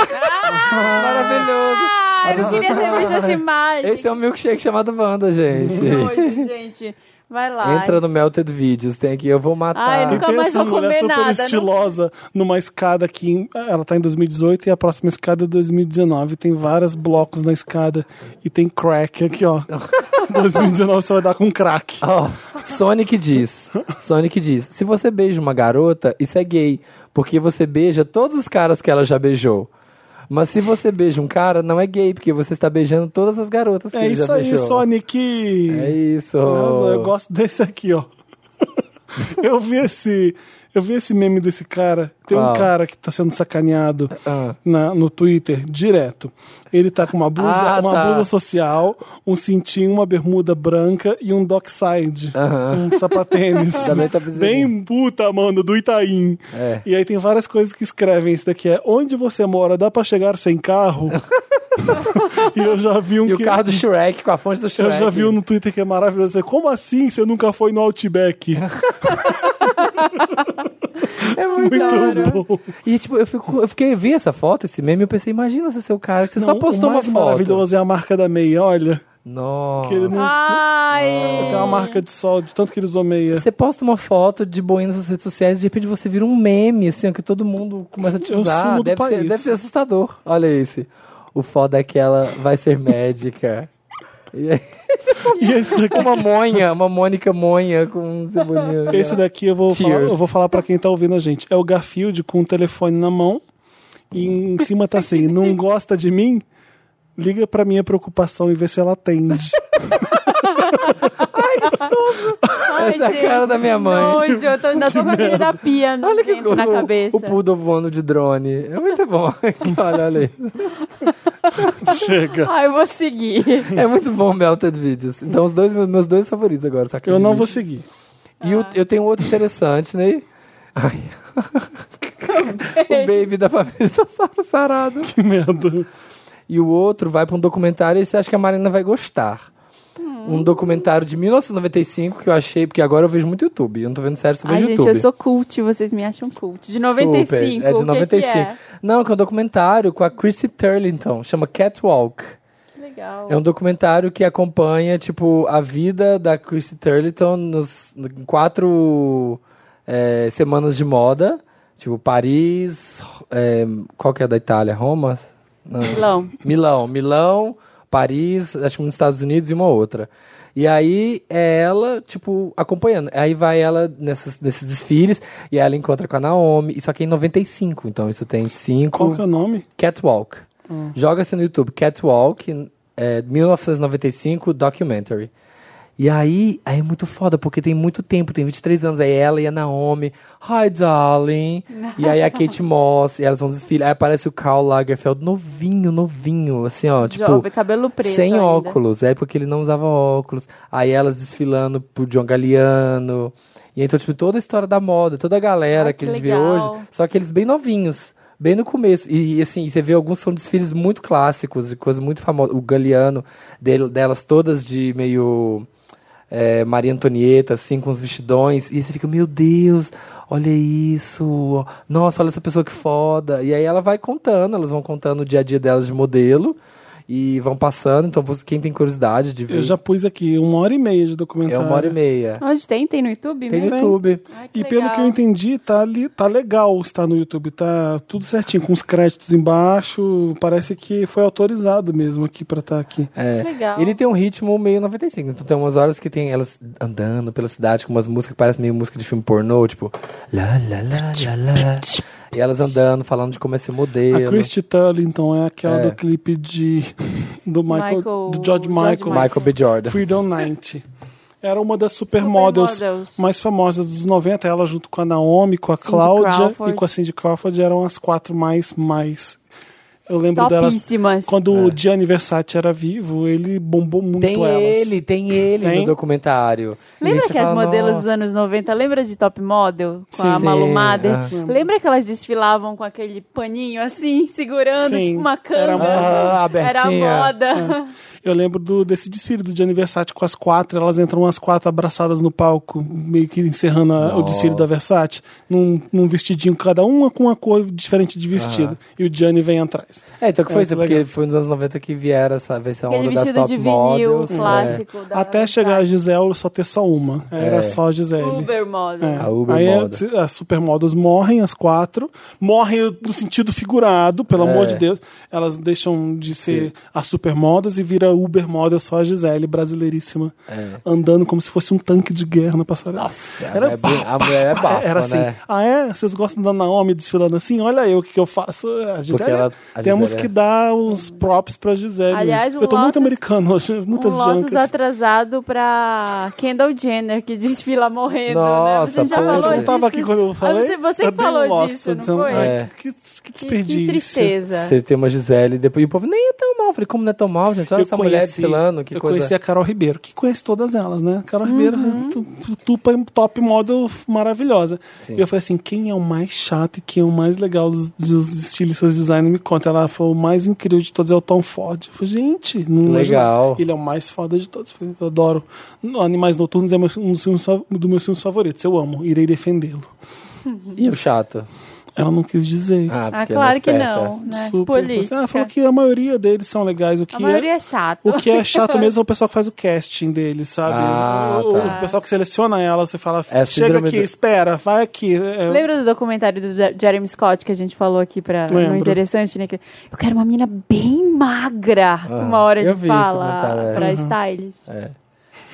Speaker 2: Maravilhoso!
Speaker 3: Ai, eu queria ter visto essa imagem.
Speaker 2: Esse é um milkshake chamado Wanda, gente.
Speaker 3: Que nojo, gente. Vai lá.
Speaker 2: Entra no Melted Videos, tem aqui, eu vou
Speaker 3: Ai,
Speaker 2: matar.
Speaker 3: eu
Speaker 1: E
Speaker 3: nunca
Speaker 1: tem
Speaker 3: mais
Speaker 1: essa
Speaker 3: vou
Speaker 1: mulher
Speaker 3: comer
Speaker 1: super
Speaker 3: nada, né? não-
Speaker 1: estilosa numa escada que em- ela tá em 2018 e a próxima escada é 2019. Tem vários blocos na escada e tem crack aqui, ó. 2019 você vai dar com crack.
Speaker 2: Ó, Sonic diz. Sonic diz: se você beija uma garota, isso é gay, porque você beija todos os caras que ela já beijou. Mas se você beija um cara, não é gay, porque você está beijando todas as garotas que
Speaker 1: É
Speaker 2: ele
Speaker 1: isso
Speaker 2: já
Speaker 1: aí,
Speaker 2: beijou.
Speaker 1: Sonic.
Speaker 2: É isso.
Speaker 1: Nossa, eu gosto desse aqui, ó. eu vi esse. Eu vi esse meme desse cara. Tem um
Speaker 2: Qual?
Speaker 1: cara que tá sendo sacaneado
Speaker 2: Ah.
Speaker 1: na- no Twitter, direto. Ele tá com uma blusa,
Speaker 2: Ah,
Speaker 1: uma
Speaker 2: tá.
Speaker 1: blusa social, um cintinho, uma bermuda branca e um dockside. Um sapatênis.
Speaker 2: Também tá
Speaker 1: Bem puta, mano, do Itaim.
Speaker 2: É.
Speaker 1: E aí tem várias coisas que escrevem. Esse daqui é onde você mora, dá pra chegar sem carro? e eu já vi um
Speaker 2: E o
Speaker 1: que-
Speaker 2: carro do Shrek, com a fonte do Shrek.
Speaker 1: eu já vi um no Twitter que é maravilhoso. Como assim você nunca foi no Outback?
Speaker 2: É muito,
Speaker 1: Muito bom.
Speaker 2: E tipo, eu, fico, eu fiquei, vi essa foto, esse meme, eu pensei, imagina se seu cara, que você só
Speaker 1: Não,
Speaker 2: postou
Speaker 1: o
Speaker 2: uma
Speaker 1: mais
Speaker 2: foto.
Speaker 1: maravilhoso é a marca da meia, olha.
Speaker 2: Nossa.
Speaker 1: Que ele
Speaker 2: Ah.
Speaker 1: não
Speaker 3: Ai.
Speaker 1: tem uma marca de sol, de tanto que eles usam meia.
Speaker 2: Você posta uma foto de boinha nas redes sociais e de repente você vira um meme, assim, ó, que todo mundo começa a te
Speaker 1: Eu
Speaker 2: usar.
Speaker 1: sumo do
Speaker 2: deve,
Speaker 1: país.
Speaker 2: Ser, deve ser assustador. Olha esse. O foda é que ela vai ser médica. E aí-
Speaker 1: E esse daqui,
Speaker 2: uma monha, uma Mônica monha com um cebolinha.
Speaker 1: esse daqui eu vou falar,
Speaker 2: Cheers.
Speaker 1: eu vou falar para quem tá ouvindo a gente. É o Garfield com o telefone na mão e em cima tá assim: "Não gosta de mim? Liga pra minha preocupação e vê se ela atende".
Speaker 3: Ai,
Speaker 2: Essa é a cara da minha mãe.
Speaker 3: Nojo, eu tô, ainda tô com aquele da pia no
Speaker 2: Olha que
Speaker 3: vento, na
Speaker 2: o-
Speaker 3: cabeça.
Speaker 2: O poodle voando de drone. É muito bom. olha, olha aí.
Speaker 1: Chega.
Speaker 3: Ai, Ah, eu vou seguir.
Speaker 2: É muito bom Melted Videos. Então, os dois, meus dois favoritos agora. Só que
Speaker 1: Eu não vou seguir.
Speaker 2: E o- eu tenho um outro interessante, né? Ai. o baby da família está sar- sarado.
Speaker 1: Que medo.
Speaker 2: E o outro vai para um documentário e você acha que a Marina vai gostar.
Speaker 3: Hum.
Speaker 2: Um documentário de 1995 que eu achei, porque agora eu vejo muito YouTube. Eu não tô vendo série, só
Speaker 3: Ai,
Speaker 2: vejo
Speaker 3: gente,
Speaker 2: YouTube.
Speaker 3: eu sou cult, vocês me acham cult. De 95.
Speaker 2: Super. É
Speaker 3: o que
Speaker 2: de 95.
Speaker 3: Que é?
Speaker 2: Não, que é um documentário com a Chrissy Turlington, chama Catwalk.
Speaker 3: Legal.
Speaker 2: É um documentário que acompanha, tipo, a vida da Chrissy Turlington nos em quatro é, semanas de moda. Tipo, Paris, é, qual que é da Itália? Roma? Não.
Speaker 3: Milão.
Speaker 2: Milão, Milão, Paris, acho que nos Estados Unidos e uma outra. E aí é ela, tipo, acompanhando. Aí vai ela nessas- nesses desfiles e ela encontra com a Naomi. Isso aqui é em 95, então isso tem
Speaker 1: Qual
Speaker 2: cinco.
Speaker 1: que é o nome?
Speaker 2: Catwalk. Joga-se no YouTube Catwalk, é, 1995 documentary. E aí, aí é muito foda, porque tem muito tempo, tem 23 anos. Aí ela e a Naomi, hi darling. e aí a Kate Moss, e elas vão desfilar. Aí aparece o Karl Lagerfeld, novinho, novinho, assim, ó, tipo.
Speaker 3: Jovem, cabelo preto
Speaker 2: Sem
Speaker 3: ainda.
Speaker 2: óculos, é porque ele não usava óculos. Aí elas desfilando pro John Galliano. E então, tipo, toda a história da moda, toda a galera
Speaker 3: Ai,
Speaker 2: que,
Speaker 3: Ah, que
Speaker 2: a gente vê
Speaker 3: legal.
Speaker 2: hoje, só que eles bem novinhos, bem no começo. E, e, assim, você vê alguns são desfiles muito clássicos, de coisas muito famosas. O Galeano del- delas todas de meio é, Maria Antonieta, assim, com os vestidões. E aí você fica, meu Deus, olha isso. Nossa, olha essa pessoa que foda. E aí ela vai contando, elas vão contando o dia a dia delas de modelo. E vão passando, então você- quem tem curiosidade de ver.
Speaker 1: Eu já pus aqui uma hora e meia de
Speaker 2: É
Speaker 1: documentário.
Speaker 2: uma hora e meia.
Speaker 3: Onde tem? Tem no YouTube
Speaker 2: Tem no
Speaker 3: mesmo?
Speaker 2: YouTube.
Speaker 3: Ai,
Speaker 1: E pelo
Speaker 3: legal.
Speaker 1: que eu entendi, tá, ali, tá legal estar no YouTube, tá tudo certinho, com os créditos embaixo. Parece que foi autorizado mesmo aqui pra estar aqui.
Speaker 2: É.
Speaker 3: Legal.
Speaker 2: Ele tem um ritmo meio 95. Então tem umas horas que tem elas andando pela cidade com umas músicas que parecem meio música de filme pornô, tipo. Lá, lá, lá, lá, lá. E elas andando, falando de como é ser
Speaker 1: A
Speaker 2: modelo.
Speaker 1: Christy Tullington é aquela do clipe de do Michael,
Speaker 3: Michael-
Speaker 1: do George
Speaker 3: George
Speaker 1: Michael,
Speaker 2: Michael B. Jordan.
Speaker 1: Freedom 90. Era uma das supermodels,
Speaker 3: Supermodels.
Speaker 1: mais famosas dos 90. Ela junto com a Naomi, com a
Speaker 3: Cindy
Speaker 1: Cláudia
Speaker 3: Crawford.
Speaker 1: e com a Cindy Crawford eram as quatro mais mais eu lembro delas
Speaker 3: Topíssimas.
Speaker 1: quando o Gianni Versace era vivo, ele bombou muito
Speaker 2: É. Tem
Speaker 1: elas.
Speaker 2: ele, tem ele
Speaker 1: Tem?
Speaker 2: no documentário. E aí
Speaker 3: Lembra
Speaker 2: você
Speaker 3: que as
Speaker 2: fala,
Speaker 3: modelos dos
Speaker 2: "Nossa,
Speaker 3: anos 90, lembra de Top Model? Com a
Speaker 2: Sim.
Speaker 3: Malu
Speaker 2: Sim,
Speaker 3: Mader?
Speaker 2: ah.
Speaker 3: Lembra que elas desfilavam com aquele paninho assim, segurando,
Speaker 1: Sim,
Speaker 3: tipo uma
Speaker 1: era
Speaker 3: câmera?
Speaker 2: Ah,
Speaker 3: Era a
Speaker 2: abertinha.
Speaker 3: moda.
Speaker 1: Eu lembro do- desse desfile do Gianni Versace com as quatro, elas entram as quatro abraçadas no palco, meio que encerrando a- o
Speaker 2: Nossa.
Speaker 1: desfile da Versace, num, num vestidinho, cada uma com uma cor diferente de vestido.
Speaker 2: Ah.
Speaker 1: E o Gianni vem atrás.
Speaker 2: É, então que foi
Speaker 1: É,
Speaker 2: isso,
Speaker 1: legal.
Speaker 2: porque foi nos anos 90 que vieram essa versão
Speaker 3: Aquele
Speaker 2: onda das
Speaker 3: vestido
Speaker 2: top
Speaker 3: de vinil
Speaker 2: models. é. né?
Speaker 3: clássico. Da
Speaker 1: Até chegar a Gisele, só ter só uma. Era
Speaker 2: É.
Speaker 1: só a Gisele.
Speaker 3: Uber Model.
Speaker 1: É.
Speaker 2: A Uber
Speaker 1: Aí
Speaker 2: moda.
Speaker 1: as- as supermodels morrem, as quatro. Morrem no sentido figurado, pelo
Speaker 2: É.
Speaker 1: amor de Deus. Elas deixam de ser as supermodels e vira Uber model só a Gisele, brasileiríssima. Andando como se fosse um tanque de guerra na passarela.
Speaker 2: É. A mulher é bem- a mulher é bafa,
Speaker 1: Era assim,
Speaker 2: né?
Speaker 1: ah é? Vocês gostam da Naomi desfilando assim? Olha eu, o que, que eu faço? A Gisele,
Speaker 2: ela- a
Speaker 1: temos
Speaker 2: Gisele é-
Speaker 1: que dar os props pra Gisele.
Speaker 3: Aliás,
Speaker 1: mesmo.
Speaker 3: o
Speaker 1: eu tô muito
Speaker 3: Lotus-
Speaker 1: americano hoje, muitas
Speaker 3: um Lotus
Speaker 1: junkets.
Speaker 3: atrasado pra Kendall Jenner, que desfila morrendo.
Speaker 2: Nossa,
Speaker 3: né? Você já
Speaker 2: pô,
Speaker 3: falou
Speaker 1: Você não
Speaker 3: disso?
Speaker 1: tava aqui quando eu falei?
Speaker 3: Ah, você- você que
Speaker 1: Eu dei um
Speaker 3: falou
Speaker 1: Lotus,
Speaker 3: disso,
Speaker 1: eu
Speaker 3: não
Speaker 1: disse,
Speaker 3: foi?
Speaker 1: ai,
Speaker 2: É.
Speaker 1: que, que
Speaker 3: Que- que,
Speaker 1: desperdício.
Speaker 3: tristeza.
Speaker 2: Você tem uma Gisele e depois. E o povo nem é tão mal. Eu Falei, como não é tão mal, gente? Olha essa mulher desfilando, que
Speaker 1: eu
Speaker 2: coisa.
Speaker 1: conheci a Carol Ribeiro, que conhece todas elas, né? Carol Ribeiro,
Speaker 3: Uhum.
Speaker 1: tu- tu- tupa top model f- maravilhosa. E eu falei assim: quem é o mais chato e quem é o mais legal dos, dos estilistas design? Me conta. Ela falou: o mais incrível de todos é o Tom Ford. Eu falei: gente, não
Speaker 2: Legal.
Speaker 1: imaginava. Ele é o mais foda de todos. Eu falei, Eu adoro. Animais Noturnos é meu- um dos filmes fa- dos meus filmes favoritos. Eu amo. Irei defendê-lo.
Speaker 2: E o chato?
Speaker 1: Ela não quis dizer.
Speaker 2: Ah,
Speaker 3: Ah,
Speaker 2: porque ela é
Speaker 3: claro que
Speaker 2: esperta.
Speaker 3: não, né?
Speaker 1: Super.
Speaker 3: Política.
Speaker 1: Ela falou que a maioria deles são legais. O que
Speaker 3: a maioria
Speaker 1: é,
Speaker 3: é chata.
Speaker 1: o que é chato mesmo é o pessoal que faz o casting deles, sabe?
Speaker 2: Ah,
Speaker 1: o,
Speaker 2: tá.
Speaker 1: o pessoal que seleciona ela, você fala,
Speaker 2: É a
Speaker 1: chega
Speaker 2: síndrome
Speaker 1: aqui,
Speaker 2: do-
Speaker 1: espera, vai aqui. É,
Speaker 3: Lembra do documentário do Je- Jeremy Scott que a gente falou aqui pra, no
Speaker 1: Lembro.
Speaker 3: Interessante, né? Que eu quero uma menina bem magra.
Speaker 1: Ah,
Speaker 3: uma hora
Speaker 2: eu
Speaker 3: de
Speaker 2: vi esse
Speaker 3: fala
Speaker 2: documentário, é.
Speaker 3: pra
Speaker 2: Uhum.
Speaker 3: Stylish.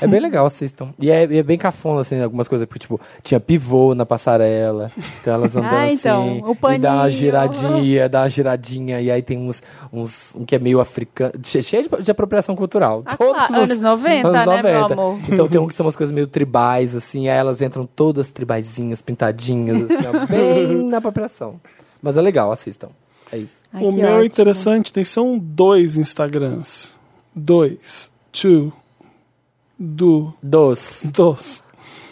Speaker 2: É bem legal, assistam. E é, e é bem cafona, assim, algumas coisas, porque, tipo, tinha pivô na passarela, então elas andando
Speaker 3: Ah, então,
Speaker 2: assim,
Speaker 3: o
Speaker 2: e dá uma
Speaker 3: paninho.
Speaker 2: giradinha, dá uma giradinha, e aí tem uns, uns um que é meio africano, che- cheio de, de apropriação cultural.
Speaker 3: Ah,
Speaker 2: Todos
Speaker 3: claro,
Speaker 2: os-
Speaker 3: anos 90,
Speaker 2: anos
Speaker 3: né, meu
Speaker 2: 90.
Speaker 3: amor?
Speaker 2: Então tem um que são umas coisas meio tribais, assim, aí elas entram todas tribaizinhas, pintadinhas, assim, ó, bem na apropriação. Mas é legal, assistam. É isso.
Speaker 3: Ai,
Speaker 1: o
Speaker 3: que
Speaker 1: meu é
Speaker 3: ótimo.
Speaker 1: interessante, tem são dois Instagrams. Dois. Two. Do.
Speaker 2: Dos.
Speaker 1: Dos.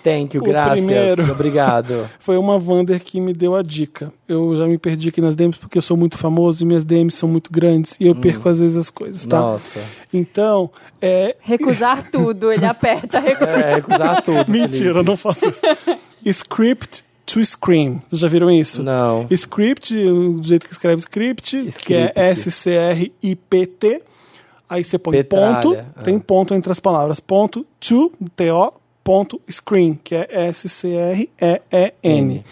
Speaker 2: Thank you,
Speaker 1: O
Speaker 2: graças.
Speaker 1: primeiro.
Speaker 2: Obrigado.
Speaker 1: Foi uma Wander que me deu a dica. Eu já me perdi aqui nas DMs porque eu sou muito famoso e minhas DMs são muito grandes e eu perco às vezes as coisas, tá?
Speaker 2: Hum. Nossa.
Speaker 1: Então, é.
Speaker 3: Recusar tudo, ele aperta. Recusar.
Speaker 2: É, recusar tudo.
Speaker 1: Mentira, eu
Speaker 2: Felipe.
Speaker 1: não faço isso. Script to Scream. Vocês já viram isso?
Speaker 2: Não.
Speaker 1: Script, do jeito que escreve script, que é
Speaker 2: Script.
Speaker 1: S-C-R-I-P-T. Aí você põe
Speaker 2: Petralha.
Speaker 1: ponto,
Speaker 2: Ah.
Speaker 1: tem ponto entre as palavras. Ponto to, T-O, ponto screen, que é S-C-R-E-E-N.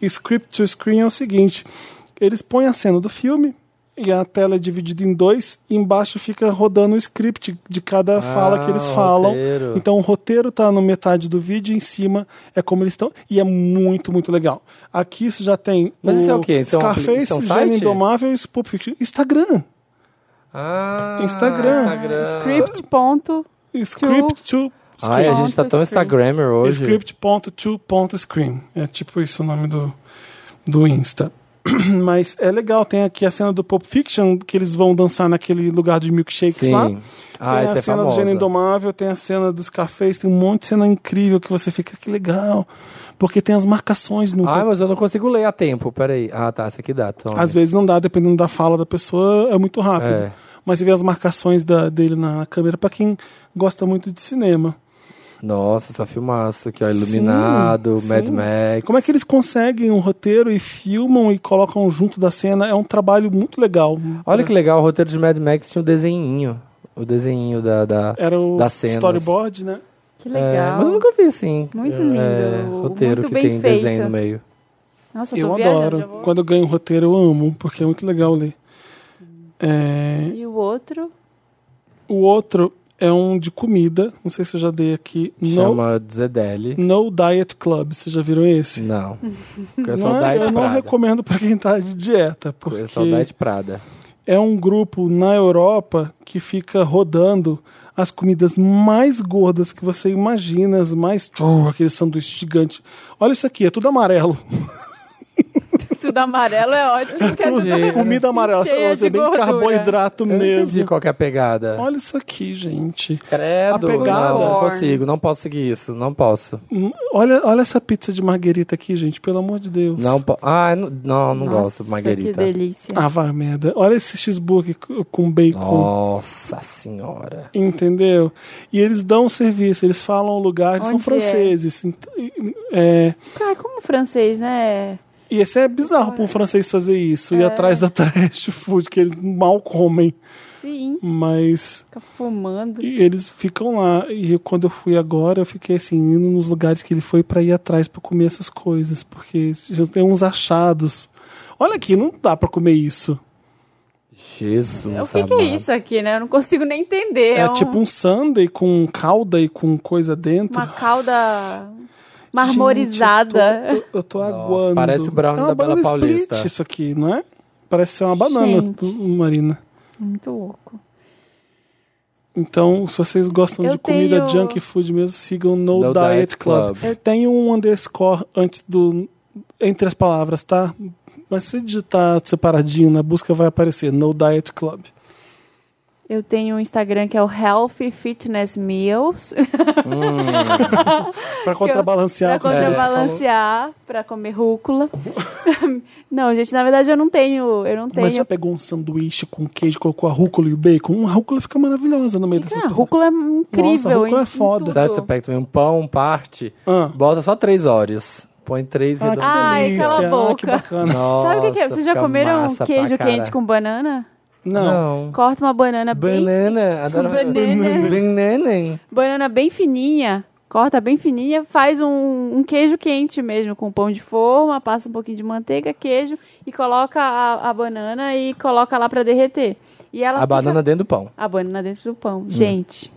Speaker 1: Script to screen é o seguinte: eles põem a cena do filme. E a tela é dividida em dois, e embaixo fica rodando o script de
Speaker 2: Ah,
Speaker 1: cada fala que eles
Speaker 2: o
Speaker 1: falam.
Speaker 2: roteiro.
Speaker 1: Então o roteiro tá no metade do vídeo, em cima é como eles estão. E é muito, muito legal. Aqui isso já tem
Speaker 2: Mas isso é o quê? Isso é um apli-
Speaker 1: Scarface,
Speaker 2: isso é um
Speaker 1: Gênio
Speaker 2: site?
Speaker 1: Indomável e Pulp Fiction. Instagram.
Speaker 2: Ah,
Speaker 1: Instagram.
Speaker 3: Script, ponto.
Speaker 1: Script to...
Speaker 2: Ai, a
Speaker 1: Scream.
Speaker 2: gente tá tão
Speaker 3: Screen.
Speaker 2: Instagrammer hoje.
Speaker 1: Script ponto to ponto screen. É tipo isso o nome do, do Insta. Mas é legal, tem aqui a cena do Pulp Fiction, que eles vão dançar naquele lugar de milkshakes
Speaker 2: Sim.
Speaker 1: lá.
Speaker 2: Ah,
Speaker 1: tem
Speaker 2: essa
Speaker 1: a
Speaker 2: é
Speaker 1: cena do
Speaker 2: famosa.
Speaker 1: Gênio Indomável, tem a cena dos cafés, tem um monte de cena incrível que você fica, que legal. Porque tem as marcações no
Speaker 2: Ai, mas eu não consigo ler a tempo, peraí. Ah, tá, essa aqui dá, Tony.
Speaker 1: Às vezes não dá, dependendo da fala da pessoa, é muito rápido.
Speaker 2: É.
Speaker 1: Mas você vê as marcações da- dele na câmera pra quem gosta muito de cinema.
Speaker 2: Nossa, só filmaço aqui, ó. Iluminado,
Speaker 1: Sim,
Speaker 2: Mad
Speaker 1: sim.
Speaker 2: Max.
Speaker 1: Como é que eles conseguem um roteiro e filmam e colocam junto da cena? É um trabalho muito legal.
Speaker 2: Olha que legal, o roteiro de Mad Max tinha um desenhinho. O desenhinho da, da,
Speaker 1: Era o
Speaker 2: das cenas.
Speaker 1: storyboard, né?
Speaker 3: Que
Speaker 2: É,
Speaker 3: legal.
Speaker 2: mas eu nunca vi, assim.
Speaker 3: Muito
Speaker 2: é,
Speaker 3: lindo,
Speaker 2: roteiro
Speaker 3: muito
Speaker 2: que
Speaker 3: bem
Speaker 2: tem
Speaker 3: feito.
Speaker 2: desenho no meio.
Speaker 3: Nossa,
Speaker 1: Eu
Speaker 3: eu tô
Speaker 1: adoro.
Speaker 3: viajando. já vou-
Speaker 1: Quando eu ganho um roteiro, eu amo, porque é muito legal ler. É,
Speaker 3: E o outro?
Speaker 1: o outro é um de comida. Não sei se eu já dei aqui. No,
Speaker 2: Chama Zedeli.
Speaker 1: no Diet Club. Vocês já viram esse?
Speaker 2: Não. Porque é só
Speaker 1: Não é-
Speaker 2: Diet
Speaker 1: eu não
Speaker 2: Prada.
Speaker 1: recomendo pra quem tá de dieta, porque
Speaker 2: É só Diet Prada.
Speaker 1: é um grupo na Europa que fica rodando as comidas mais gordas que você imagina, as mais tchum, aquele sanduíche gigante. Olha isso aqui, é tudo amarelo.
Speaker 3: Tudo amarelo é ótimo, que é tudo
Speaker 2: Gente,
Speaker 1: Comida amarela,
Speaker 3: Cheia
Speaker 1: você é
Speaker 3: de
Speaker 1: bem
Speaker 3: gordura.
Speaker 1: carboidrato
Speaker 2: Eu não entendi
Speaker 1: mesmo.
Speaker 2: qual que é a pegada.
Speaker 1: Olha isso aqui, gente.
Speaker 2: Credo,
Speaker 1: A pegada.
Speaker 2: não, não
Speaker 3: Porn.
Speaker 2: consigo, não posso seguir isso, não posso.
Speaker 1: Hum, Olha, olha essa pizza de marguerita aqui, gente, pelo amor de Deus.
Speaker 2: Não po ah, não, não, não
Speaker 3: Nossa,
Speaker 2: gosto de margarita.
Speaker 3: Que delícia.
Speaker 1: Ah, vai, merda. Olha esse cheeseburger c- com bacon.
Speaker 2: Nossa senhora.
Speaker 1: Entendeu? E eles dão um serviço, eles falam o lugar, eles são
Speaker 3: Onde é?
Speaker 1: franceses. ent- É,
Speaker 3: Cara, como francês, né?
Speaker 1: e esse é bizarro para um francês fazer isso,
Speaker 3: É.
Speaker 1: ir atrás da trash food, que eles mal comem.
Speaker 3: Sim,
Speaker 1: Mas
Speaker 3: fica fumando.
Speaker 1: e eles ficam lá. E quando eu fui agora, eu fiquei assim, indo nos lugares que ele foi para ir atrás para comer essas coisas, porque já tem uns achados. Olha aqui, não dá para comer isso.
Speaker 2: Jesus.
Speaker 3: O que, que é
Speaker 2: amado.
Speaker 3: isso aqui, né? Eu não consigo nem entender.
Speaker 1: É,
Speaker 3: um-
Speaker 1: tipo um sundae com calda e com coisa dentro.
Speaker 3: uma calda
Speaker 1: Gente,
Speaker 3: marmorizada.
Speaker 1: eu tô, eu- eu tô aguando.
Speaker 2: parece o brownie
Speaker 1: é uma
Speaker 2: da Bela
Speaker 1: banana
Speaker 2: Paulista.
Speaker 1: Split isso aqui, não é? Parece ser uma banana,
Speaker 3: Gente.
Speaker 1: tu- Marina.
Speaker 3: Muito louco.
Speaker 1: Então, se vocês gostam
Speaker 3: Eu
Speaker 1: de comida
Speaker 3: tenho-
Speaker 1: junk food mesmo, sigam No,
Speaker 2: No
Speaker 1: Diet,
Speaker 2: Diet
Speaker 1: Club.
Speaker 2: Club. Eu-
Speaker 1: Tem um underscore antes do. entre as palavras, tá? Mas se digitar separadinho na busca, vai aparecer No Diet Club.
Speaker 3: Eu tenho um Instagram que é o Healthy Fitness Meals.
Speaker 1: Pra contrabalancear né?
Speaker 3: Pra
Speaker 1: a comida.
Speaker 3: contrabalancear, pra comer rúcula. não, gente, na verdade eu não tenho. Eu não tenho.
Speaker 1: Mas já pegou um sanduíche com queijo, colocou a rúcula e o bacon? A rúcula fica maravilhosa no meio dessas
Speaker 3: Cara, a
Speaker 1: pessoas.
Speaker 3: rúcula é incrível.
Speaker 1: Nossa, a rúcula é
Speaker 3: em- em
Speaker 1: foda.
Speaker 3: tudo.
Speaker 2: Sabe, você pega também um pão, um parte,
Speaker 1: Ah.
Speaker 2: bota só três óleos. Põe três
Speaker 1: Ah, que
Speaker 2: redondinhos.
Speaker 3: Ai,
Speaker 1: delícia.
Speaker 3: cala a
Speaker 1: ah,
Speaker 3: boca.
Speaker 1: que bacana.
Speaker 3: Sabe o que, que é?
Speaker 2: Nossa,
Speaker 3: Vocês já
Speaker 2: fica
Speaker 3: comeram
Speaker 2: massa pra
Speaker 3: queijo
Speaker 2: cara.
Speaker 3: quente com banana?
Speaker 1: Não.
Speaker 2: Não.
Speaker 3: Corta uma banana bem,
Speaker 2: Banana. Adoro
Speaker 3: Banana.
Speaker 2: Banana.
Speaker 3: banana bem fininha, corta bem fininha, faz um, um queijo quente mesmo, com pão de forma, passa um pouquinho de manteiga, queijo e coloca a, a banana e coloca lá pra derreter. E ela
Speaker 2: A
Speaker 3: fica-
Speaker 2: banana dentro do pão.
Speaker 3: a banana dentro do pão. Gente,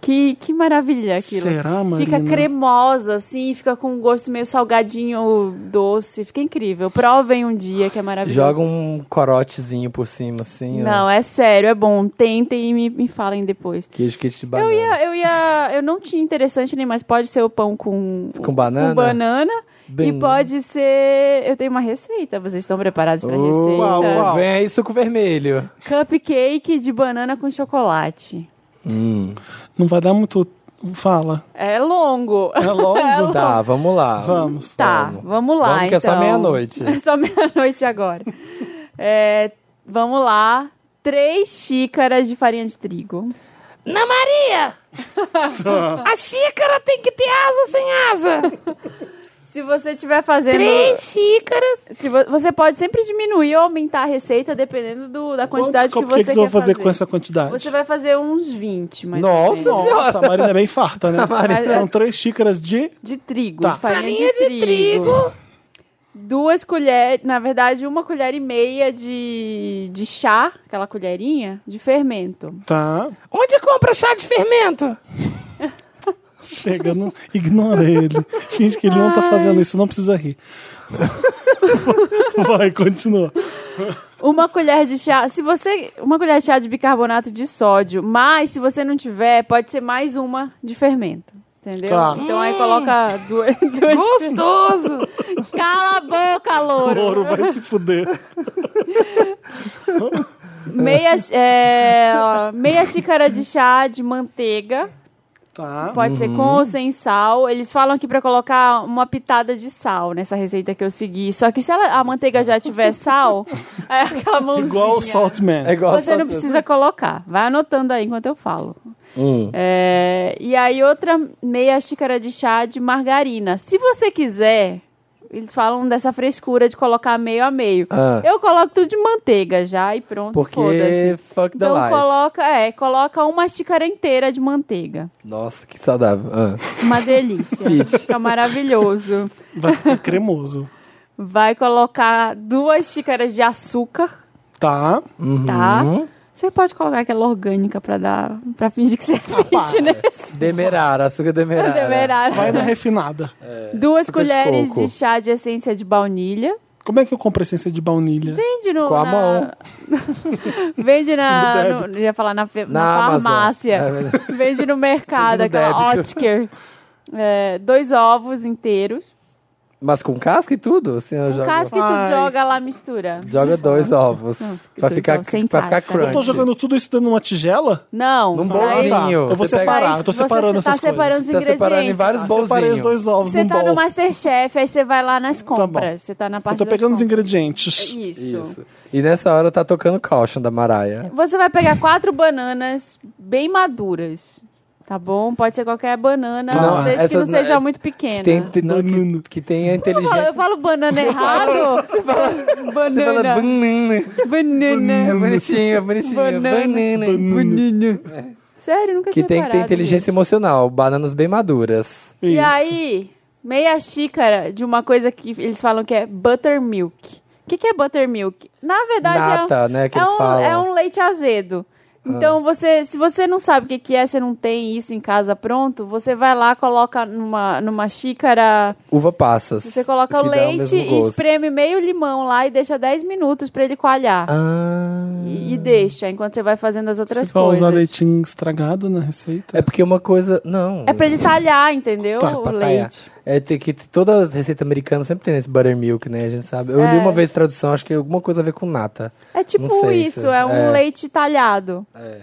Speaker 3: que, que maravilha aquilo.
Speaker 1: Será, Marina?
Speaker 3: Fica cremosa, assim, fica com um gosto meio salgadinho, doce. Fica incrível. Provem um dia que é maravilhoso.
Speaker 2: Joga um corotezinho por cima, assim. ó.
Speaker 3: Não, é sério, é bom. Tentem e me, me falem depois.
Speaker 2: Queijo quente de banana.
Speaker 3: Eu ia, eu ia. Eu não tinha interessante nem, mas pode ser o pão com.
Speaker 2: Com banana?
Speaker 3: Com banana.
Speaker 2: Bem-
Speaker 3: E pode ser. Eu tenho uma receita. Vocês estão preparados pra receita?
Speaker 1: Uau, uau.
Speaker 2: Vem aí suco vermelho.
Speaker 3: Cupcake de banana com chocolate.
Speaker 1: Não vai dar muito. Fala.
Speaker 3: É longo.
Speaker 1: É longo?
Speaker 2: Tá, vamos lá.
Speaker 1: Vamos.
Speaker 3: Tá, vamos, lá,
Speaker 2: Vamos que é
Speaker 3: então.
Speaker 2: só meia-noite.
Speaker 3: É só meia-noite agora. É, vamos lá. Três xícaras de farinha de trigo.
Speaker 7: Ana Maria! a xícara tem que ter asa sem asa!
Speaker 3: Se você estiver fazendo...
Speaker 7: Três xícaras!
Speaker 3: Se vo- você pode sempre diminuir ou aumentar a receita, dependendo do- da quantidade
Speaker 1: Quantos
Speaker 3: que você
Speaker 1: cupcakes
Speaker 3: quer
Speaker 1: eu vou fazer,
Speaker 3: fazer
Speaker 1: com essa quantidade?
Speaker 3: Você vai fazer uns 20, mais ou menos.
Speaker 2: Nossa senhora.
Speaker 1: Nossa, a Marina é bem farta, né?
Speaker 3: Marina-
Speaker 1: São três xícaras de.
Speaker 3: De trigo,
Speaker 1: Tá.
Speaker 3: de farinha,
Speaker 7: Farinha
Speaker 3: de,
Speaker 7: de
Speaker 3: trigo.
Speaker 7: trigo.
Speaker 3: Duas colheres, na verdade, uma colher e meia de, de chá, aquela colherinha, de fermento.
Speaker 1: Tá.
Speaker 7: Onde compra chá de fermento?
Speaker 1: Chega, não... ignora ele. Finge que ele não tá fazendo isso, não precisa rir. Vai, continua.
Speaker 3: Uma colher de chá. Se você. Uma colher de chá de bicarbonato de sódio, mas se você não tiver, pode ser mais uma de fermento. Entendeu?
Speaker 1: Tá.
Speaker 3: Então aí coloca duas. duas
Speaker 7: Gostoso!
Speaker 3: Cala a boca, louro!
Speaker 1: Ouro vai se fuder.
Speaker 3: Meia, é, ó, meia xícara de chá de manteiga.
Speaker 1: Tá.
Speaker 3: Pode ser com
Speaker 2: Uhum.
Speaker 3: ou sem sal. Eles falam aqui pra colocar uma pitada de sal nessa receita que eu segui. Só que se ela- a manteiga já tiver sal, é aquela mãozinha.
Speaker 1: Igual o Salt
Speaker 2: É
Speaker 1: Man.
Speaker 2: igual
Speaker 3: Você não precisa colocar. Vai anotando aí enquanto eu falo.
Speaker 2: Hum.
Speaker 3: É, e aí, outra meia xícara de chá de margarina. Se você quiser, eles falam dessa frescura de colocar meio a meio.
Speaker 2: Ah.
Speaker 3: Eu coloco tudo de manteiga já e pronto,
Speaker 2: Porque
Speaker 3: foda-se.
Speaker 2: fuck the
Speaker 3: Então
Speaker 2: life.
Speaker 3: coloca, é, coloca uma xícara inteira de manteiga.
Speaker 2: Nossa, que saudável. Ah.
Speaker 3: Uma delícia.
Speaker 2: Fit.
Speaker 3: Fica maravilhoso.
Speaker 1: Vai ficar cremoso.
Speaker 3: Vai colocar duas xícaras de açúcar,
Speaker 1: Tá.
Speaker 3: tá?
Speaker 2: Uhum.
Speaker 3: Você pode colocar aquela orgânica pra dar, para fingir que você é fitness.
Speaker 2: Demerara, açúcar demerara.
Speaker 3: Demerara.
Speaker 1: Vai na refinada.
Speaker 3: Duas
Speaker 2: Açúcar de
Speaker 3: colheres
Speaker 2: coco.
Speaker 3: de chá de essência de baunilha.
Speaker 1: Como é que eu compro essência de baunilha?
Speaker 3: Vende no,
Speaker 2: Com a
Speaker 3: na-
Speaker 2: mão.
Speaker 3: Vende
Speaker 1: No
Speaker 3: na.
Speaker 1: débito.
Speaker 3: no- ia falar na, fe- na
Speaker 2: Na Amazon.
Speaker 3: farmácia.
Speaker 2: É verdade.
Speaker 3: Vende no mercado,
Speaker 2: Vende no
Speaker 3: aquela
Speaker 2: débito.
Speaker 3: Otker. É, dois ovos inteiros.
Speaker 2: Mas com casca e tudo? Assim, eu
Speaker 3: Um
Speaker 2: jogo-
Speaker 3: casco que
Speaker 1: Ai.
Speaker 3: tu joga lá, mistura.
Speaker 2: Joga dois ovos. pra
Speaker 3: né? dois
Speaker 2: ficar,
Speaker 3: ovos, sem
Speaker 2: pra ficar
Speaker 3: casca. Eu
Speaker 2: crunchy.
Speaker 1: Eu tô jogando tudo isso dentro de uma tigela?
Speaker 3: Não,
Speaker 2: Num
Speaker 3: aí-
Speaker 1: Ah, tá.
Speaker 2: bolzinho.
Speaker 1: Eu vou
Speaker 2: Você pega-
Speaker 1: separar. Eu tô
Speaker 3: Você
Speaker 1: separando
Speaker 3: tá
Speaker 1: essas
Speaker 3: separando
Speaker 1: coisas.
Speaker 3: os
Speaker 2: Tá separando em
Speaker 3: ingredientes.
Speaker 2: vários
Speaker 1: Ah, separei os
Speaker 2: bolzinhos.
Speaker 1: dois ovos
Speaker 3: Você
Speaker 1: num
Speaker 3: tá
Speaker 1: bol.
Speaker 3: no Masterchef, aí você vai lá nas
Speaker 1: bom.
Speaker 3: compras. Você tá na
Speaker 1: Eu
Speaker 3: parte
Speaker 1: tô
Speaker 3: das
Speaker 1: pegando os
Speaker 3: compras.
Speaker 1: ingredientes.
Speaker 3: Isso.
Speaker 2: Isso. E nessa hora tá tocando caution da Maraia.
Speaker 3: Você vai pegar quatro bananas bem maduras. Tá bom? Pode ser qualquer banana,
Speaker 2: Não,
Speaker 3: desde que
Speaker 2: essa
Speaker 3: não
Speaker 2: não é-
Speaker 3: seja muito pequena.
Speaker 2: Que tem, tem- não, que, que tem a
Speaker 3: Eu falo- Eu
Speaker 2: inteligência.
Speaker 3: falo banana errado?
Speaker 2: Você fala
Speaker 3: banana.
Speaker 2: banana. É
Speaker 3: Banana.
Speaker 2: bonitinho, é bonitinho.
Speaker 3: Banana.
Speaker 2: Banana.
Speaker 3: Sério, nunca
Speaker 2: Que tem que
Speaker 3: tinha
Speaker 2: ter
Speaker 3: reparado
Speaker 2: inteligência
Speaker 3: nisso.
Speaker 2: emocional. Bananas bem maduras.
Speaker 3: E
Speaker 1: Isso.
Speaker 3: aí, meia xícara de uma coisa que eles falam que é buttermilk. O que, que é buttermilk? Na verdade, é,
Speaker 2: Nata,
Speaker 3: um-
Speaker 2: né, que
Speaker 3: é
Speaker 2: eles
Speaker 3: um,
Speaker 2: falam. Ah.
Speaker 3: é um leite azedo. Então, você, se você não sabe o que, que é, você não tem isso em casa pronto, você vai lá, coloca numa, numa xícara
Speaker 2: Uva passas.
Speaker 3: Você coloca o
Speaker 2: que dá
Speaker 3: leite
Speaker 2: mesmo
Speaker 3: e
Speaker 2: gosto.
Speaker 3: espreme meio limão lá e deixa 10 minutos pra ele coalhar.
Speaker 2: Ah.
Speaker 3: E, e deixa, enquanto você vai fazendo as outras
Speaker 1: Você vai
Speaker 3: coisas.
Speaker 1: usar leitinho estragado na receita?
Speaker 2: É porque uma coisa. Não.
Speaker 3: É pra ele talhar, entendeu?
Speaker 2: Tá,
Speaker 3: o
Speaker 2: pra
Speaker 3: leite.
Speaker 2: talhar. É tem que toda receita americana sempre tem esse buttermilk, né? A gente sabe. Eu li uma vez tradução, acho que alguma coisa a ver com nata.
Speaker 3: É tipo
Speaker 2: Não sei
Speaker 3: isso,
Speaker 2: se-
Speaker 3: é um
Speaker 2: é.
Speaker 3: leite talhado.
Speaker 2: É.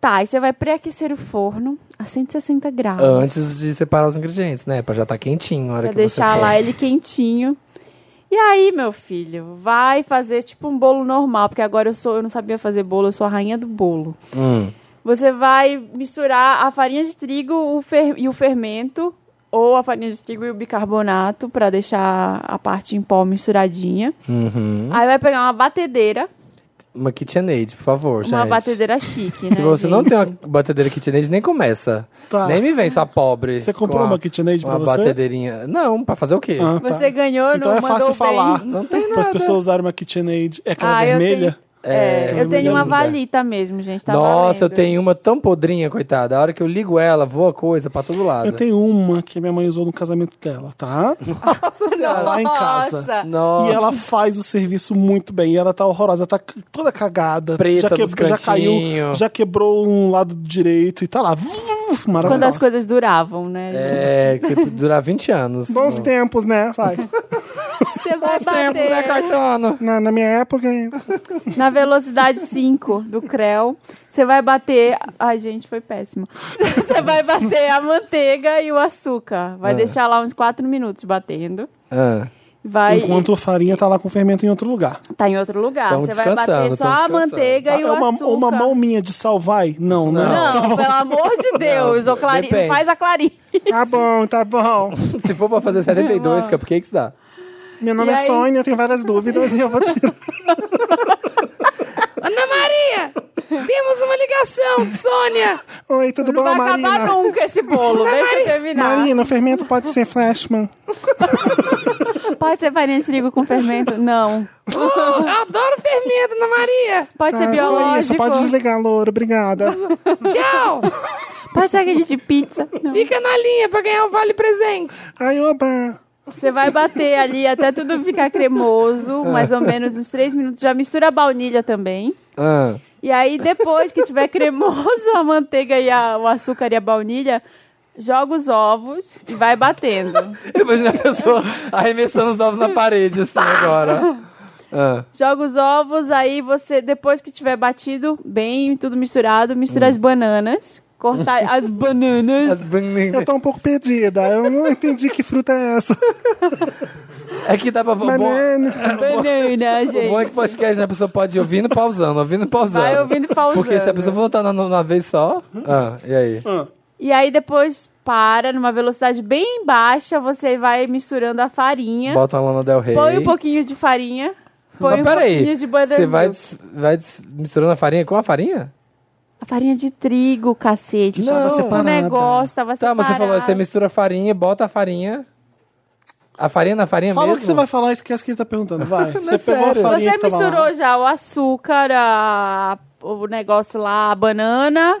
Speaker 3: Tá, aí você vai pré-aquecer o forno a 160 graus.
Speaker 2: Antes de separar os ingredientes, né? Pra já tá quentinho na hora
Speaker 3: Pra
Speaker 2: que
Speaker 3: deixar
Speaker 2: você for.
Speaker 3: lá ele quentinho. E aí, meu filho, vai fazer tipo um bolo normal, porque agora eu sou, eu não sabia fazer bolo, eu sou a rainha do bolo.
Speaker 2: Hum.
Speaker 3: Você vai misturar a farinha de trigo o fer- e o fermento ou a farinha de trigo e o bicarbonato pra deixar a parte em pó misturadinha.
Speaker 2: Uhum.
Speaker 3: Aí vai pegar uma batedeira,
Speaker 2: Uma KitchenAid, por favor,
Speaker 3: uma
Speaker 2: gente.
Speaker 3: batedeira chique, né?
Speaker 2: Se você não
Speaker 3: gente?
Speaker 2: tem uma batedeira KitchenAid, nem começa.
Speaker 1: Tá.
Speaker 2: Nem me vem, sua pobre.
Speaker 1: Você comprou
Speaker 2: com
Speaker 1: uma KitchenAid pra
Speaker 2: uma
Speaker 1: você?
Speaker 2: batedeirinha. Não, pra fazer o quê?
Speaker 1: Ah, tá.
Speaker 3: Você ganhou,
Speaker 1: Então
Speaker 3: não
Speaker 1: é
Speaker 3: mandou
Speaker 1: fácil
Speaker 3: bem.
Speaker 1: falar.
Speaker 2: Não tem
Speaker 1: Para as
Speaker 2: nada.
Speaker 1: pessoas usarem uma KitchenAid. É aquela
Speaker 3: Ah, eu
Speaker 1: vermelha?
Speaker 3: tenho- É,
Speaker 1: É,
Speaker 3: eu tenho uma
Speaker 1: vermelha.
Speaker 3: valita mesmo, gente. Tá
Speaker 2: Nossa, eu
Speaker 3: valendo.
Speaker 2: tenho uma tão podrinha, coitada. A hora que eu ligo ela, voa coisa pra todo lado.
Speaker 1: Eu tenho uma que minha mãe usou no casamento dela, tá?
Speaker 3: Nossa,
Speaker 1: lá em casa.
Speaker 2: Nossa.
Speaker 1: E ela faz o serviço muito bem. E ela tá horrorosa, tá c- toda cagada.
Speaker 2: Preta
Speaker 1: já,
Speaker 2: nos
Speaker 1: já caiu,
Speaker 2: cantinhos.
Speaker 1: já quebrou um lado direito e tá lá. Maravilhoso.
Speaker 3: Quando as coisas duravam, né?
Speaker 2: É, que você durar 20 anos.
Speaker 1: Bons tempos, né? Vai.
Speaker 3: Você vai
Speaker 2: tempos, né,
Speaker 3: bater
Speaker 2: Cartano?
Speaker 1: Na, na minha época.
Speaker 3: na velocidade 5 do Creu. Você vai bater. Ai, gente, foi péssimo. Você vai bater a manteiga e o açúcar. Vai deixar lá uns 4 minutos batendo.
Speaker 2: Ah,
Speaker 3: Vai.
Speaker 1: Enquanto a farinha tá lá com fermento em outro lugar.
Speaker 3: Tá em outro lugar.
Speaker 2: Tão
Speaker 3: Você vai bater
Speaker 2: descansando,
Speaker 3: só
Speaker 2: tão
Speaker 3: a
Speaker 2: descansando.
Speaker 3: manteiga
Speaker 1: Ah,
Speaker 3: e
Speaker 1: é
Speaker 3: o
Speaker 1: uma,
Speaker 3: açúcar.
Speaker 1: uma mão minha de salvar? Não, né? não.
Speaker 3: Não, pelo amor de Deus. ô, Clari-
Speaker 2: depende.
Speaker 3: Faz a Clarice.
Speaker 1: Tá bom, tá bom.
Speaker 2: se for pra fazer 72 cupcakes, dá.
Speaker 1: Meu
Speaker 3: nome E é aí? Sônia,
Speaker 1: eu tenho várias dúvidas e eu vou tirar.
Speaker 7: Ana Maria! Temos uma ligação, Sônia!
Speaker 1: Oi, tudo
Speaker 3: Não vai acabar nunca esse bolo. Deixa eu terminar.
Speaker 1: o fermento pode ser flashman.
Speaker 3: Pode ser farinha de trigo com fermento? Não.
Speaker 7: Eu adoro fermento, Ana É Maria!
Speaker 3: Pode
Speaker 1: Ah,
Speaker 2: Ah,
Speaker 3: ser é biológico.
Speaker 1: desligar, louro, obrigada.
Speaker 7: Tchau!
Speaker 3: Pode ser aquele de pizza. Não.
Speaker 7: Fica na linha pra ganhar o vale presente!
Speaker 1: Ai, oba.
Speaker 3: Você vai bater ali até tudo ficar cremoso, mais ou menos uns três minutos. Já mistura a baunilha também.
Speaker 2: Ah,
Speaker 3: E aí, depois que tiver cremoso a manteiga e a- o açúcar e a baunilha, joga os ovos e vai batendo.
Speaker 2: imagina a pessoa arremessando os ovos na parede, assim, agora. Ah,
Speaker 3: Joga os ovos, aí você, depois que tiver batido bem, tudo misturado, mistura
Speaker 2: Hum.
Speaker 3: as bananas. Cortar as bananas.
Speaker 2: as-
Speaker 1: Eu tô um pouco perdida. Eu não entendi que fruta é essa.
Speaker 6: Tá
Speaker 2: É que dá pra... Bom,
Speaker 1: Banana.
Speaker 3: Bananas,
Speaker 2: o bom é
Speaker 3: gente.
Speaker 2: que podcast, né, a pessoa pode ir ouvindo e pausando, ouvindo e pausando.
Speaker 3: Vai ouvindo e pausando.
Speaker 2: Porque se a pessoa for voltar na- numa vez só... Ah, e aí?
Speaker 3: E aí depois para numa velocidade bem baixa, você vai misturando a farinha.
Speaker 2: Bota uma Lana Del Rey.
Speaker 3: Põe um pouquinho de farinha. Põe
Speaker 2: Mas
Speaker 3: um
Speaker 2: peraí,
Speaker 3: pouquinho de buttermilk.
Speaker 2: você vai, des- vai des- misturando a farinha com a farinha?
Speaker 3: A farinha de trigo, cacete.
Speaker 2: Não. Tava
Speaker 3: o
Speaker 1: separada.
Speaker 3: negócio tava
Speaker 2: Tá, mas você
Speaker 3: separado.
Speaker 2: falou, você mistura a farinha, bota a farinha. A farinha na farinha
Speaker 1: Fala o
Speaker 2: mesmo?
Speaker 1: que você vai falar, esquece que ele tá perguntando. Vai. Você pegou a
Speaker 2: sério.
Speaker 1: farinha
Speaker 3: Você
Speaker 1: que tava lá.
Speaker 3: misturou já o açúcar, a- o negócio lá, a banana.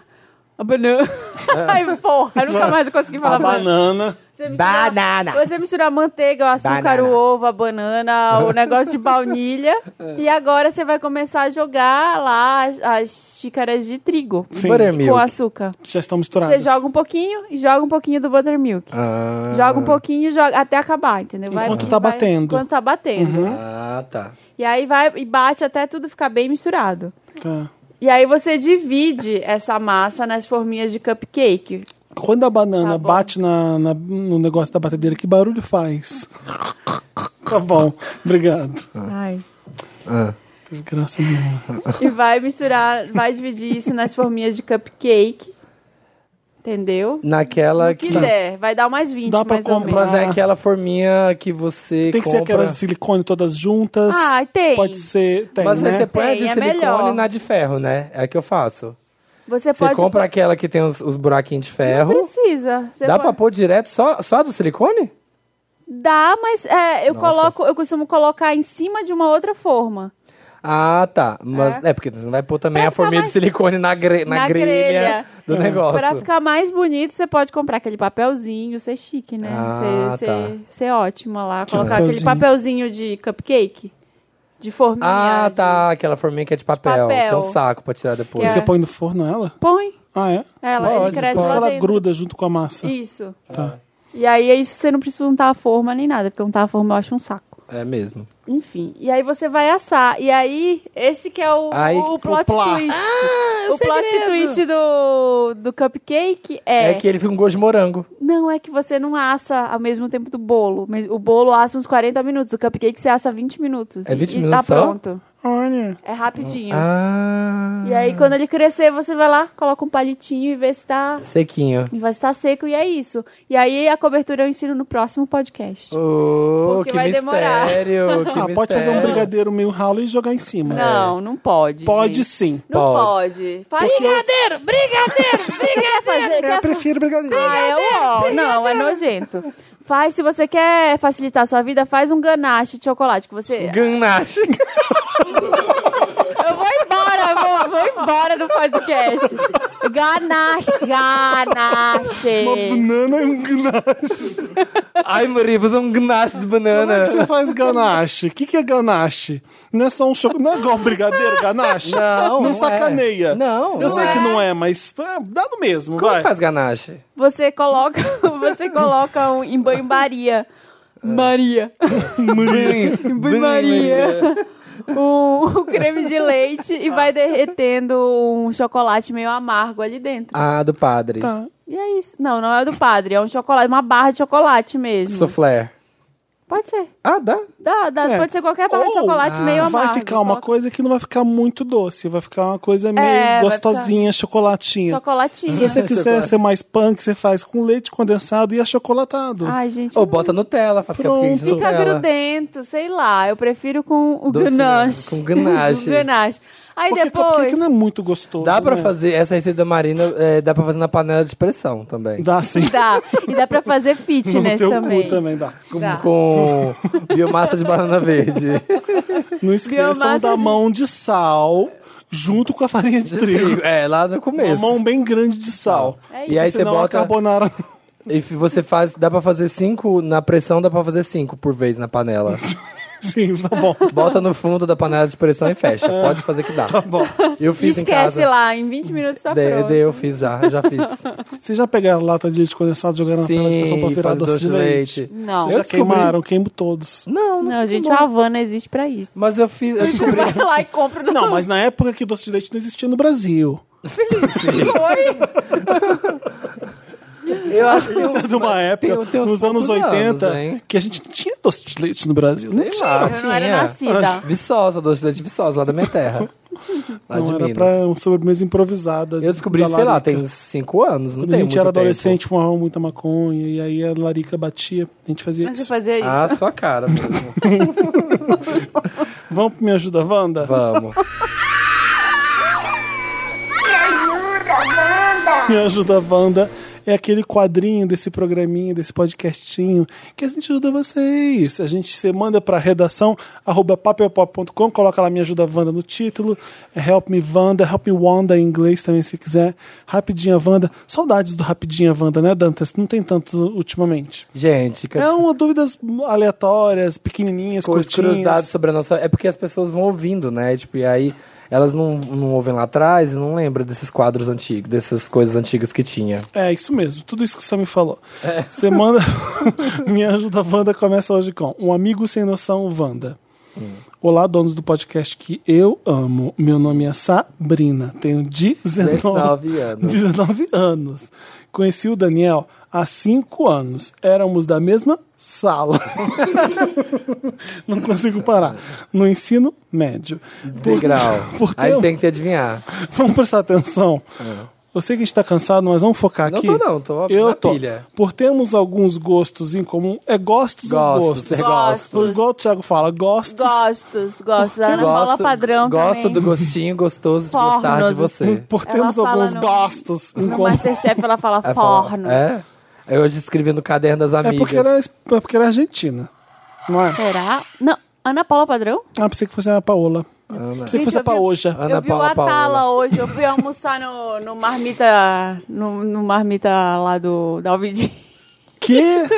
Speaker 3: A banana.
Speaker 2: É.
Speaker 3: Ai, porra, eu nunca mais consegui falar
Speaker 1: A banana.
Speaker 3: Você mistura-
Speaker 2: Banana.
Speaker 3: Você mistura a manteiga, o açúcar,
Speaker 2: Banana.
Speaker 3: o ovo, a banana, o negócio de baunilha.
Speaker 1: É.
Speaker 3: e agora você vai começar a jogar lá as, as xícaras de trigo
Speaker 1: Sim.
Speaker 2: Buttermilk.
Speaker 3: com açúcar.
Speaker 1: Já estão misturadas.
Speaker 3: Você joga um pouquinho e joga um pouquinho do buttermilk.
Speaker 2: Ah,
Speaker 3: Joga um pouquinho joga até acabar, entendeu? Vai-
Speaker 1: Enquanto tá
Speaker 3: vai-
Speaker 1: batendo. Uhum.
Speaker 3: Enquanto tá batendo.
Speaker 2: ah, tá.
Speaker 3: E aí vai e bate até tudo ficar bem misturado.
Speaker 1: Tá.
Speaker 3: E aí você divide essa massa nas forminhas de cupcake.
Speaker 1: Quando a banana
Speaker 3: Tá bom.
Speaker 1: bate na, na- no negócio da batedeira, que barulho faz? tá bom. Obrigado.
Speaker 3: Ai.
Speaker 1: Desgraça nenhuma.
Speaker 3: E vai misturar, vai dividir isso nas forminhas de cupcake. Entendeu?
Speaker 2: Naquela que.
Speaker 3: Que der, vai dar umas 20,
Speaker 1: Dá pra
Speaker 3: mais ou
Speaker 1: comprar-
Speaker 3: menos.
Speaker 2: Mas é aquela forminha que você
Speaker 1: Tem que ser
Speaker 2: compra.
Speaker 1: aquelas assim, de silicone todas juntas.
Speaker 3: Ah, tem.
Speaker 1: Pode ser. Tem,
Speaker 2: Mas aí
Speaker 1: né?
Speaker 2: você põe a de
Speaker 3: Tem, é
Speaker 2: silicone e
Speaker 3: melhor.
Speaker 2: na de ferro, né? É a que eu faço.
Speaker 3: Você
Speaker 2: Você
Speaker 3: pode...
Speaker 2: compra aquela que tem os, os buraquinhos de ferro.
Speaker 3: Precisa. Você
Speaker 2: Dá
Speaker 3: pode-
Speaker 2: pra pôr direto só, só a do silicone?
Speaker 3: Dá, mas é, eu,
Speaker 2: Nossa.
Speaker 3: coloco, eu costumo colocar em cima de uma outra forma.
Speaker 2: Ah, tá. Mas é, porque você não vai pôr também
Speaker 3: Pra
Speaker 2: a forminha
Speaker 3: ficar
Speaker 2: de silicone na, gre... na,
Speaker 3: tá, na
Speaker 2: grelha,
Speaker 3: grelha. É.
Speaker 2: do negócio.
Speaker 3: Pra ficar mais bonito, você pode comprar aquele papelzinho, ser chique, né?
Speaker 2: Ah,
Speaker 3: ser, ser-
Speaker 2: tá.
Speaker 3: ser é ótima lá. Colocar aquele
Speaker 1: papelzinho.
Speaker 3: papelzinho de cupcake. De forminha.
Speaker 2: Ah,
Speaker 3: de-
Speaker 2: tá. Aquela forminha que é de papel.
Speaker 3: papel.
Speaker 2: Que é um saco pra tirar depois.
Speaker 1: E
Speaker 3: Que
Speaker 1: você
Speaker 3: é.
Speaker 1: põe no forno ela?
Speaker 3: Põe.
Speaker 1: Ah, é?
Speaker 3: Ela,
Speaker 2: Pode,
Speaker 3: ele
Speaker 2: pode.
Speaker 3: cresce
Speaker 1: Porque
Speaker 3: lá
Speaker 1: ela
Speaker 3: dentro.
Speaker 1: gruda junto com a massa.
Speaker 3: Isso.
Speaker 1: Tá.
Speaker 3: E aí é isso, você não precisa untar a forma nem nada, porque untar a forma eu acho um saco.
Speaker 2: É mesmo.
Speaker 3: Enfim, e aí você vai assar. E aí, esse que é o,
Speaker 2: Aí,
Speaker 3: o
Speaker 2: o
Speaker 3: plot
Speaker 1: plá.
Speaker 3: twist.
Speaker 7: Ah,
Speaker 3: o plot twist do, do cupcake é...
Speaker 2: É. que ele fica um gosto de morango.
Speaker 3: Não, é que você não assa ao mesmo tempo do bolo. Mas o bolo assa uns 40 minutos, o cupcake você assa 20 minutos.
Speaker 2: É 20
Speaker 3: e, e
Speaker 2: minutos
Speaker 3: tá
Speaker 2: só?
Speaker 3: pronto.
Speaker 1: Olha.
Speaker 3: É rapidinho.
Speaker 2: Ah.
Speaker 3: E aí, quando ele crescer, você vai lá, coloca um palitinho e vê se tá.
Speaker 2: Sequinho.
Speaker 3: E vai estar seco, e é isso. E aí a cobertura eu ensino no próximo podcast.
Speaker 2: Oh,
Speaker 3: Porque
Speaker 2: que
Speaker 3: vai
Speaker 2: mistério.
Speaker 3: demorar.
Speaker 2: que
Speaker 1: Ah,
Speaker 2: mistério.
Speaker 1: pode fazer um brigadeiro meio ralo e jogar em cima.
Speaker 3: Não, não pode.
Speaker 1: É. Pode
Speaker 3: gente.
Speaker 1: sim.
Speaker 3: Não pode. Faz
Speaker 7: Brigadeiro, brigadeiro,
Speaker 3: quer fazer.
Speaker 1: É, Eu
Speaker 3: Quer...
Speaker 1: prefiro brigadeiro.
Speaker 3: Ah, é uó. Não, é nojento. Faz, se você quer facilitar a sua vida, faz um ganache de chocolate. Que
Speaker 1: Um
Speaker 3: você.
Speaker 2: Ganache.
Speaker 3: Eu vou embora, eu vou, vou embora do podcast. Ganache,
Speaker 1: Uma
Speaker 3: ganache.
Speaker 1: banana e um ganache.
Speaker 2: Ai, Maria, fazer um ganache de banana.
Speaker 1: é Você faz ganache. O que, que é ganache? Não é só um chocolate. Não é igual brigadeiro, ganache?
Speaker 2: Não, não
Speaker 1: Não
Speaker 2: é.
Speaker 1: sacaneia.
Speaker 2: Não,
Speaker 1: Eu
Speaker 2: não
Speaker 1: sei
Speaker 2: é.
Speaker 1: que não é, mas é, dá no mesmo.
Speaker 2: Como
Speaker 1: vai.
Speaker 2: que faz ganache?
Speaker 3: Você coloca, você coloca um em banho-maria. Maria.
Speaker 2: Banho.
Speaker 3: Banho-maria. Um, um creme de leite e vai derretendo um chocolate meio amargo ali dentro.
Speaker 2: Ah, do padre.
Speaker 1: Tá.
Speaker 3: E é isso. Não, não é do padre, é um chocolate, uma barra de chocolate mesmo.
Speaker 2: Soufflé.
Speaker 3: Pode ser.
Speaker 2: Ah, dá.
Speaker 3: Dá, dá,
Speaker 1: É.
Speaker 3: Pode ser qualquer barra de
Speaker 1: Ou-
Speaker 3: chocolate
Speaker 1: Ah.
Speaker 3: meio amargo.
Speaker 1: Vai ficar uma
Speaker 3: Coloca
Speaker 1: coisa que não vai ficar muito doce, vai ficar uma coisa meio
Speaker 3: vai
Speaker 1: gostosinha, chocolatinha.
Speaker 3: Chocolatinho.
Speaker 1: Se você quiser
Speaker 2: Chocolate.
Speaker 1: ser mais punk, você faz com leite condensado e achocolatado.
Speaker 3: Ai, gente.
Speaker 2: Ou
Speaker 3: não.
Speaker 2: bota Nutella, faz é
Speaker 1: Pronto.
Speaker 2: cupcake de
Speaker 3: Fica
Speaker 2: Nutella.
Speaker 3: grudento, sei lá. Eu prefiro com o
Speaker 2: Doce, né?
Speaker 3: ganache.
Speaker 2: Com ganache.
Speaker 3: Com ganache. Aí
Speaker 1: Porque
Speaker 3: depois.
Speaker 1: cupcake não é muito gostoso.
Speaker 2: Dá pra
Speaker 1: né?
Speaker 2: fazer, essa receita da Marina, é, dá pra fazer na panela de pressão também.
Speaker 1: Dá sim.
Speaker 3: Dá. E dá pra fazer
Speaker 1: é No
Speaker 3: fitness
Speaker 1: teu
Speaker 3: também.
Speaker 1: cu também dá.
Speaker 2: Com,
Speaker 3: Dá.
Speaker 2: com biomassa de banana verde.
Speaker 1: Não esqueçam
Speaker 3: Biomassa
Speaker 1: da
Speaker 3: de-
Speaker 1: mão de sal junto com a farinha de trigo.
Speaker 2: É, lá no
Speaker 1: Uma
Speaker 2: começo.
Speaker 1: mão bem grande de sal.
Speaker 3: É
Speaker 2: E aí você
Speaker 1: Senão a
Speaker 2: bota.
Speaker 1: carbonara.
Speaker 2: E f- você faz. Dá pra fazer cinco. Na pressão dá pra fazer cinco por vez na panela.
Speaker 1: sim, tá bom.
Speaker 2: Bota no fundo da panela de pressão e fecha.
Speaker 1: É.
Speaker 2: Pode fazer que dá. Tá
Speaker 1: bom.
Speaker 2: Eu fiz em
Speaker 3: Esquece
Speaker 2: casa.
Speaker 3: lá, em 20 minutos tá
Speaker 2: De-
Speaker 3: pronto.
Speaker 2: de- eu fiz já, já fiz.
Speaker 1: Vocês já pegaram lata de leite condensado e jogaram na panela de pressão pra
Speaker 2: Sim,
Speaker 1: virar
Speaker 2: faz
Speaker 1: doce, de leite?
Speaker 3: Não.
Speaker 1: Vocês já queimaram, queimo todos.
Speaker 2: Não, não.
Speaker 3: Não, gente, a Havana existe pra isso.
Speaker 2: Mas eu fiz. Eu descobri.
Speaker 3: Vai lá e compra no
Speaker 1: Não, mas na época que doce de leite não existia no Brasil.
Speaker 2: Eu acho que. um eu-
Speaker 1: Isso é de uma época,
Speaker 2: tem- tem uns
Speaker 1: nos anos
Speaker 2: poucos
Speaker 1: 80,
Speaker 2: anos, hein?
Speaker 1: que a gente não tinha doce de leite no Brasil. não
Speaker 2: Sei lá,
Speaker 1: tinha.
Speaker 3: Eu não era
Speaker 2: tinha. é
Speaker 3: nascida.
Speaker 2: Viçosa, doce de leite viçosa, lá da minha terra. Lá de
Speaker 1: Não, era
Speaker 2: Minas.
Speaker 1: pra uma sobremesa improvisada.
Speaker 2: Eu descobri,
Speaker 1: da
Speaker 2: sei lá,
Speaker 1: larica.
Speaker 2: tem uns cinco anos, não
Speaker 1: Quando a gente
Speaker 2: tem muito
Speaker 1: era
Speaker 2: tempo.
Speaker 1: adolescente, fumava muita maconha, e aí a larica batia. A gente fazia
Speaker 3: Mas
Speaker 1: isso.
Speaker 3: Você fazia isso.
Speaker 2: Ah, sua cara mesmo.
Speaker 1: Vamos pro Me Ajuda, Wanda?
Speaker 2: Vamos.
Speaker 5: Me ajuda, Wanda!
Speaker 1: Me Ajuda, Wanda é aquele quadrinho desse programinha, desse podcastinho, que a gente ajuda vocês. A gente se manda pra redação, arroba papelpop.com, coloca lá Me Ajuda, Wanda no título, é Help Me, Wanda, Help Me, Wanda em inglês também, se quiser. Rapidinha, Wanda. Saudades do Rapidinha, Wanda, né, Dantas? Não tem tantos ultimamente.
Speaker 2: Gente, que
Speaker 1: É uma dúvidas aleatórias, pequenininhas,
Speaker 2: coisa,
Speaker 1: curtinhas.
Speaker 2: curiosidade sobre a nossa. É porque as pessoas vão ouvindo, né? Tipo, e aí elas não, não ouvem lá atrás e não lembram desses quadros antigos, dessas coisas antigas que tinha.
Speaker 1: É, isso mesmo. Tudo isso que o Sam me falou.
Speaker 2: É.
Speaker 1: Você manda. Me ajuda, Wanda. Começa hoje com Um amigo sem noção, Wanda.
Speaker 2: Hum.
Speaker 1: Olá, donos do podcast que eu amo. Meu nome é Sabrina. Tenho 19,
Speaker 2: 19 anos.
Speaker 1: 19 anos. Conheci o Daniel há 5 anos. Éramos da mesma sala. Não consigo parar. No ensino médio.
Speaker 2: Degrau.
Speaker 1: Por, por
Speaker 2: Aí a gente
Speaker 1: ter- um
Speaker 2: tem que adivinhar.
Speaker 1: Vamos prestar atenção. Eu sei que a gente tá cansado, mas vamos focar
Speaker 2: É. Não
Speaker 1: aqui.
Speaker 2: tô não, tô
Speaker 1: Eu
Speaker 2: na
Speaker 1: tô.
Speaker 2: pilha.
Speaker 1: Por termos alguns gostos em comum. É gostos, ou
Speaker 2: Gosto,
Speaker 1: gostos?
Speaker 2: é
Speaker 3: Gosto.
Speaker 2: gosto.
Speaker 3: Gostos.
Speaker 1: Igual o Thiago fala, gostos.
Speaker 3: Gostos, gostos. A Ana Paula
Speaker 2: Gosto,
Speaker 3: Padrão
Speaker 2: gosto
Speaker 3: também.
Speaker 2: do gostinho gostoso de
Speaker 3: Fornos.
Speaker 2: gostar de você.
Speaker 1: Hum, Por
Speaker 3: Ela
Speaker 1: termos
Speaker 3: fala
Speaker 1: alguns
Speaker 3: no-
Speaker 1: gostos em
Speaker 3: No
Speaker 1: comum.
Speaker 3: Masterchef ela fala
Speaker 2: Aí fala,
Speaker 3: forno.
Speaker 2: É? Aí hoje escrevi no caderno das
Speaker 1: É
Speaker 2: amigas.
Speaker 1: porque, era, é porque era argentina. Não é?
Speaker 3: Será? Não, Ana Paula Padrão?
Speaker 1: Ah, pensei que fosse a Paola. Pensei que
Speaker 3: Gente,
Speaker 1: fosse a
Speaker 3: eu vi-
Speaker 1: Paoja.
Speaker 2: Ana
Speaker 3: eu vi
Speaker 2: Paula
Speaker 3: o Atala
Speaker 2: Paola.
Speaker 3: hoje, eu fui almoçar no, no marmita. No, no marmita lá do da Alvidinho.
Speaker 1: Que?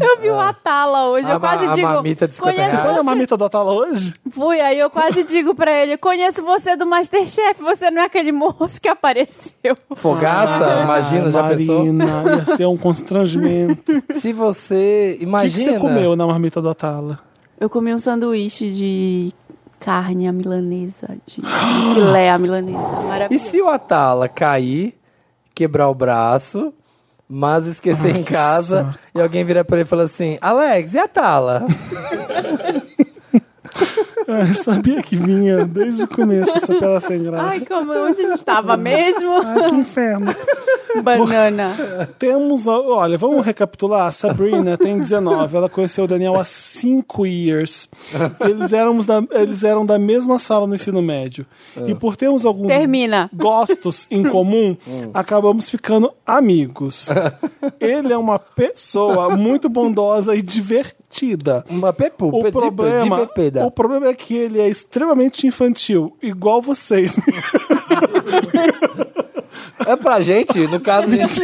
Speaker 3: Eu vi o Atala hoje,
Speaker 2: Ah. A
Speaker 3: eu quase
Speaker 2: ma- a
Speaker 3: digo.
Speaker 2: marmita de 50
Speaker 3: "Conheço
Speaker 2: reais."
Speaker 1: Foi
Speaker 3: você."
Speaker 1: a mamita do Atala hoje?
Speaker 3: Fui, aí eu quase digo pra ele: conheço você do Masterchef, você não é aquele moço que apareceu.
Speaker 2: Fogaça? imagina, já pensou?
Speaker 1: Ah, Marina, ia ser um constrangimento. O
Speaker 2: Se você.
Speaker 1: que,
Speaker 2: Imagina.
Speaker 1: que você comeu na marmita do Atala?
Speaker 3: Eu comi um sanduíche de carne à milanesa, de filé à milanesa.
Speaker 2: E
Speaker 3: Maravilhoso.
Speaker 2: se o Atala cair, quebrar o braço, mas esquecer em casa e alguém virar pra ele e falar assim: Alex, e Atala?
Speaker 1: Eu sabia que vinha desde o começo essa pela sem
Speaker 3: Ai,
Speaker 1: graça.
Speaker 3: como, onde a gente tava mesmo?
Speaker 1: Ai, que inferno.
Speaker 3: Banana.
Speaker 1: Temos, a- olha, vamos recapitular. A Sabrina tem 19, ela conheceu o Daniel há 5 years. Eles, éramos da, eles eram da mesma sala no ensino médio. E por termos alguns
Speaker 3: Termina.
Speaker 1: gostos em comum, acabamos ficando amigos. Ele é uma pessoa muito bondosa e divertida.
Speaker 2: Uma pepu,
Speaker 1: O problema, o problema é que ele é extremamente infantil, igual vocês.
Speaker 2: É pra gente, no caso, a gente-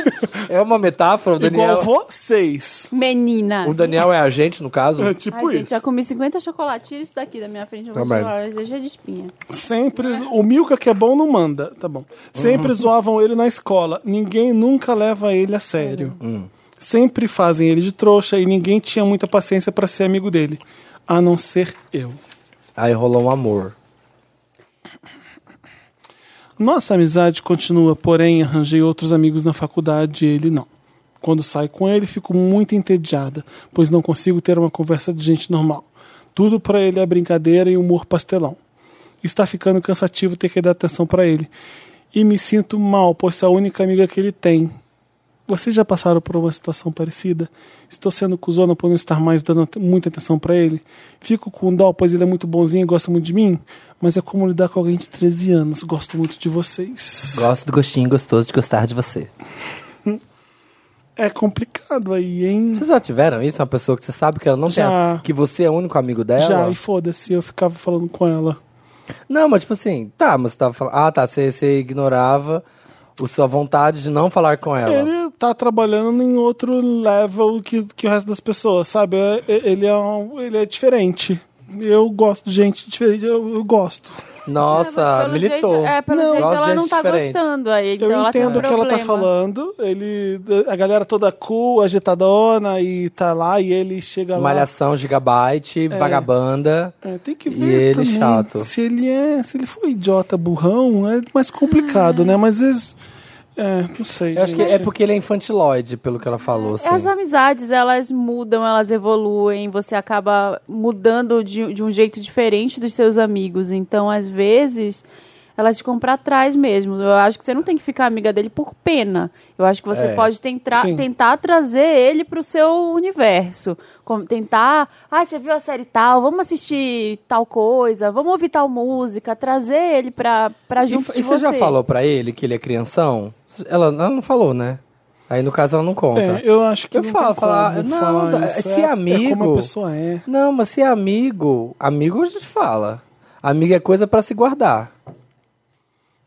Speaker 2: é uma metáfora. O Daniel,
Speaker 1: igual vocês.
Speaker 3: Menina.
Speaker 2: o Daniel é a gente, no caso.
Speaker 1: É tipo
Speaker 3: Ai, gente,
Speaker 1: isso. Tá
Speaker 3: já comi 50 chocolates. Tira isso daqui da minha frente. Eu vou
Speaker 2: Também.
Speaker 3: chorar. Eu já é de espinha.
Speaker 1: Sempre. O Milka que é bom não manda. Tá bom. Sempre zoavam ele na escola. Ninguém nunca leva ele a sério. Sempre fazem ele de trouxa e ninguém tinha muita paciência pra ser amigo dele. A não ser eu.
Speaker 2: Aí rolou um amor.
Speaker 1: Nossa amizade continua, porém arranjei outros amigos na faculdade e ele não. Quando saio com ele, fico muito entediada, pois não consigo ter uma conversa de gente normal. Tudo pra ele é brincadeira e humor pastelão. Está ficando cansativo ter que dar atenção pra ele. E me sinto mal, pois sou a única amiga que ele tem. Vocês já passaram por uma situação parecida? Estou sendo cuzona por não estar mais dando at- muita atenção pra ele? Fico com dó, pois ele é muito bonzinho e gosta muito de mim? Mas é como lidar com alguém de 13 anos. Gosto muito de vocês.
Speaker 2: Gosto do gostinho gostoso de gostar de você.
Speaker 1: É complicado aí, hein?
Speaker 2: Vocês já tiveram isso? Uma pessoa que você sabe que ela não
Speaker 1: Já.
Speaker 2: tem. Que você é o único amigo dela?
Speaker 1: Já, e foda-se, eu ficava falando com ela.
Speaker 2: Não, mas tipo assim, tá, mas você tava falando. Ah, tá, você, você ignorava a sua vontade de não falar com ela.
Speaker 1: Ele tá trabalhando em outro level que, que o resto das pessoas, sabe? É- é- Ele é, um- ele é diferente. Eu gosto de gente diferente, eu, eu gosto.
Speaker 2: Nossa,
Speaker 3: É, mas pelo
Speaker 2: militou.
Speaker 3: Jeito, é, pelo
Speaker 1: Não.
Speaker 3: jeito
Speaker 2: Gosto de
Speaker 3: ela não
Speaker 2: gente
Speaker 3: tá
Speaker 2: diferente.
Speaker 3: gostando aí. Então
Speaker 1: eu
Speaker 3: ela tem um
Speaker 1: entendo o que ela tá
Speaker 3: problema.
Speaker 1: falando. Ele, a galera toda cool, agitadona e tá lá e ele chega lá.
Speaker 2: Malhação, gigabyte, vagabanda.
Speaker 1: É, tem que
Speaker 2: E
Speaker 1: ver
Speaker 2: ele
Speaker 1: também
Speaker 2: chato.
Speaker 1: se ele é, se ele for idiota, burrão, é mais
Speaker 3: Ah.
Speaker 1: complicado, né? Mas às vezes, é, não sei.
Speaker 2: Eu acho que
Speaker 1: gente.
Speaker 2: é porque ele é infantiloide, pelo que ela falou, assim.
Speaker 3: As amizades, elas mudam, elas evoluem, você acaba mudando de, de um jeito diferente dos seus amigos. Então, às vezes, elas ficam pra trás mesmo. Eu acho que você não tem que ficar amiga dele por pena. Eu acho que você
Speaker 2: É.
Speaker 3: pode tentar,
Speaker 1: Sim.
Speaker 3: tentar trazer ele pro seu universo. Como tentar, ah, você viu a série tal, vamos assistir tal coisa, vamos ouvir tal música, trazer ele pra, pra
Speaker 2: E,
Speaker 3: junto
Speaker 2: e
Speaker 3: de
Speaker 2: você
Speaker 3: você.
Speaker 2: já falou pra ele que ele é crianção? Ela, ela não falou, né? Aí no caso ela não conta.
Speaker 1: É, eu acho que
Speaker 2: tá? Eu
Speaker 1: não
Speaker 2: falo,
Speaker 1: tem como
Speaker 2: falar, não,
Speaker 1: falar isso.
Speaker 2: esse amigo-
Speaker 1: É como a pessoa é.
Speaker 2: Não, mas se é amigo, amigo a gente fala. Amigo é coisa pra se guardar.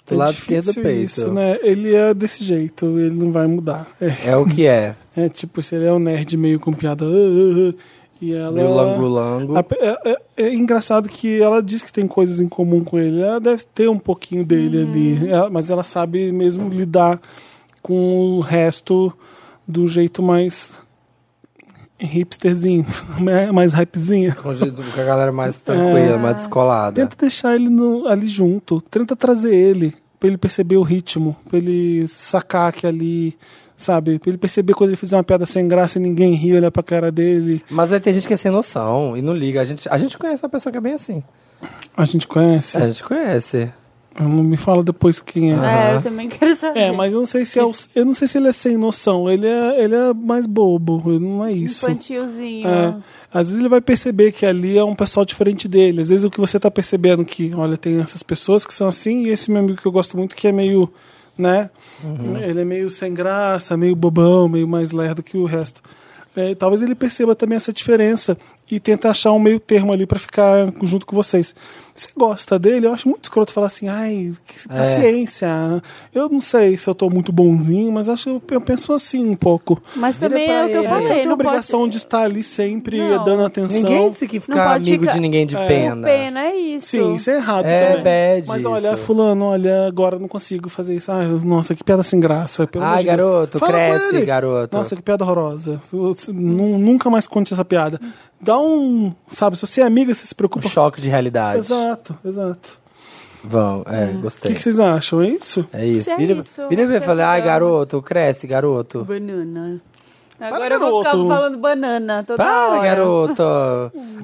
Speaker 2: Do
Speaker 1: é
Speaker 2: lado
Speaker 1: difícil
Speaker 2: esquerdo do peito.
Speaker 1: isso, né? Ele é desse jeito, ele não vai mudar. É,
Speaker 2: É o que é.
Speaker 1: é tipo, se ele é um nerd meio com piada. "Ah, ah, ah", e ela.
Speaker 2: Meio lango-lango.
Speaker 1: A pe- É, é- é engraçado que ela diz que tem coisas em comum com ele. Ela deve ter um pouquinho dele ali. Ela- mas ela sabe mesmo lidar com o resto do jeito mais hipsterzinho, né? mais hypezinha.
Speaker 2: Onde- Com a galera mais tranquila,
Speaker 3: É.
Speaker 2: mais descolada.
Speaker 1: Tenta deixar ele no- ali junto. Tenta trazer ele. Pra ele perceber o ritmo. Pra ele sacar que ali. Sabe? Pra ele perceber quando ele fizer uma piada sem graça e ninguém ri, olhar pra cara dele.
Speaker 2: Mas aí tem gente que é sem noção e não liga. A gente, a gente conhece uma pessoa que é bem assim.
Speaker 1: A gente conhece.
Speaker 2: A gente conhece.
Speaker 1: Não me fala depois quem é.
Speaker 2: né?
Speaker 3: É, eu também quero saber.
Speaker 1: É, mas eu não sei se é o- eu não sei se ele é sem noção. Ele é, ele é mais bobo. Ele não é isso.
Speaker 3: Infantilzinho.
Speaker 1: É. Às vezes ele vai perceber que ali é um pessoal diferente dele. Às vezes o que você tá percebendo que, olha, tem essas pessoas que são assim e esse meu amigo que eu gosto muito que é meio, né? Ele é meio sem graça, meio bobão, meio mais lerdo que o resto. É, e talvez ele perceba também essa diferença e tenta achar um meio termo ali pra ficar junto com vocês. Você gosta dele? Eu acho muito escroto falar assim, ai, que paciência. Eu não sei se eu tô muito bonzinho, mas acho eu- eu penso assim um pouco.
Speaker 3: Mas também
Speaker 2: pra
Speaker 3: é o que eu
Speaker 2: ele.
Speaker 1: Você não
Speaker 3: falei.
Speaker 1: né? tem
Speaker 3: Não pode
Speaker 1: obrigação de estar ali sempre
Speaker 3: Não.
Speaker 1: dando atenção.
Speaker 2: Ninguém tem que
Speaker 3: Não
Speaker 2: ficar
Speaker 3: pode
Speaker 2: amigo
Speaker 3: ficar-
Speaker 2: de ninguém de
Speaker 1: É.
Speaker 3: pena.
Speaker 2: pena.
Speaker 3: pena, é isso.
Speaker 1: Sim, isso é errado
Speaker 2: É
Speaker 1: também.
Speaker 2: bad
Speaker 1: Mas
Speaker 2: isso.
Speaker 1: olha, fulano, olha, agora eu não consigo fazer isso. Ai, nossa, que piada sem graça. Pelo
Speaker 2: Ai,
Speaker 1: amor de Deus.
Speaker 2: garoto,
Speaker 1: Fala com
Speaker 2: cresce,
Speaker 1: ele.
Speaker 2: garoto.
Speaker 1: Nossa, que piada horrorosa. Nu- Nunca mais conte essa piada. Dá um, sabe, se você é amiga, você se
Speaker 2: Um
Speaker 1: preocupa.
Speaker 2: choque de realidade.
Speaker 1: Exato, exato.
Speaker 2: Vão, é,
Speaker 1: O
Speaker 3: Hum.
Speaker 2: gostei.
Speaker 1: que, que vocês acham? É isso?
Speaker 2: É isso.
Speaker 3: Isso é
Speaker 2: Vira, vira
Speaker 3: isso, acho
Speaker 2: pra ele
Speaker 3: que
Speaker 2: e fala, ai,
Speaker 3: ajudamos.
Speaker 2: garoto, cresce, garoto.
Speaker 3: Banana. Agora
Speaker 1: Para,
Speaker 3: eu vou ficar
Speaker 1: garoto.
Speaker 3: falando banana toda
Speaker 2: Para,
Speaker 3: hora.
Speaker 2: garoto.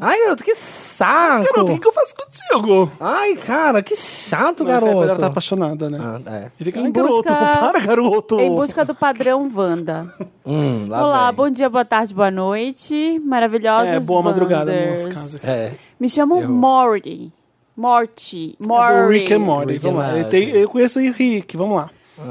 Speaker 2: Ai, garoto, que saco!
Speaker 1: Garota, o que, que eu faço contigo?
Speaker 2: Ai, cara, que chato,
Speaker 1: Mas aí
Speaker 2: garoto.
Speaker 1: ela tá apaixonada, né?
Speaker 2: Ah, é.
Speaker 1: E fica,
Speaker 3: Em
Speaker 1: ai, garoto,
Speaker 3: busca-
Speaker 1: para, garoto!
Speaker 3: Em busca do padrão Wanda.
Speaker 2: Hum, lá
Speaker 3: Olá,
Speaker 2: vem.
Speaker 3: bom dia, boa tarde, boa noite. Maravilhosos
Speaker 1: É, boa madrugada no nosso
Speaker 3: Wanders.
Speaker 1: caso aqui.
Speaker 2: É.
Speaker 3: Me chamam Morty. Morty.
Speaker 1: É do
Speaker 3: Morty.
Speaker 1: Rick and Morty,
Speaker 2: Rick é
Speaker 1: vamos
Speaker 2: and
Speaker 1: lá. Ele
Speaker 2: Morty.
Speaker 1: tem- eu conheço o Rick, vamos lá.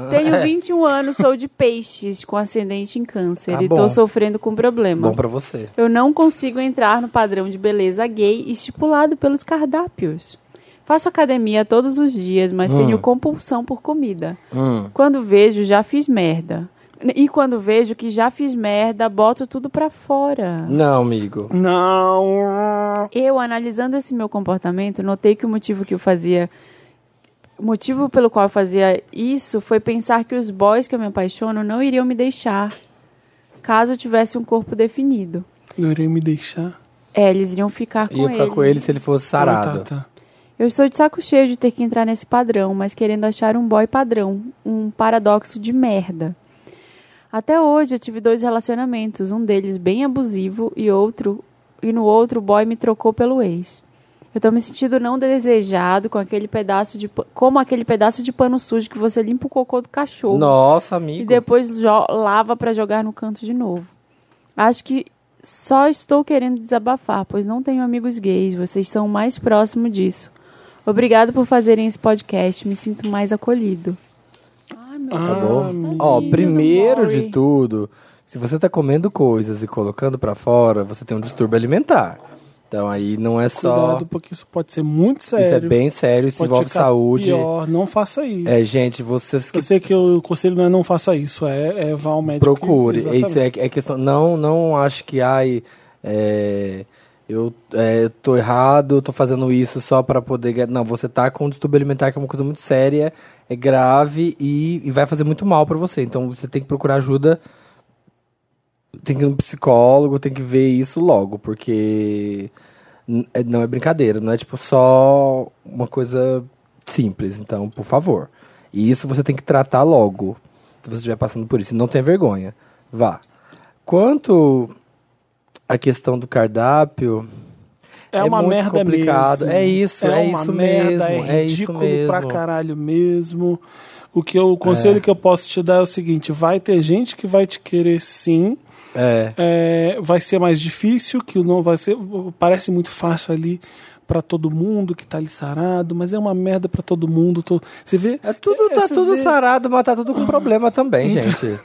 Speaker 3: Tenho 21 anos, sou de peixes, com ascendente em câncer.
Speaker 2: Tá
Speaker 3: e
Speaker 2: bom.
Speaker 3: tô sofrendo com um problema.
Speaker 2: Bom pra você.
Speaker 3: Eu não consigo entrar no padrão de beleza gay estipulado pelos cardápios. Faço academia todos os dias,
Speaker 2: Ah.
Speaker 3: mas tenho compulsão por comida.
Speaker 1: Hum.
Speaker 3: Quando vejo, já fiz merda. E quando vejo que já fiz merda, boto tudo pra fora.
Speaker 2: Não, amigo.
Speaker 1: Não.
Speaker 3: Eu, analisando esse meu comportamento, notei que o motivo que eu fazia. O motivo pelo qual eu fazia isso foi pensar que os boys que eu me apaixono não iriam me deixar caso eu tivesse um corpo definido.
Speaker 1: Eu irei me deixar.
Speaker 3: É, eles iriam ficar com
Speaker 2: Ia ficar
Speaker 3: ele.
Speaker 2: com ele se ele fosse sarado.
Speaker 1: Ah, tá, tá.
Speaker 3: Eu estou de saco cheio de ter que entrar nesse padrão, mas querendo achar um boy padrão, um paradoxo de merda. Até hoje eu tive dois relacionamentos, um deles bem abusivo e outro e no outro o boy me trocou pelo ex. Eu tô me sentindo não desejado com aquele pedaço de pa- como aquele pedaço de pano sujo que você limpa o cocô do cachorro
Speaker 2: Nossa,
Speaker 3: e
Speaker 2: amigo.
Speaker 3: depois jo- lava pra jogar no canto de novo. Acho que só estou querendo desabafar, pois não tenho amigos gays, vocês são o mais próximo disso. Obrigado por fazerem esse podcast, me sinto mais acolhido. Ai, meu
Speaker 1: Ah,
Speaker 2: Bom?
Speaker 3: Deus. tá
Speaker 2: Ó,
Speaker 3: tadinho do
Speaker 2: primeiro
Speaker 3: Maury.
Speaker 2: de tudo, se você tá comendo coisas e colocando pra fora, você tem um distúrbio alimentar. Então aí não é só.
Speaker 1: Cuidado, porque isso pode ser muito sério.
Speaker 2: Isso é bem sério, isso
Speaker 1: Pode
Speaker 2: envolve
Speaker 1: ficar
Speaker 2: saúde.
Speaker 1: Pior, não faça isso.
Speaker 2: É, gente, vocês que
Speaker 1: Eu sei que o conselho não é não faça isso, é, é vá ao médico.
Speaker 2: procure. É
Speaker 1: Exatamente.
Speaker 2: Isso é, é questão. Não, não acho que ai. é, eu é, tô errado, eu tô fazendo isso só pra poder. ganhar- Não, você tá com um distúrbio alimentar que é uma coisa muito séria, é grave e, e vai fazer muito mal pra você. Então você tem que procurar ajuda. Tem que ir no psicólogo, tem que ver isso logo, porque n- é- não é brincadeira, não é tipo só uma coisa simples. Então, por favor. E isso você tem que tratar logo. Se você estiver passando por isso. E não tenha vergonha. Vá. Quanto à questão do cardápio.
Speaker 1: É, uma
Speaker 2: muito
Speaker 1: merda
Speaker 2: complicado.
Speaker 1: mesmo.
Speaker 2: É isso, é,
Speaker 1: uma
Speaker 2: isso
Speaker 1: merda,
Speaker 2: mesmo.
Speaker 1: É
Speaker 2: É, isso
Speaker 1: ridículo
Speaker 2: mesmo. É.
Speaker 1: pra caralho mesmo. O que eu, o conselho que eu posso te dar é o seguinte: vai ter gente que vai te querer sim.
Speaker 2: É.
Speaker 1: É, vai ser mais difícil, que o não vai ser. Parece muito fácil ali pra todo mundo que tá ali sarado, mas é uma merda pra todo mundo. to- Você vê?
Speaker 2: É tudo, tá
Speaker 1: você
Speaker 2: tudo
Speaker 1: vê-
Speaker 2: sarado, mas tá tudo com problema também,
Speaker 1: Então,
Speaker 2: gente.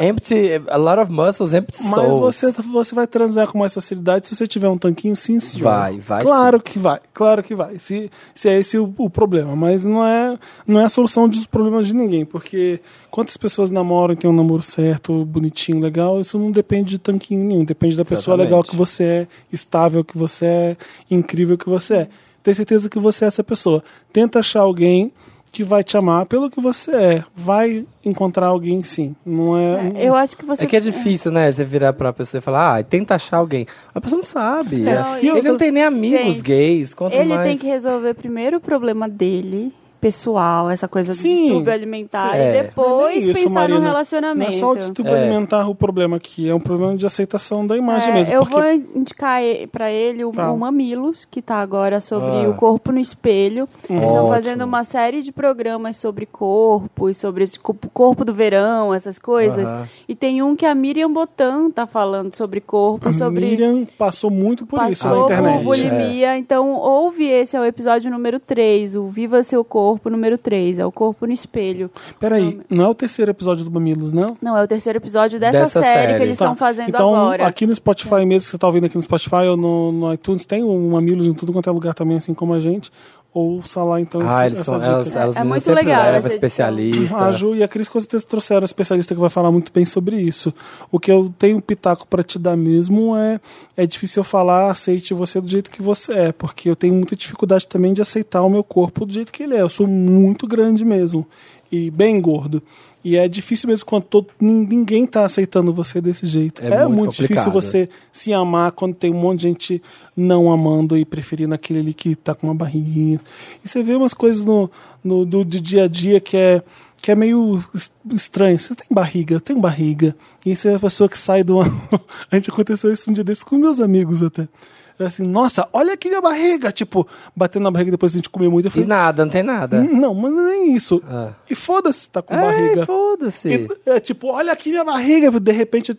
Speaker 2: Empty, a lot of muscles, empty
Speaker 1: Mas
Speaker 2: souls.
Speaker 1: você, tá você vai transar com mais facilidade se você tiver um tanquinho, sim, senhor.
Speaker 2: Vai, vai
Speaker 1: Claro que vai, claro que vai. Se, se é esse o, o problema. Mas não é, não é a solução dos problemas de ninguém. Porque quantas pessoas namoram e têm um namoro certo, bonitinho, legal, isso não depende de tanquinho nenhum. Depende da pessoa
Speaker 2: Exatamente.
Speaker 1: legal que você é, estável que você é, incrível que você é. Ter certeza que você é essa pessoa. Tenta achar alguém que vai te amar pelo que você é. Vai encontrar alguém, sim. Não é.
Speaker 3: Eu acho que você
Speaker 2: É que é difícil, né? Você virar pra pessoa e falar, ah, tenta achar alguém. A pessoa não sabe.
Speaker 3: Não,
Speaker 2: É.
Speaker 3: e
Speaker 2: ele
Speaker 3: outra-
Speaker 2: não tem nem amigos
Speaker 3: Então, Gente,
Speaker 2: gays. Quanto
Speaker 3: Ele
Speaker 2: mais...
Speaker 3: tem que resolver primeiro o problema dele, pessoal, essa coisa do
Speaker 1: Sim.
Speaker 3: distúrbio alimentar,
Speaker 2: Sim.
Speaker 3: e
Speaker 2: É.
Speaker 1: Não é
Speaker 3: depois
Speaker 1: nem isso,
Speaker 3: pensar
Speaker 1: Marina.
Speaker 3: no relacionamento.
Speaker 1: Não é só o distúrbio
Speaker 2: É.
Speaker 1: alimentar o problema aqui, é um problema de aceitação da imagem
Speaker 3: É,
Speaker 1: mesmo.
Speaker 3: eu
Speaker 1: porque
Speaker 3: vou indicar e- pra ele o,
Speaker 1: Fala.
Speaker 3: o Mamilos, que tá agora sobre
Speaker 2: Ah.
Speaker 3: o corpo no espelho. Eles estão
Speaker 2: Ótimo.
Speaker 3: fazendo uma série de programas sobre corpo e sobre esse cu- corpo do verão, essas coisas.
Speaker 2: Aham.
Speaker 3: E tem um que a Miriam Botan tá falando sobre corpo,
Speaker 1: a
Speaker 3: sobre
Speaker 1: Miriam passou muito por isso na
Speaker 3: passou
Speaker 1: internet.
Speaker 2: É.
Speaker 3: por bulimia. Então, ouve esse é o episódio número 3, o Viva Seu Corpo número 3, é o corpo no espelho.
Speaker 1: Peraí, não é o terceiro episódio do Mamilos, não?
Speaker 3: Não, é o terceiro episódio dessa,
Speaker 2: Dessa
Speaker 3: série,
Speaker 2: série.
Speaker 3: que eles
Speaker 1: Tá,
Speaker 3: estão fazendo
Speaker 1: então,
Speaker 3: agora.
Speaker 1: aqui no Spotify mesmo, que você tá ouvindo aqui no Spotify ou no, no iTunes, tem um Mamilos em tudo quanto é lugar também, assim como a gente. Ouça lá então
Speaker 2: Ah,
Speaker 1: esse-
Speaker 2: eles
Speaker 1: essa
Speaker 2: são,
Speaker 1: dica.
Speaker 2: elas, elas
Speaker 3: É
Speaker 2: meninas
Speaker 3: muito
Speaker 2: sempre
Speaker 3: legal
Speaker 2: levam
Speaker 3: essa edição.
Speaker 2: especialista. né?
Speaker 1: A Ju e a Cris com certeza trouxeram um especialista que vai falar muito bem sobre isso. O que eu tenho pitaco pra te dar mesmo é é difícil eu falar aceite você do jeito que você é, porque eu tenho muita dificuldade também de aceitar o meu corpo do jeito que ele é. Eu sou muito grande mesmo e bem gordo. E é difícil mesmo quando todo, nin- ninguém tá aceitando você desse jeito.
Speaker 2: É
Speaker 1: É, muito,
Speaker 2: muito
Speaker 1: difícil
Speaker 2: complicado.
Speaker 1: você se amar quando tem um monte de gente não amando e preferindo aquele ali que tá com uma barriguinha. E você vê umas coisas no, no do, de dia a dia que é, que é meio es- estranho. Você tem barriga, eu tenho barriga. E você é a pessoa que sai do. A gente aconteceu isso um dia desses com meus amigos até. Eu assim, nossa, olha aqui minha barriga. Tipo, batendo na barriga depois de a gente comer muito. Eu
Speaker 2: E
Speaker 1: falei,
Speaker 2: nada, não tem nada.
Speaker 1: não, mas nem isso.
Speaker 2: Ah.
Speaker 1: E foda-se, tá com
Speaker 2: É,
Speaker 1: Uhum. barriga.
Speaker 2: foda-se.
Speaker 1: E, é tipo, olha aqui minha barriga, de repente. eu-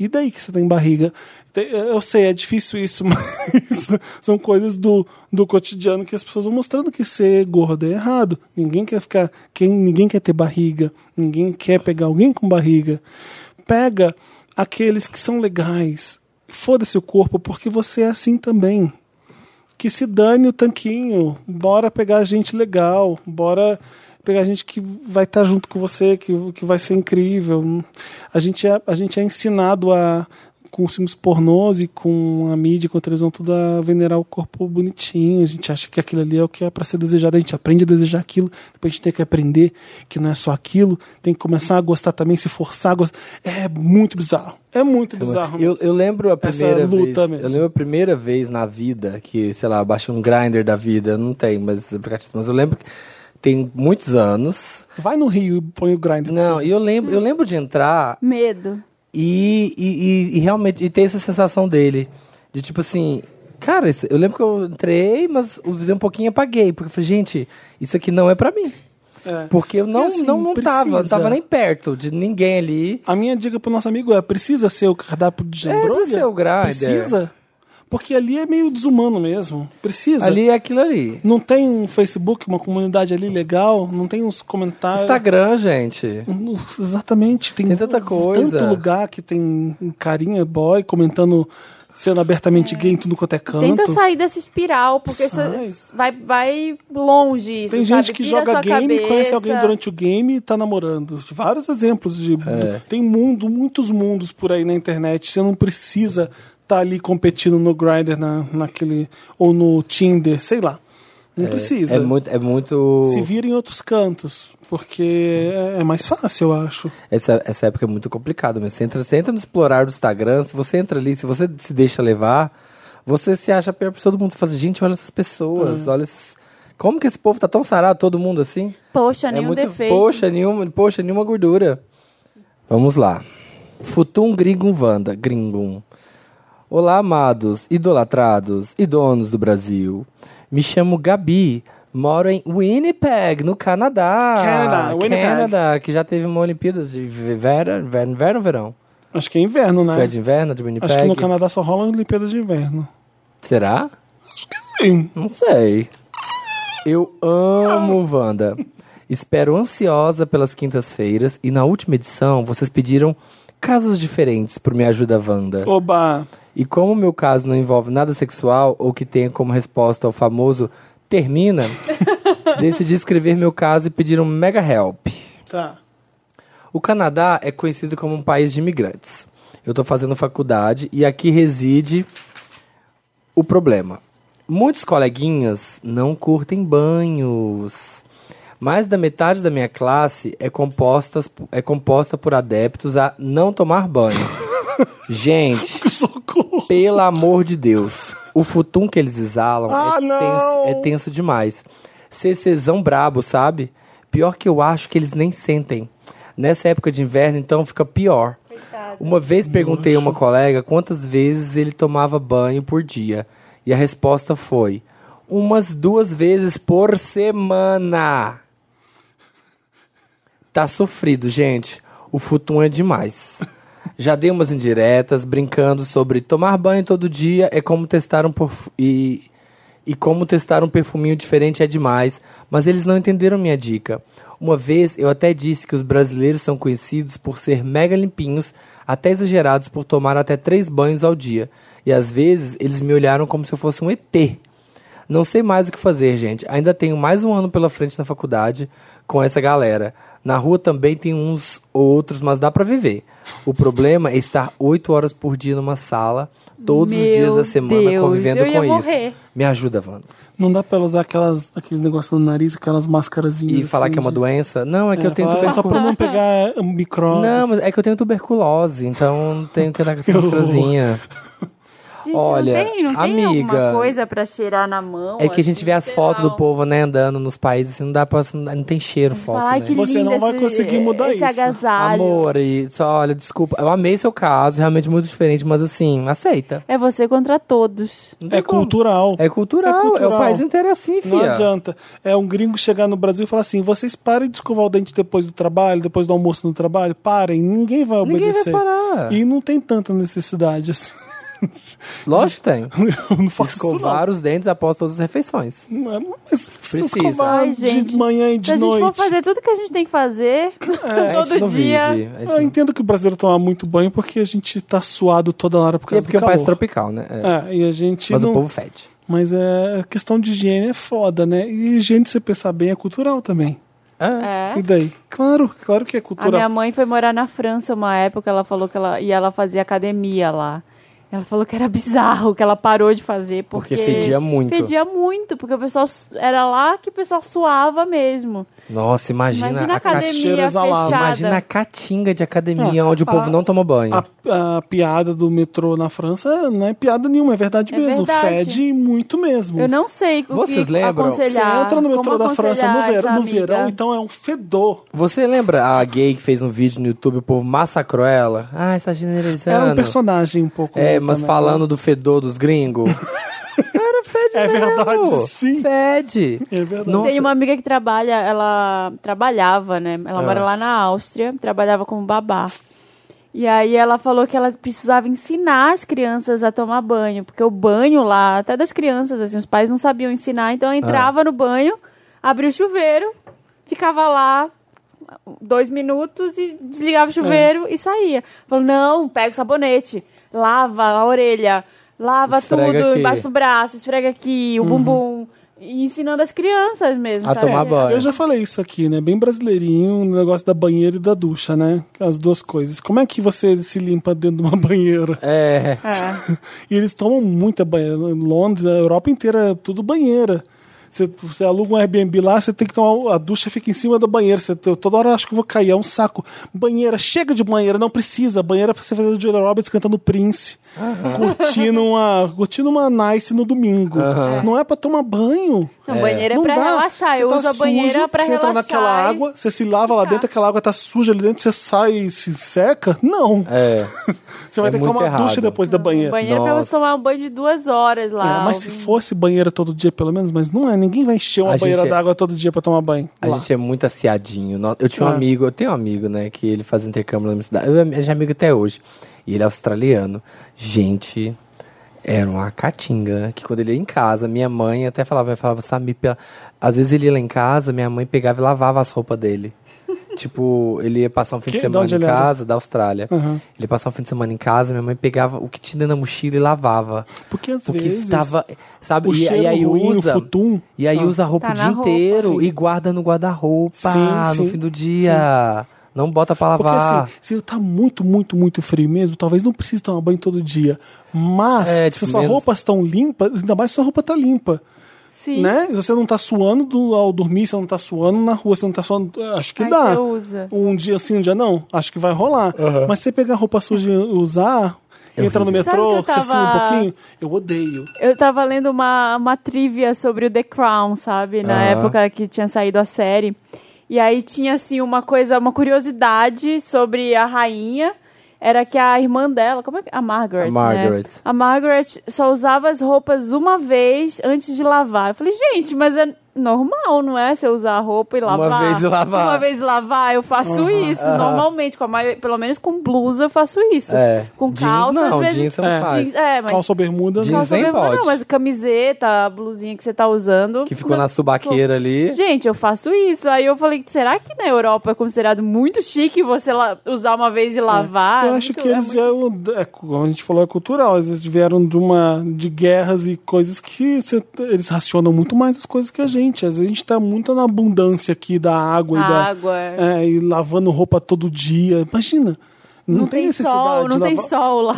Speaker 1: E daí que você tem barriga? Te- Eu sei, é difícil isso, mas são coisas do, do cotidiano que as pessoas vão mostrando que ser gordo é errado. Ninguém quer ficar. Quem, ninguém quer ter barriga. Ninguém quer pegar alguém com barriga. Pega aqueles que são legais. Foda-se o corpo, porque você é assim também que se dane o tanquinho. Bora pegar gente legal. Bora pegar gente que vai estar junto com você, que, que vai ser incrível. A gente é, a gente é ensinado a com os filmes pornôs e com a mídia, e com a televisão, tudo a venerar o corpo bonitinho. A gente acha que aquilo ali é o que é para ser desejado. A gente aprende a desejar aquilo, depois a gente tem que aprender que não é só aquilo. Tem que começar a gostar também, se forçar a gostar. É muito bizarro. É muito bizarro.
Speaker 2: Eu,
Speaker 1: mesmo.
Speaker 2: eu lembro a
Speaker 1: Essa
Speaker 2: primeira
Speaker 1: luta
Speaker 2: vez.
Speaker 1: mesmo.
Speaker 2: Eu lembro a primeira vez na vida que, sei lá, eu baixei um grinder da vida, não tem, mas aplicativo, mas eu lembro que tem muitos anos.
Speaker 1: Vai no Rio e põe o grinder. pra
Speaker 2: Não, e eu lembro, eu lembro de entrar
Speaker 3: Medo.
Speaker 2: e, e, e- e realmente e ter essa sensação dele. De tipo assim, cara, isso- eu lembro que eu entrei, mas eu fiz um pouquinho e apaguei. Porque eu falei, gente, isso aqui não é pra mim.
Speaker 1: É.
Speaker 2: Porque eu não,
Speaker 1: E assim,
Speaker 2: não, não tava, não
Speaker 1: precisa.
Speaker 2: tava nem perto de ninguém ali.
Speaker 1: A minha dica pro nosso amigo é: precisa ser o cardápio de jambrolha?
Speaker 2: É, precisa ser o grinder.
Speaker 1: Precisa. Porque ali é meio desumano mesmo. Precisa.
Speaker 2: Ali é aquilo ali.
Speaker 1: Não tem um Facebook, uma comunidade ali legal, não tem uns comentários.
Speaker 2: Instagram, gente.
Speaker 1: Não, Exatamente. Tem,
Speaker 2: Tem tanta coisa.
Speaker 1: Tanto lugar que tem carinha boy comentando, sendo abertamente gay em tudo quanto é canto.
Speaker 3: Tenta sair dessa espiral, porque isso
Speaker 1: Sai.
Speaker 3: vai, vai longe isso,
Speaker 1: Tem
Speaker 3: sabe?
Speaker 1: gente que
Speaker 3: Pira
Speaker 1: joga
Speaker 3: sua
Speaker 1: game,
Speaker 3: cabeça.
Speaker 1: conhece alguém durante o game e tá namorando. Vários exemplos de.
Speaker 2: É.
Speaker 1: Tem mundo, muitos mundos por aí na internet. Você não precisa estar ali competindo no Grindr, na, naquele. ou no Tinder, sei lá. Não precisa.
Speaker 2: É muito. É muito...
Speaker 1: Se vira em outros cantos, porque é é mais fácil, eu acho.
Speaker 2: Essa, essa época é muito complicada, mas você entra, você entra no explorar do Instagram, se você entra ali, se você se deixa levar, você se acha a pior pessoa do mundo. Você fala, assim, gente, olha essas pessoas,
Speaker 1: Uhum.
Speaker 2: olha esses. Como que esse povo tá tão sarado, todo mundo assim?
Speaker 3: Poxa,
Speaker 2: É
Speaker 3: nenhum
Speaker 2: muito-
Speaker 3: defeito.
Speaker 2: Poxa, nenhuma, poxa, nenhuma gordura. Vamos lá. Futum Gringum Vanda, Gringum. Olá, amados, idolatrados e donos do Brasil. Me chamo Gabi, moro em Winnipeg, no Canadá.
Speaker 1: Canadá, Winnipeg.
Speaker 2: Canadá, que já teve uma Olimpíadas de vera- ver- inverno ou verão?
Speaker 1: Acho que é inverno, né?
Speaker 2: Foi de inverno, de Winnipeg?
Speaker 1: Acho que no Canadá só rola Olimpíadas de Inverno.
Speaker 2: Será?
Speaker 1: Acho que sim.
Speaker 2: Não sei. Eu amo Wanda. Espero ansiosa pelas quintas-feiras e na última edição vocês pediram casos diferentes pro Me Ajuda Wanda.
Speaker 1: Oba!
Speaker 2: E como o meu caso não envolve nada sexual ou que tenha como resposta ao famoso termina, decidi escrever meu caso e pedir um mega help.
Speaker 1: Tá.
Speaker 2: O Canadá é conhecido como um país de imigrantes. Eu estou fazendo faculdade e aqui reside o problema. Muitos coleguinhas não curtem banhos. Mais da metade da minha classe é, compostas, é composta por adeptos a não tomar banho. Gente,
Speaker 1: Socorro!
Speaker 2: pelo amor de Deus. O futum que eles exalam
Speaker 1: Ah,
Speaker 2: é,
Speaker 1: não!
Speaker 2: tenso, é tenso demais. CCzão brabo, sabe? Pior que eu acho que eles nem sentem. Nessa época de inverno, então, fica pior. Uma vez perguntei a uma colega quantas vezes ele tomava banho por dia. E a resposta foi: umas duas vezes por semana. Tá sofrido, gente. O futum é demais. Já dei umas indiretas brincando sobre tomar banho todo dia é como testar um perfu- e e como testar um perfuminho diferente é demais, mas eles não entenderam minha dica. Uma vez eu até disse que os brasileiros são conhecidos por ser mega limpinhos, até exagerados por tomar até três banhos ao dia. E às vezes eles me olharam como se eu fosse um ET. Não sei mais o que fazer, gente. Ainda tenho mais um ano pela frente na faculdade com essa galera. Na rua também tem uns ou outros, mas dá pra viver. O problema é estar oito horas por dia numa sala, todos os
Speaker 3: Meu
Speaker 2: dias da semana,
Speaker 3: Deus,
Speaker 2: convivendo
Speaker 3: eu
Speaker 2: com
Speaker 3: ia
Speaker 2: isso.
Speaker 3: morrer.
Speaker 2: Me ajuda, Wanda.
Speaker 1: Não dá pra ela usar aquelas, aqueles negócios no nariz, aquelas máscarazinhas.
Speaker 2: E falar
Speaker 1: assim,
Speaker 2: que é uma
Speaker 1: de-
Speaker 2: doença? Não, é que eu tenho
Speaker 1: falar, "Ah, só pra
Speaker 2: tuberculose. é
Speaker 1: não pegar um, micro.
Speaker 2: Não, mas é que eu tenho tuberculose, então tenho que andar com essa
Speaker 1: horror.
Speaker 2: máscarazinha.
Speaker 3: Gente,
Speaker 2: Olha,
Speaker 3: não tem, não tem
Speaker 2: amiga,
Speaker 3: alguma coisa pra cheirar na mão?
Speaker 2: É que a gente
Speaker 3: assim,
Speaker 2: vê as
Speaker 3: sei
Speaker 2: fotos
Speaker 3: lá,
Speaker 2: do
Speaker 3: um-
Speaker 2: povo, né, andando nos países, assim, não dá pra. Não não tem cheiro
Speaker 3: Você
Speaker 2: foto.
Speaker 3: fala, ai,
Speaker 2: né?
Speaker 3: que
Speaker 1: Você
Speaker 3: lindo
Speaker 1: não vai
Speaker 3: esse-
Speaker 1: conseguir mudar
Speaker 3: esse
Speaker 1: isso.
Speaker 3: agasalho.
Speaker 2: Amor, e só, olha, desculpa. Eu amei seu caso, realmente muito diferente, mas assim, aceita.
Speaker 3: É você contra todos.
Speaker 2: Não tem
Speaker 1: É
Speaker 2: como.
Speaker 1: cultural.
Speaker 2: É cultural,
Speaker 1: É
Speaker 2: é
Speaker 1: cultural.
Speaker 2: o país inteiro é assim, filha.
Speaker 1: Não adianta. É um gringo chegar no Brasil e falar assim: vocês parem de escovar o dente depois do trabalho, depois do almoço no trabalho, parem, ninguém vai
Speaker 2: Ninguém vai
Speaker 1: obedecer.
Speaker 2: parar.
Speaker 1: E não tem tanta necessidade assim.
Speaker 2: Lógico que tem.
Speaker 1: Eu não faço
Speaker 2: Escovar os dentes após todas as refeições.
Speaker 1: isso, não. Não é- Mas você
Speaker 2: Precisa.
Speaker 1: escovar
Speaker 3: Ai, gente,
Speaker 1: de manhã e
Speaker 3: Se
Speaker 1: de
Speaker 3: Então, a gente
Speaker 1: noite. É,
Speaker 3: for fazer tudo que a gente tem que fazer
Speaker 2: a gente
Speaker 3: todo
Speaker 2: não
Speaker 3: dia.
Speaker 2: vive. A gente
Speaker 1: Eu
Speaker 2: não-
Speaker 1: entendo que o brasileiro toma muito banho porque a gente tá suado toda hora por
Speaker 2: É
Speaker 1: causa
Speaker 2: porque é
Speaker 1: do
Speaker 2: um país
Speaker 1: calor.
Speaker 2: tropical, né? É.
Speaker 1: É, e a gente
Speaker 2: Mas
Speaker 1: não...
Speaker 2: o povo fede.
Speaker 1: Mas é a questão de higiene é foda, né? E higiene, se você pensar bem, é cultural também.
Speaker 2: Ah,
Speaker 3: É.
Speaker 1: E daí? Claro, claro que é
Speaker 3: A
Speaker 1: cultural.
Speaker 3: minha mãe foi morar na França uma época, ela falou que ela e ela fazia academia lá. Ela falou que era bizarro, que ela parou de fazer porque,
Speaker 2: Porque fedia muito.
Speaker 3: Fedia muito, porque o pessoal su- era lá que o pessoal suava mesmo.
Speaker 2: Nossa, imagina,
Speaker 3: Imagina a
Speaker 2: a ca...
Speaker 1: cheiro
Speaker 3: academia
Speaker 1: exalado.
Speaker 3: fechada.
Speaker 2: imagina a catinga de academia
Speaker 1: Ah,
Speaker 2: onde o
Speaker 1: a-
Speaker 2: povo não toma banho.
Speaker 1: A, a piada do metrô na França não é piada nenhuma, é verdade
Speaker 3: É
Speaker 1: mesmo.
Speaker 3: verdade.
Speaker 1: Fede muito mesmo.
Speaker 3: Eu não sei o
Speaker 2: Vocês
Speaker 3: que
Speaker 2: lembram?
Speaker 1: Você
Speaker 3: aconselhar.
Speaker 1: entra no metrô
Speaker 3: como
Speaker 1: da França no,
Speaker 3: aconselhar
Speaker 1: verão,
Speaker 3: essa
Speaker 1: no verão,
Speaker 3: amiga.
Speaker 1: então é um fedor.
Speaker 2: Você lembra a gay que fez um vídeo no YouTube, o povo massacrou ela? Ah, está generalizando.
Speaker 1: Era um personagem um pouco.
Speaker 2: É,
Speaker 1: meio
Speaker 2: mas
Speaker 1: também.
Speaker 2: falando do fedor dos gringos. Era fede
Speaker 1: É
Speaker 2: mesmo.
Speaker 1: verdade, sim.
Speaker 2: Fede.
Speaker 1: É verdade.
Speaker 2: Nossa,
Speaker 3: Tem uma amiga que trabalha, ela trabalhava, né? Ela
Speaker 2: Ah.
Speaker 3: mora lá na Áustria, trabalhava como babá. E aí ela falou que ela precisava ensinar as crianças a tomar banho, porque o banho lá, até das crianças, assim, os pais não sabiam ensinar, então ela
Speaker 2: Ah.
Speaker 3: entrava no banho, abria o chuveiro, ficava lá dois minutos e
Speaker 2: É.
Speaker 3: desligava o chuveiro e saía. Falou, não, pega o sabonete, lava a orelha, lava
Speaker 2: Esfrega
Speaker 3: tudo
Speaker 2: aqui.
Speaker 3: embaixo do braço, esfrega aqui, o bumbum. E ensinando as crianças mesmo,
Speaker 2: Uhum. A
Speaker 3: sabe?
Speaker 2: tomar banho.
Speaker 1: Eu já falei isso aqui, né? Bem brasileirinho, o negócio da banheira e da ducha, né? As duas coisas. Como é que você se limpa dentro de uma banheira?
Speaker 2: É.
Speaker 3: É.
Speaker 1: E eles tomam muita banheira. Em Londres, a Europa inteira, é tudo banheira. Você, você aluga um Airbnb lá, você tem que tomar. A ducha fica em cima da banheira. Você, eu toda hora acho que eu vou cair, é um saco. Banheira, chega de banheira, não precisa. Banheira é pra você fazer o Julia Roberts cantando Prince. Curtindo, uma, curtindo uma nice no domingo. Não é pra tomar banho.
Speaker 3: Não, banheira é
Speaker 1: Não
Speaker 3: pra
Speaker 1: dá.
Speaker 3: relaxar.
Speaker 1: Você
Speaker 3: Eu
Speaker 1: tá
Speaker 3: uso a
Speaker 1: sujo,
Speaker 3: banheira pra
Speaker 1: Você
Speaker 3: relaxar.
Speaker 1: entra naquela
Speaker 3: e-
Speaker 1: água, você se lava lá dentro, aquela água tá suja ali dentro, você sai e se seca? Não.
Speaker 2: É.
Speaker 1: Você vai
Speaker 2: é
Speaker 1: ter que
Speaker 2: muito
Speaker 1: tomar ducha
Speaker 2: errado.
Speaker 1: depois da banheira.
Speaker 3: Banheira pra você
Speaker 2: Nossa.
Speaker 3: tomar um banho de duas horas lá.
Speaker 1: É, mas se fosse banheira todo dia, pelo menos, mas não é. Ninguém vai encher uma
Speaker 2: A
Speaker 1: banheira
Speaker 2: gente é-
Speaker 1: d'água todo dia pra tomar banho.
Speaker 2: A
Speaker 1: lá.
Speaker 2: gente é muito assiadinho. Nó- Eu tinha um
Speaker 1: É.
Speaker 2: amigo, eu tenho um amigo, né, que ele faz intercâmbio na minha cidade. Eu- Ele é amigo até hoje. E ele é australiano. Gente, era uma caatinga. Que quando ele ia em casa, minha mãe até falava, eu falava, Samir, pela... às vezes ele ia lá em casa, minha mãe pegava e lavava as roupas dele. tipo, ele ia passar um fim
Speaker 1: Que?
Speaker 2: de
Speaker 1: De
Speaker 2: semana
Speaker 1: onde
Speaker 2: em
Speaker 1: ele era?
Speaker 2: casa, da Austrália. Ele ia passar um fim de semana em casa, minha mãe pegava o que tinha na mochila e lavava.
Speaker 1: Porque às
Speaker 2: Porque
Speaker 1: vezes.
Speaker 2: tava, sabe,
Speaker 1: o
Speaker 2: e,
Speaker 1: cheiro
Speaker 2: e aí
Speaker 1: ruim, o
Speaker 2: usa,
Speaker 1: futum.
Speaker 2: e aí usa a roupa
Speaker 3: Tá
Speaker 2: o
Speaker 3: na
Speaker 2: dia
Speaker 3: roupa,
Speaker 2: inteiro
Speaker 1: sim.
Speaker 2: e guarda no guarda-roupa
Speaker 1: Sim,
Speaker 2: no
Speaker 1: sim,
Speaker 2: fim do dia. Não bota pra
Speaker 1: Porque
Speaker 2: lavar.
Speaker 1: assim, se tá muito, muito, muito frio mesmo, talvez não precise tomar banho todo dia. Mas,
Speaker 2: É,
Speaker 1: se
Speaker 2: tipo,
Speaker 1: suas
Speaker 2: menos-
Speaker 1: roupas estão limpas, ainda mais se sua roupa tá limpa.
Speaker 3: Sim.
Speaker 1: Né? Se Você não tá suando do- ao dormir, você não tá suando na rua, você não tá suando. Acho que
Speaker 3: Aí
Speaker 1: dá.
Speaker 3: você usa.
Speaker 1: Um dia sim, um dia não. Acho que vai rolar. Mas se você pegar roupa suja e usar,
Speaker 2: É
Speaker 1: entrar no
Speaker 3: Sabe que
Speaker 1: metrô,
Speaker 3: eu tava-
Speaker 1: você sua um pouquinho, eu odeio.
Speaker 3: Eu tava lendo uma, uma trivia sobre o The Crown, sabe? Na
Speaker 2: Aham.
Speaker 3: época que tinha saído a série. E aí tinha, assim, uma coisa, uma curiosidade sobre a rainha. Era que a irmã dela, como é que... A Margaret,
Speaker 2: A
Speaker 3: né?
Speaker 2: Margaret.
Speaker 3: A Margaret só usava as roupas uma vez antes de lavar. Eu falei, gente, mas é normal, não é? Se eu usar a roupa e lavar.
Speaker 2: vez e lavar. Uhum.
Speaker 3: Uma vez lavar, eu faço isso. Normalmente, com a mai- pelo menos com blusa, eu faço isso.
Speaker 2: É.
Speaker 3: Com
Speaker 2: Jeans
Speaker 3: calça, às
Speaker 2: não,
Speaker 3: vezes...
Speaker 2: jeans você não faz.
Speaker 3: é, mas...
Speaker 1: Calça ou bermuda,
Speaker 2: Jeans
Speaker 1: não.
Speaker 3: Calça
Speaker 2: nem
Speaker 3: mesmo,
Speaker 2: pode.
Speaker 3: Não, mas camiseta, a blusinha que você tá usando.
Speaker 2: Que ficou na subaqueira ali.
Speaker 3: Gente, eu faço isso. Aí eu falei, será que na Europa é considerado muito chique você la- usar uma vez
Speaker 2: É.
Speaker 3: e lavar?
Speaker 1: Eu acho
Speaker 3: Muito-
Speaker 1: que
Speaker 3: é
Speaker 1: eles
Speaker 3: muito-
Speaker 1: vieram, é, como a gente falou, é cultural. Eles vieram de uma de guerras e coisas que cê- eles racionam muito mais as coisas que a gente. Às vezes a gente tá muito na abundância aqui da água,
Speaker 3: A
Speaker 1: e da
Speaker 3: água, é.
Speaker 1: é, e lavando roupa todo dia. Imagina, não, tem, necessidade
Speaker 3: sol,
Speaker 1: de
Speaker 3: não tem
Speaker 1: lavar.
Speaker 3: sol lá.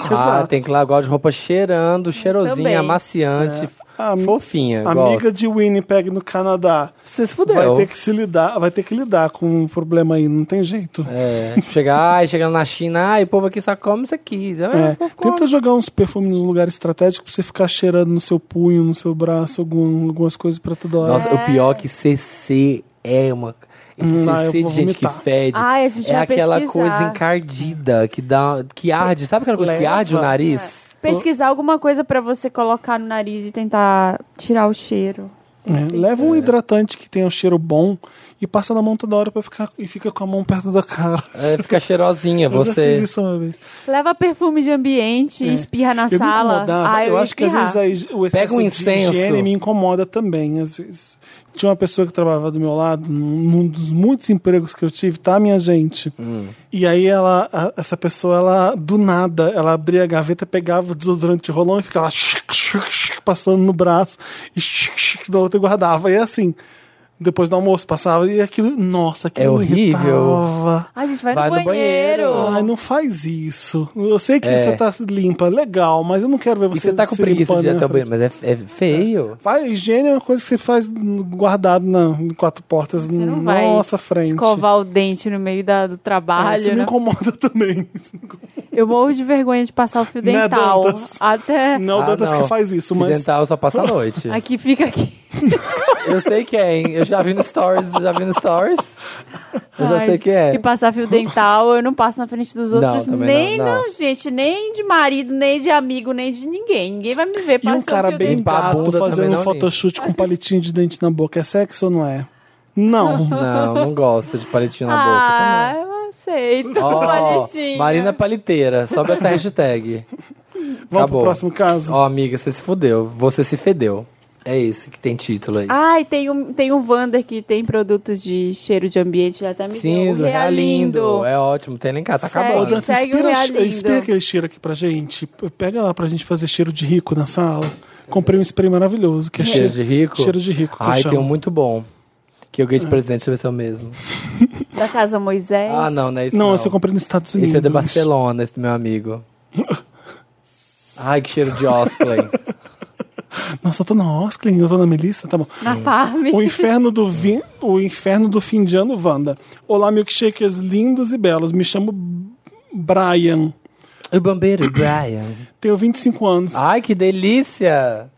Speaker 2: Ah,
Speaker 1: Exato.
Speaker 2: tem que largar de roupa cheirando, cheirosinha,
Speaker 3: Também. É.
Speaker 2: amaciante, f-
Speaker 1: Am-
Speaker 2: fofinha.
Speaker 1: Amiga
Speaker 2: gosto.
Speaker 1: de Winnipeg no Canadá.
Speaker 2: Você se fudeu.
Speaker 1: Vai ter que se lidar, vai ter que lidar com o problema aí, não tem jeito.
Speaker 2: É, tipo, chegar, ai, chegando na China, ai, o povo aqui só come isso aqui.
Speaker 1: É,
Speaker 2: É, o povo come.
Speaker 1: Tenta jogar uns perfumes nos lugares estratégicos pra você ficar cheirando no seu punho, no seu braço, algum- algumas coisas pra toda hora.
Speaker 2: Nossa, o pior é que CC é uma. Esse
Speaker 1: Hum, ah, eu
Speaker 2: CC de
Speaker 1: vou
Speaker 2: gente que
Speaker 1: vomitar.
Speaker 2: fede.
Speaker 3: Ai, a gente
Speaker 2: é
Speaker 3: vai
Speaker 2: aquela
Speaker 3: pesquisar.
Speaker 2: coisa encardida que dá. que arde. Sabe aquela coisa que
Speaker 1: Leva.
Speaker 2: arde o
Speaker 3: É.
Speaker 2: nariz?
Speaker 3: Pesquisar alguma coisa pra você colocar no nariz e tentar tirar o cheiro.
Speaker 1: É, leva um hidratante que tenha um cheiro bom e passa na mão toda hora pra ficar e fica com a mão perto da cara.
Speaker 2: É, fica cheirosinha,
Speaker 1: Eu já fiz
Speaker 2: você.
Speaker 1: isso uma vez.
Speaker 3: Leva perfume de ambiente
Speaker 2: É.
Speaker 3: e espirra na
Speaker 1: eu me
Speaker 3: sala.
Speaker 1: incomodava.
Speaker 3: Ah,
Speaker 1: eu,
Speaker 3: ia
Speaker 1: acho que às
Speaker 3: espirrar.
Speaker 1: vezes a- o excesso
Speaker 2: Pega um
Speaker 1: de
Speaker 2: incenso.
Speaker 1: higiene me incomoda também, às vezes. Tinha uma pessoa que trabalhava do meu lado, num num dos muitos empregos que eu tive, tá, minha gente?
Speaker 2: Hum.
Speaker 1: E aí ela, a- essa pessoa, ela, do nada, ela abria a gaveta, pegava o desodorante de rolão e ficava chuc, chuc, chuc, passando no braço e chuc, chuc, da outra e guardava. E assim, depois do almoço passava e aquilo, nossa, aquilo
Speaker 2: É
Speaker 1: me
Speaker 2: horrível.
Speaker 1: irritava.
Speaker 3: A gente vai,
Speaker 2: Vai
Speaker 3: no
Speaker 2: no
Speaker 3: banheiro.
Speaker 2: banheiro.
Speaker 1: Ai, não faz isso. Eu sei que
Speaker 2: É.
Speaker 1: você tá limpa, legal, mas eu não quero ver
Speaker 2: E
Speaker 1: você.
Speaker 2: você tá com
Speaker 1: se
Speaker 2: preguiça
Speaker 1: limpando
Speaker 2: de ir
Speaker 1: na
Speaker 2: até o
Speaker 1: frente.
Speaker 2: banheiro, mas é, é feio.
Speaker 1: Vai, higiene é uma coisa que você faz guardado na em quatro portas
Speaker 3: Você
Speaker 1: na
Speaker 3: não vai
Speaker 1: nossa frente.
Speaker 3: escovar o dente no meio da- do
Speaker 1: Ah,
Speaker 3: trabalho.
Speaker 1: isso me
Speaker 3: né?
Speaker 1: incomoda também. Isso me incomoda.
Speaker 3: Eu morro de vergonha de passar o fio
Speaker 1: Né,
Speaker 3: dental.
Speaker 1: Dantas?
Speaker 3: até
Speaker 1: Não é o
Speaker 2: Ah,
Speaker 1: Dantas
Speaker 2: não.
Speaker 1: que faz isso,
Speaker 2: Fio
Speaker 1: mas.
Speaker 2: dental só passa a noite.
Speaker 3: aqui fica aqui.
Speaker 2: Eu sei quem. Eu já vi no stories, já vi no stories. Eu já
Speaker 3: Ai,
Speaker 2: sei quem
Speaker 3: E
Speaker 2: é.
Speaker 3: passar fio dental, eu não passo na frente dos
Speaker 2: Não,
Speaker 3: outros.
Speaker 2: também
Speaker 3: nem
Speaker 2: não, não.
Speaker 3: gente, nem de marido, nem de amigo, nem de ninguém. Ninguém vai me ver
Speaker 1: E
Speaker 3: passando
Speaker 1: um cara
Speaker 3: fio
Speaker 1: bem
Speaker 3: dental.
Speaker 2: Limpar a
Speaker 1: gato
Speaker 2: bunda também
Speaker 1: fazendo
Speaker 2: não
Speaker 1: um
Speaker 2: limpa.
Speaker 1: photoshoot com um palitinho de dente na boca. É sexo ou não é? Não.
Speaker 2: Não, não gosto de palitinho na
Speaker 3: Ah,
Speaker 2: boca
Speaker 3: eu aceito.
Speaker 2: também. Ó,
Speaker 3: Bonitinha.
Speaker 2: Marina é Paliteira, sobe essa hashtag.
Speaker 1: Vamos pro
Speaker 2: acabou.
Speaker 1: próximo caso?
Speaker 2: Ó, amiga, você se fudeu. Você se fedeu. É esse que tem título aí.
Speaker 3: Ai, tem um, tem um Vander que tem produtos de cheiro de ambiente, já até me
Speaker 2: Sim,
Speaker 3: deu.
Speaker 2: do Real Lindo. É ótimo, tem nem cá, tá
Speaker 3: Segue.
Speaker 1: Ô,
Speaker 2: acabando.
Speaker 1: Dantas,
Speaker 3: Segue o
Speaker 1: inspira,
Speaker 3: Realindo.
Speaker 1: inspira aquele cheiro aqui pra gente. P- Pega lá pra gente fazer cheiro de rico na sala. Comprei um spray maravilhoso. Que é
Speaker 2: Cheiro de rico?
Speaker 1: Cheiro de rico. que eu
Speaker 2: Ai, tem
Speaker 1: chamo.
Speaker 2: um muito bom. Que eu ganhei de presente, deixa eu ver se é o mesmo.
Speaker 3: Da Casa Moisés.
Speaker 2: Ah, não, não é isso
Speaker 1: Não,
Speaker 2: não.
Speaker 1: esse eu comprei nos Estados Unidos.
Speaker 2: Esse é de Barcelona, esse do meu amigo. Ai, que cheiro de Osclen.
Speaker 1: Nossa, eu tô na Osklin, eu tô na Melissa, tá bom.
Speaker 3: Na farm.
Speaker 1: O inferno do vi- o inferno do fim de ano, Wanda. Olá, milkshakers lindos e belos. Me chamo Brian.
Speaker 2: o bombeiro Brian.
Speaker 1: Tenho 25 anos.
Speaker 2: Ai, que delícia!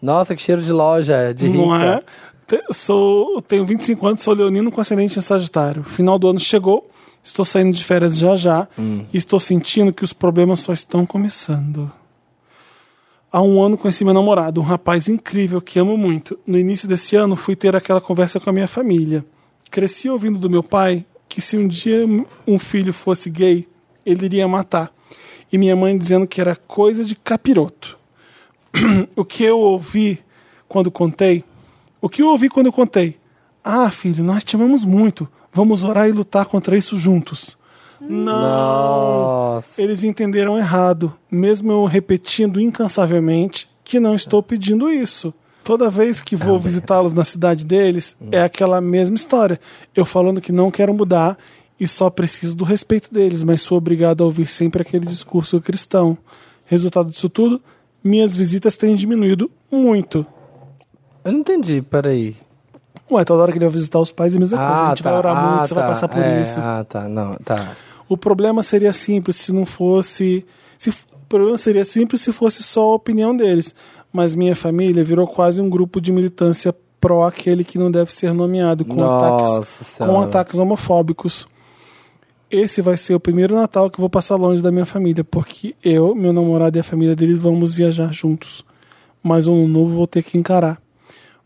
Speaker 2: Nossa, que cheiro de loja, de
Speaker 1: não é?
Speaker 2: rica.
Speaker 1: Te- Sou, tenho 25 anos, sou leonino com ascendente em Sagitário. Final do ano chegou, estou saindo de férias já já
Speaker 2: Hum.
Speaker 1: e estou sentindo que os problemas só estão começando. Há um ano conheci meu namorado, um rapaz incrível que amo muito. No início desse ano fui ter aquela conversa com a minha família. Cresci ouvindo do meu pai que se um dia um filho fosse gay, ele iria matar. E minha mãe dizendo que era coisa de capiroto o que eu ouvi quando contei? O que eu ouvi quando eu contei? Ah, filho, nós te amamos muito. Vamos orar e lutar contra isso juntos. Não!
Speaker 2: Nossa.
Speaker 1: Eles entenderam errado, mesmo eu repetindo incansavelmente que não estou pedindo isso. Toda vez que vou visitá-los na cidade deles, é aquela mesma história. Eu falando que não quero mudar e só preciso do respeito deles, mas sou obrigado a ouvir sempre aquele discurso cristão. Resultado disso tudo, minhas visitas têm diminuído muito.
Speaker 2: Eu não entendi, peraí.
Speaker 1: Ué, toda hora que ele vai visitar os pais é a mesma coisa. A gente vai orar muito, você vai
Speaker 2: Ah, tá,
Speaker 1: passar por
Speaker 2: é,
Speaker 1: isso.
Speaker 2: Ah, tá, não, tá.
Speaker 1: O problema seria simples se não fosse. Se, f- o problema seria simples se fosse só a opinião deles. Mas minha família virou quase um grupo de militância pró aquele que não deve ser nomeado, com,
Speaker 2: Nossa
Speaker 1: ataques,
Speaker 2: Senhora.
Speaker 1: com ataques homofóbicos. Esse vai ser o primeiro Natal que eu vou passar longe da minha família, porque eu, meu namorado e a família dele vamos viajar juntos. Mas um ano novo vou ter que encarar.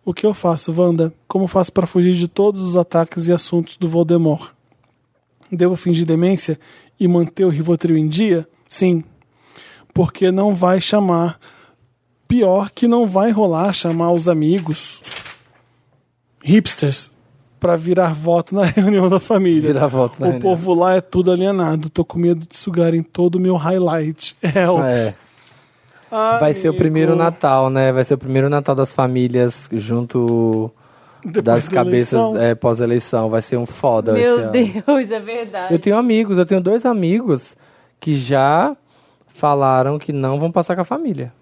Speaker 1: O que eu faço, Wanda? Como faço para fugir de todos os ataques e assuntos do Voldemort? Devo fingir demência e manter o Rivotril em dia? Sim. Porque não vai chamar. Pior que não vai rolar chamar os amigos hipsters para virar voto na reunião da família.
Speaker 2: Virar voto na
Speaker 1: O
Speaker 2: reunião.
Speaker 1: povo lá é tudo alienado. Tô com medo de sugarem todo o meu highlight. Help.
Speaker 2: Ah, é. Vai ser o
Speaker 1: Amigo.
Speaker 2: primeiro Natal, né? Vai ser o primeiro Natal das famílias junto
Speaker 1: Depois
Speaker 2: das
Speaker 1: da
Speaker 2: cabeças
Speaker 1: eleição.
Speaker 2: é, pós-eleição. Vai ser um foda esse
Speaker 3: Meu
Speaker 2: ano.
Speaker 3: Deus, é
Speaker 2: Eu
Speaker 3: verdade.
Speaker 2: tenho amigos, eu tenho dois amigos que já falaram que não vão passar com a família.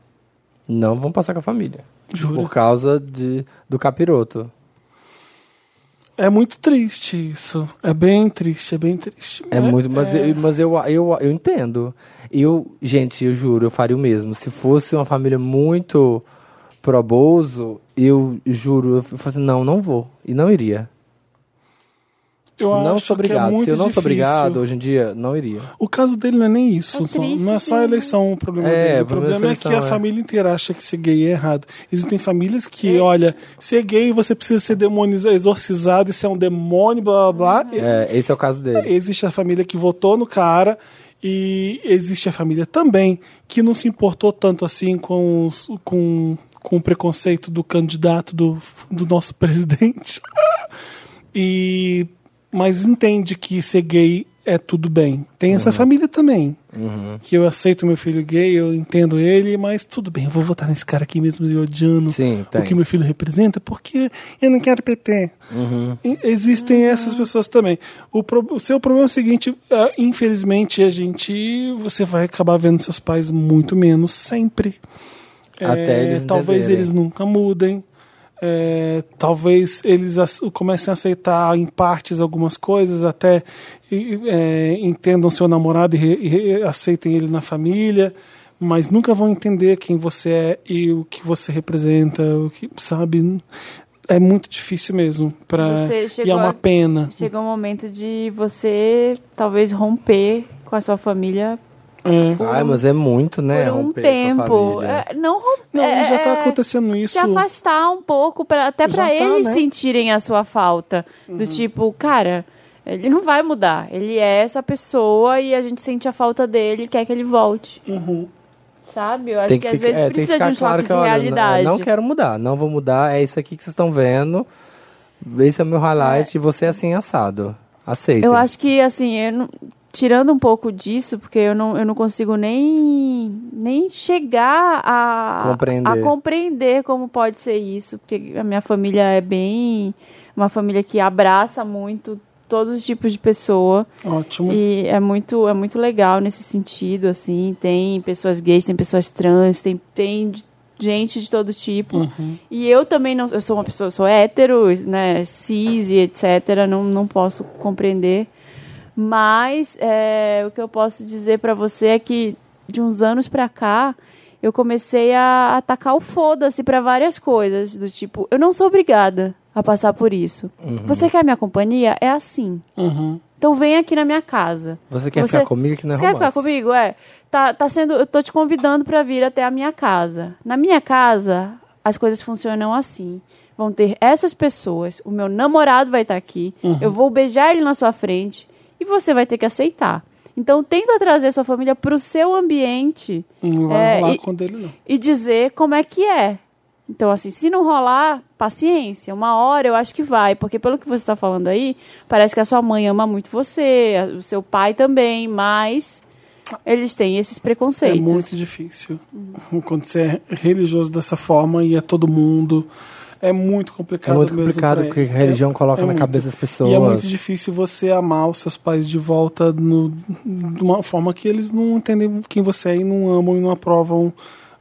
Speaker 2: Não vão passar com a família.
Speaker 1: Jura?
Speaker 2: Por causa de, do capiroto.
Speaker 1: É muito triste isso. É bem triste, é bem triste.
Speaker 2: É muito, mas, Eu, mas eu, eu, eu entendo. Eu, gente, eu juro, eu faria o mesmo. Se fosse uma família muito proboso, eu juro, eu falei assim, não, não vou. E não iria.
Speaker 1: Eu
Speaker 2: não
Speaker 1: acho
Speaker 2: sou
Speaker 1: que é
Speaker 2: obrigado.
Speaker 1: muito
Speaker 2: Se eu não
Speaker 1: difícil.
Speaker 2: sou obrigado hoje em dia, não iria.
Speaker 1: O caso dele não é nem isso.
Speaker 3: É
Speaker 1: só-
Speaker 3: triste,
Speaker 1: não é só a
Speaker 3: sim.
Speaker 1: eleição o problema
Speaker 2: É,
Speaker 1: dele. O
Speaker 2: o problema
Speaker 1: problema
Speaker 2: da
Speaker 1: é que a
Speaker 2: eleição, é.
Speaker 1: família inteira acha que ser gay é errado. Existem famílias
Speaker 3: É.
Speaker 1: que, olha, ser gay você precisa ser demonizado, exorcizado, isso é um demônio, blá blá blá.
Speaker 2: É, esse é o caso dele.
Speaker 1: Existe a família que votou no cara e existe a família também que não se importou tanto assim com, os- com, com o preconceito do candidato do, do nosso presidente. e Mas entende que ser gay é tudo bem. Tem essa família também. Que eu aceito meu filho gay, eu entendo ele, mas tudo bem, eu vou votar nesse cara aqui mesmo ele odiando
Speaker 2: Sim,
Speaker 1: é o
Speaker 2: tem.
Speaker 1: que meu filho representa, porque eu não quero PT. E- Existem essas pessoas também. O, pro- o seu problema é o seguinte: ah, infelizmente, a gente. Você vai acabar vendo seus pais muito menos sempre.
Speaker 2: Até eles
Speaker 1: É, talvez
Speaker 2: entenderem.
Speaker 1: eles nunca mudem. É, talvez eles ace- comecem a aceitar em partes algumas coisas, até e- é, entendam seu namorado e, re- e re- aceitem ele na família, mas nunca vão entender quem você é e o que você representa, o que sabe é muito difícil mesmo para
Speaker 3: Você
Speaker 1: e é
Speaker 3: chegou
Speaker 1: uma
Speaker 3: a-
Speaker 1: pena.
Speaker 3: Chega um momento de você talvez romper com a sua família
Speaker 1: É.
Speaker 2: Ai, mas é muito, né?
Speaker 3: um por um
Speaker 2: romper com a
Speaker 3: tempo.
Speaker 2: família.
Speaker 3: É, não romper.
Speaker 1: Não, e já tá
Speaker 3: é,
Speaker 1: acontecendo isso.
Speaker 3: se afastar um pouco, pra, até
Speaker 1: Já
Speaker 3: pra
Speaker 1: tá,
Speaker 3: eles
Speaker 1: né?
Speaker 3: sentirem a sua falta.
Speaker 2: Uhum.
Speaker 3: Do tipo, cara, ele não vai mudar. Ele é essa pessoa e a gente sente a falta dele e quer que ele volte. Sabe? Eu acho que, às
Speaker 2: ficar-
Speaker 3: vezes
Speaker 2: é, Uhum. tem que
Speaker 3: precisa de
Speaker 2: ficar
Speaker 3: um choque
Speaker 2: claro
Speaker 3: de
Speaker 2: que, olha, n-
Speaker 3: realidade.
Speaker 2: Não quero mudar, não vou mudar, é isso aqui que vocês estão vendo. Esse é o meu highlight e você é assim assado. Aceita.
Speaker 3: Eu acho que, assim, eu não- tirando um pouco disso, porque eu não, eu não consigo nem, nem chegar a
Speaker 2: Compreender.
Speaker 3: a compreender como pode ser isso, porque a minha família é bem. Uma família que abraça muito todos os tipos de pessoa.
Speaker 1: Ótimo.
Speaker 3: E é muito, é muito legal nesse sentido, assim. Tem pessoas gays, tem pessoas trans, tem, tem de- gente de todo tipo. E eu também não. Eu sou uma pessoa, eu sou hétero, né? Cis e etc. Não, não posso compreender. Mas é, o que eu posso dizer pra você é que de uns anos pra cá. Eu comecei a atacar o foda-se pra várias coisas, do tipo, eu não sou obrigada a passar por isso. Você quer minha companhia? É assim.
Speaker 1: Uhum.
Speaker 3: Então vem aqui na minha casa.
Speaker 2: Você quer ficar comigo que não é
Speaker 3: Você quer
Speaker 2: romance.
Speaker 3: ficar comigo? É. Tá, tá sendo, eu tô te convidando pra vir até a minha casa. Na minha casa, as coisas funcionam assim. Vão ter essas pessoas, o meu namorado vai estar aqui,
Speaker 1: Uhum.
Speaker 3: eu vou beijar ele na sua frente e você vai ter que aceitar. Então tenta trazer sua família pro seu ambiente
Speaker 1: Não Hum, vai
Speaker 3: É,
Speaker 1: rolar
Speaker 3: e-
Speaker 1: com dele não.
Speaker 3: e dizer como é que é. Então, assim, se não rolar, paciência. Uma hora eu acho que vai, porque pelo que você está falando aí, parece que a sua mãe ama muito você, a- o seu pai também, mas eles têm esses
Speaker 1: É
Speaker 3: preconceitos.
Speaker 1: muito difícil. Quando você é religioso dessa forma e é todo mundo. É muito
Speaker 2: É
Speaker 1: complicado.
Speaker 2: muito
Speaker 1: mesmo
Speaker 2: complicado
Speaker 1: pra
Speaker 2: o que a
Speaker 1: ele.
Speaker 2: religião
Speaker 1: É-
Speaker 2: coloca
Speaker 1: é
Speaker 2: na
Speaker 1: muito.
Speaker 2: cabeça das pessoas.
Speaker 1: E é muito difícil você amar os seus pais de volta no- de uma forma que eles não entendem quem você é e não amam e não aprovam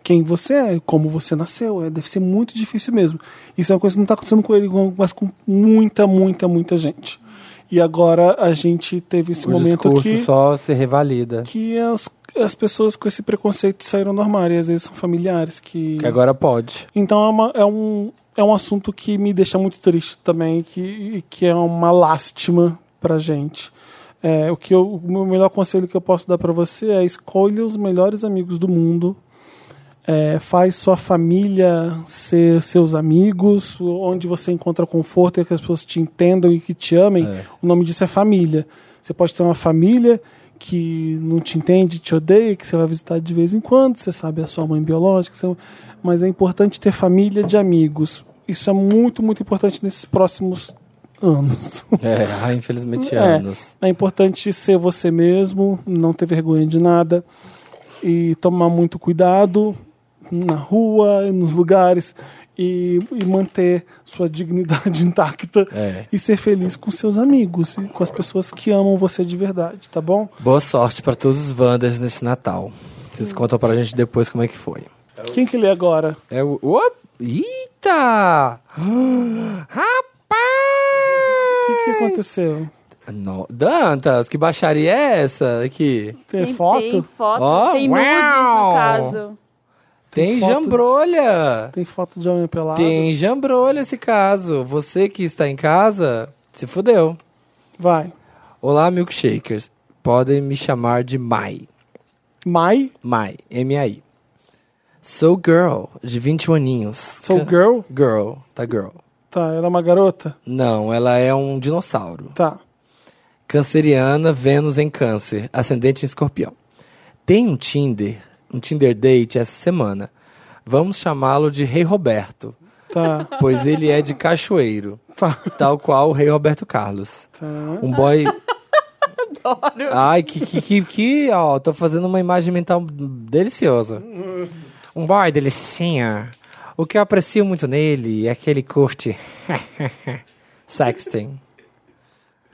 Speaker 1: quem você é, como você nasceu. É, deve ser muito difícil mesmo. Isso é uma coisa que não está acontecendo com ele, mas com muita, muita, muita gente. E agora a gente teve esse
Speaker 2: o
Speaker 1: momento
Speaker 2: discurso
Speaker 1: que
Speaker 2: só se revalida.
Speaker 1: que as, as pessoas com esse preconceito saíram do armário, e às vezes são familiares que.
Speaker 2: Que agora pode.
Speaker 1: Então é, uma- é um, é um assunto que me deixa muito triste também, que, que é uma lástima pra gente. É, o, que eu, o meu melhor conselho que eu posso dar pra você é escolha os melhores amigos do mundo. É, faz sua família ser seus amigos, onde você encontra conforto e que as pessoas te entendam e que te amem. O nome disso é família. Você pode ter uma família que não te entende, te odeia, que você vai visitar de vez em quando, você sabe a sua mãe biológica, você- mas é importante ter família de amigos. Isso é muito, muito importante nesses próximos anos.
Speaker 2: É, ah, infelizmente
Speaker 1: É,
Speaker 2: anos.
Speaker 1: É importante ser você mesmo, não ter vergonha de nada e tomar muito cuidado na rua, nos lugares e, e manter sua dignidade intacta
Speaker 2: É.
Speaker 1: e ser feliz com seus amigos e com as pessoas que amam você de verdade, tá bom?
Speaker 2: Boa sorte pra todos os Wanders neste Natal. Vocês contam pra gente depois como é que foi.
Speaker 1: Quem que lê agora?
Speaker 2: É o. Op! Eita!
Speaker 1: O
Speaker 2: Rapaz!
Speaker 1: que, que aconteceu?
Speaker 2: No- Dantas, que baixaria é essa aqui?
Speaker 1: Tem,
Speaker 3: Tem-
Speaker 1: foto?
Speaker 3: Tem foto.
Speaker 2: Ó,
Speaker 3: tem
Speaker 2: uau!
Speaker 3: nudes, no caso.
Speaker 2: Tem,
Speaker 1: foto
Speaker 2: jambrolha!
Speaker 1: Tem foto de homem pelado?
Speaker 2: Tem jambrolha esse caso. Você que está em casa, se fudeu.
Speaker 1: Vai.
Speaker 2: Olá, milkshakers. Podem me chamar de Mai.
Speaker 1: Mai,
Speaker 2: Mai, M-A-I. Sou girl, de 21 aninhos.
Speaker 1: sou girl.
Speaker 2: Girl, tá girl.
Speaker 1: Tá, ela é uma garota?
Speaker 2: Não, ela é um dinossauro.
Speaker 1: Tá.
Speaker 2: Canceriana, Vênus em câncer, ascendente em escorpião. Tem um Tinder, um Tinder date essa semana. Vamos chamá-lo de Rei Roberto,
Speaker 1: Tá,
Speaker 2: pois ele é de cachoeiro,
Speaker 1: tá,
Speaker 2: tal qual o Rei Roberto Carlos.
Speaker 1: tá.
Speaker 2: Um boy. Ai, que, que, que, que, ó, tô fazendo uma imagem mental deliciosa. Um boy delicinha. O que eu aprecio muito nele é que ele curte. Sexting.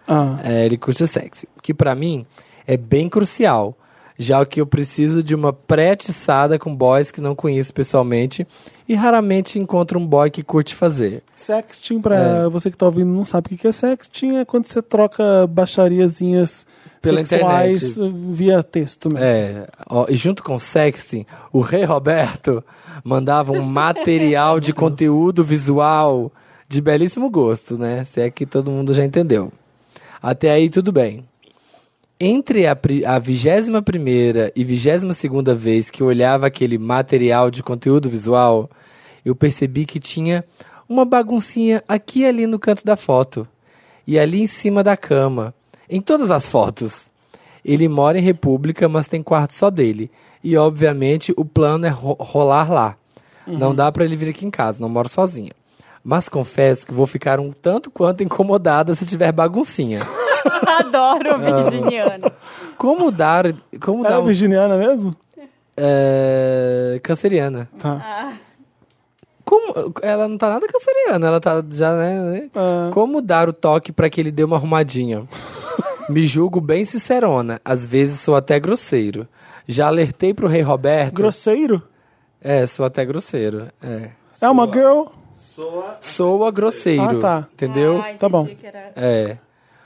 Speaker 1: Ah,
Speaker 2: É, ele curte sexo. Que pra mim é bem crucial. Já que eu preciso de uma pré-atiçada com boys que não conheço pessoalmente e raramente encontro um boy que curte fazer.
Speaker 1: sexting, pra
Speaker 2: É.
Speaker 1: você que tá ouvindo não sabe o que que é sexting, é quando você troca baixariazinhas
Speaker 2: Pela
Speaker 1: sexuais eh, via texto mesmo.
Speaker 2: É, ó, e junto com o sexting, o Rei Roberto mandava um material de conteúdo visual de belíssimo gosto, né? Se é que todo mundo já entendeu. Até aí tudo bem. Entre a, pri- a 21ª e 22ª vez que eu olhava aquele material de conteúdo visual, eu percebi que tinha uma baguncinha aqui e ali no canto da foto. E ali em cima da cama. Em todas as fotos. Ele mora em República, mas tem quarto só dele. E, obviamente, o plano é ro- rolar lá. Não dá pra ele vir aqui em casa, não moro sozinha. Mas confesso que vou ficar um tanto quanto incomodada se tiver baguncinha. Ah.
Speaker 3: Adoro o virginiano.
Speaker 2: Como dar. Como
Speaker 1: Ela
Speaker 2: dar
Speaker 1: é
Speaker 2: um-
Speaker 1: virginiana mesmo?
Speaker 2: é, canceriana.
Speaker 1: Tá.
Speaker 2: Como, ela não tá nada canceriana, ela tá já, né?
Speaker 1: Ah.
Speaker 2: Como dar o toque pra que ele dê uma arrumadinha? Me julgo bem sincerona, às vezes sou até grosseiro. Já alertei pro rei Roberto.
Speaker 1: Grosseiro?
Speaker 2: É, sou até grosseiro. É.
Speaker 1: É uma girl?
Speaker 6: Soa.
Speaker 2: Soa grosseiro.
Speaker 1: Ah, tá.
Speaker 2: Entendeu?
Speaker 3: Ah, entendi
Speaker 1: Tá bom.
Speaker 3: que era-
Speaker 2: É.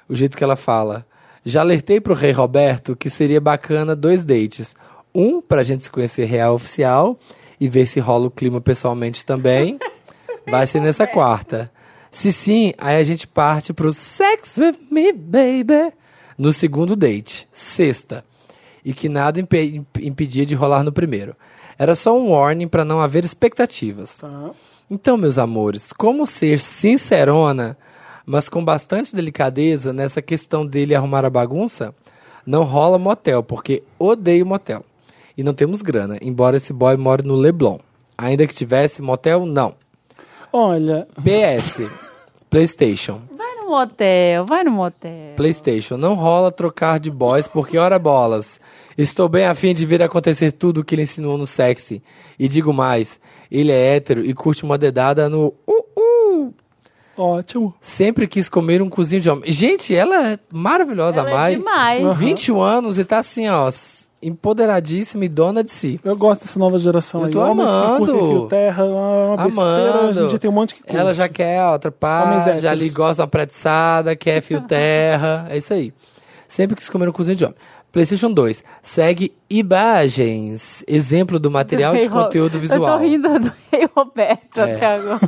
Speaker 2: O jeito que ela fala. Já alertei pro rei Roberto que seria bacana dois dates. Um pra gente se conhecer real oficial e ver se rola o clima pessoalmente também. Vai ser nessa quarta. Se sim, aí a gente parte pro Sex With Me, Baby no segundo date. Sexta. E que nada impe- imp- impedia de rolar no primeiro. Era só um warning pra não haver expectativas. Então, meus amores, como ser sincerona, mas com bastante delicadeza nessa questão dele arrumar a bagunça? Não rola motel, porque odeio motel. E não temos grana, embora esse boy more no Leblon. Ainda que tivesse motel, não.
Speaker 1: Olha,
Speaker 2: PS. PlayStation.
Speaker 3: Vai no motel, vai no motel.
Speaker 2: PlayStation, não rola trocar de boys porque ora bolas. Estou bem afim de ver acontecer tudo o que ele insinuou no sexy. E digo mais, ele é hétero e curte uma dedada no uh, uhul.
Speaker 1: ótimo.
Speaker 2: Sempre quis comer um cozinho de homem. Gente, ela é maravilhosa,
Speaker 3: Ela é
Speaker 2: Mai.
Speaker 3: demais.
Speaker 2: 21 anos e tá assim, ó, empoderadíssima e dona de si.
Speaker 1: Eu gosto dessa nova geração
Speaker 2: Eu
Speaker 1: aí.
Speaker 2: tô
Speaker 1: Homens que
Speaker 2: amando.
Speaker 1: curtem fio terra, é uma uma besteira.
Speaker 2: Amando.
Speaker 1: Hoje em dia tem um monte que curte.
Speaker 2: Ela já quer outra
Speaker 1: Homens
Speaker 2: pá,
Speaker 1: héteros.
Speaker 2: já ali gosta de uma pratiçada, quer fio terra, é isso aí. Sempre quis comer um cozinho de homem. PlayStation 2, segue imagens, exemplo do material de
Speaker 3: Rei Ro-
Speaker 2: conteúdo visual.
Speaker 3: Eu tô rindo do Rei Roberto
Speaker 2: É.
Speaker 3: até agora.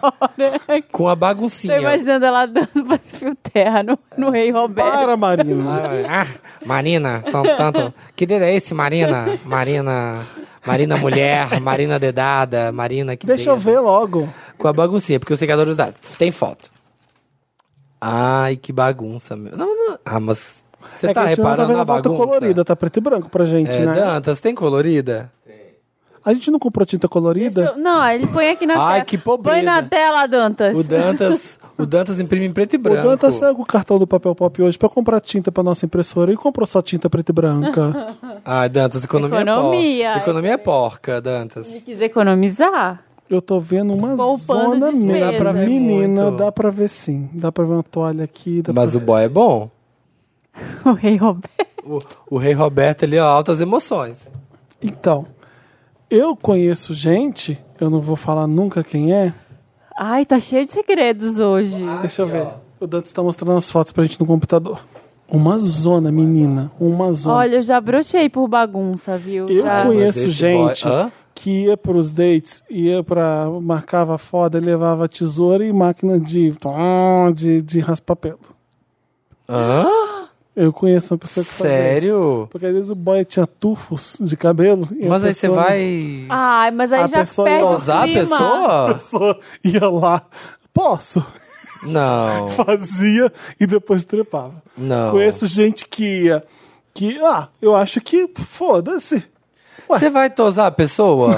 Speaker 2: Com a
Speaker 3: tô
Speaker 2: baguncinha.
Speaker 3: imaginando ela dando pra fio terra no, no Rei Roberto.
Speaker 1: Para, Marina.
Speaker 2: Ah, Marina, são tanto. Que dedo é esse, Marina? Marina. Marina mulher, Marina dedada, Marina que
Speaker 1: Deixa eu
Speaker 2: dedo.
Speaker 1: ver logo.
Speaker 2: Com a baguncinha, porque eu sei que adoro usar. Tem foto. Ai, que bagunça, meu. Não, não. Ah, mas você
Speaker 1: É
Speaker 2: tá
Speaker 1: que a gente não tá
Speaker 2: reparando
Speaker 1: vendo
Speaker 2: na
Speaker 1: a foto
Speaker 2: bagunça?
Speaker 1: colorida, tá preto e branco pra gente,
Speaker 2: É,
Speaker 1: né?
Speaker 2: Dantas, tem colorida?
Speaker 1: A gente não comprou tinta colorida?
Speaker 3: Deixa eu- Não, ele põe aqui na
Speaker 2: Ai,
Speaker 3: tela.
Speaker 2: que pobreza.
Speaker 3: Põe na tela, Dantas.
Speaker 2: O Dantas, o Dantas imprime em preto
Speaker 1: O
Speaker 2: e
Speaker 1: é-
Speaker 2: branco.
Speaker 1: Danta saiu tá com o cartão do Papel Pop hoje pra comprar tinta pra nossa impressora e comprou só tinta preta e branca.
Speaker 2: Ai, Dantas, economia,
Speaker 3: Economia.
Speaker 2: é porca. Economia é porca, Dantas.
Speaker 3: Se quis economizar,
Speaker 1: Eu tô vendo uma
Speaker 3: Poupando
Speaker 1: zona
Speaker 3: despesa. é
Speaker 1: mesmo.
Speaker 3: Dá pra
Speaker 2: ver
Speaker 1: Menina,
Speaker 2: muito.
Speaker 1: dá pra ver sim. Dá pra ver uma toalha aqui. dá
Speaker 2: Mas
Speaker 1: pra-
Speaker 2: o boy é bom.
Speaker 3: o Rei Roberto.
Speaker 2: O, o rei Roberto ali, ó, altas é emoções.
Speaker 1: Então, Eu conheço gente, eu não vou falar nunca quem é.
Speaker 3: Ai, tá cheio de segredos hoje.
Speaker 1: Deixa eu ver. O Dantas tá mostrando as fotos pra gente no computador. Uma zona, menina. Uma zona.
Speaker 3: Olha, eu já brochei por bagunça, viu?
Speaker 1: Eu
Speaker 3: Já-
Speaker 2: Ah, Mas
Speaker 1: conheço
Speaker 2: esse
Speaker 1: gente
Speaker 2: boy- Hã?
Speaker 1: que ia pros dates, ia pra. marcava foda, levava tesoura e máquina de. de, de raspar pelo.
Speaker 2: Hã?
Speaker 1: Eu conheço uma pessoa que faz isso.
Speaker 2: Sério?
Speaker 1: Porque às vezes o boy tinha tufos de cabelo. e a
Speaker 2: Mas aí você
Speaker 1: pessoa-
Speaker 2: vai
Speaker 3: Ai, mas aí
Speaker 1: A
Speaker 3: já
Speaker 1: pessoa
Speaker 3: perde o
Speaker 2: tosar a
Speaker 3: clima.
Speaker 1: A
Speaker 2: pessoa?
Speaker 1: pessoa ia lá, posso,
Speaker 2: Não.
Speaker 1: fazia e depois trepava.
Speaker 2: Não.
Speaker 1: Conheço gente que ia. Que, ah, eu acho que foda-se.
Speaker 2: Você vai tosar a pessoa?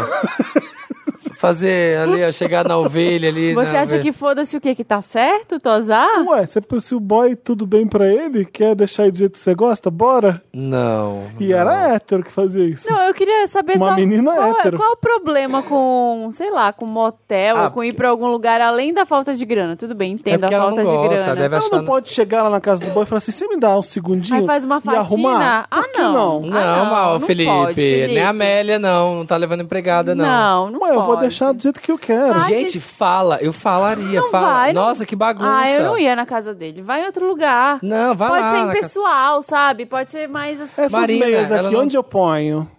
Speaker 2: Fazer ali, ó, chegar na ovelha ali.
Speaker 3: Você
Speaker 2: na
Speaker 3: acha
Speaker 2: ovelha.
Speaker 3: que foda-se o quê? Que tá certo, tosar?
Speaker 1: Ué, se, é se o boy tudo bem pra ele, quer deixar do jeito que você gosta, bora.
Speaker 2: Não.
Speaker 3: Ah,
Speaker 1: E era hétero que fazia isso.
Speaker 3: Não, eu queria saber
Speaker 1: Uma
Speaker 3: só
Speaker 1: menina
Speaker 3: qual, é,
Speaker 1: hétero.
Speaker 3: qual o problema com, sei lá, com motel
Speaker 2: Ah,
Speaker 3: ou com ir
Speaker 2: porque-
Speaker 3: pra algum lugar além da falta de grana. Tudo bem,
Speaker 2: É
Speaker 3: entendo
Speaker 2: porque
Speaker 3: a
Speaker 2: ela
Speaker 3: falta
Speaker 2: não
Speaker 3: de
Speaker 2: gosta,
Speaker 3: grana.
Speaker 2: deve
Speaker 1: Ela
Speaker 2: achar.
Speaker 1: não pode chegar lá na casa do boy e falar assim: você me dá um segundinho.
Speaker 3: Aí faz uma
Speaker 1: e arrumar?
Speaker 3: faxina. Ah,
Speaker 1: Por que não?
Speaker 3: não.
Speaker 2: Não,
Speaker 3: Ah, não,
Speaker 2: mal,
Speaker 3: não
Speaker 2: Felipe.
Speaker 3: pode, Felipe.
Speaker 2: Nem a Amélia, não. Não tá levando empregada, não.
Speaker 3: Não, não
Speaker 1: Ué, é, eu vou
Speaker 3: pode.
Speaker 1: deixar do jeito que eu quero.
Speaker 3: Ai,
Speaker 2: Gente,
Speaker 3: gente.
Speaker 2: fala. Eu falaria.
Speaker 3: Não
Speaker 2: fala.
Speaker 3: vai, não-
Speaker 2: Nossa, que bagunça.
Speaker 3: Ah, eu não ia na casa dele. Vai em outro lugar.
Speaker 2: Não, vai
Speaker 3: Pode
Speaker 2: lá
Speaker 3: ser
Speaker 2: na casa-
Speaker 3: impessoal, sabe? Pode ser mais assim.
Speaker 1: Essas
Speaker 2: Marina,
Speaker 1: meias
Speaker 2: ela
Speaker 1: aqui,
Speaker 2: não- Ah.
Speaker 1: onde eu ponho?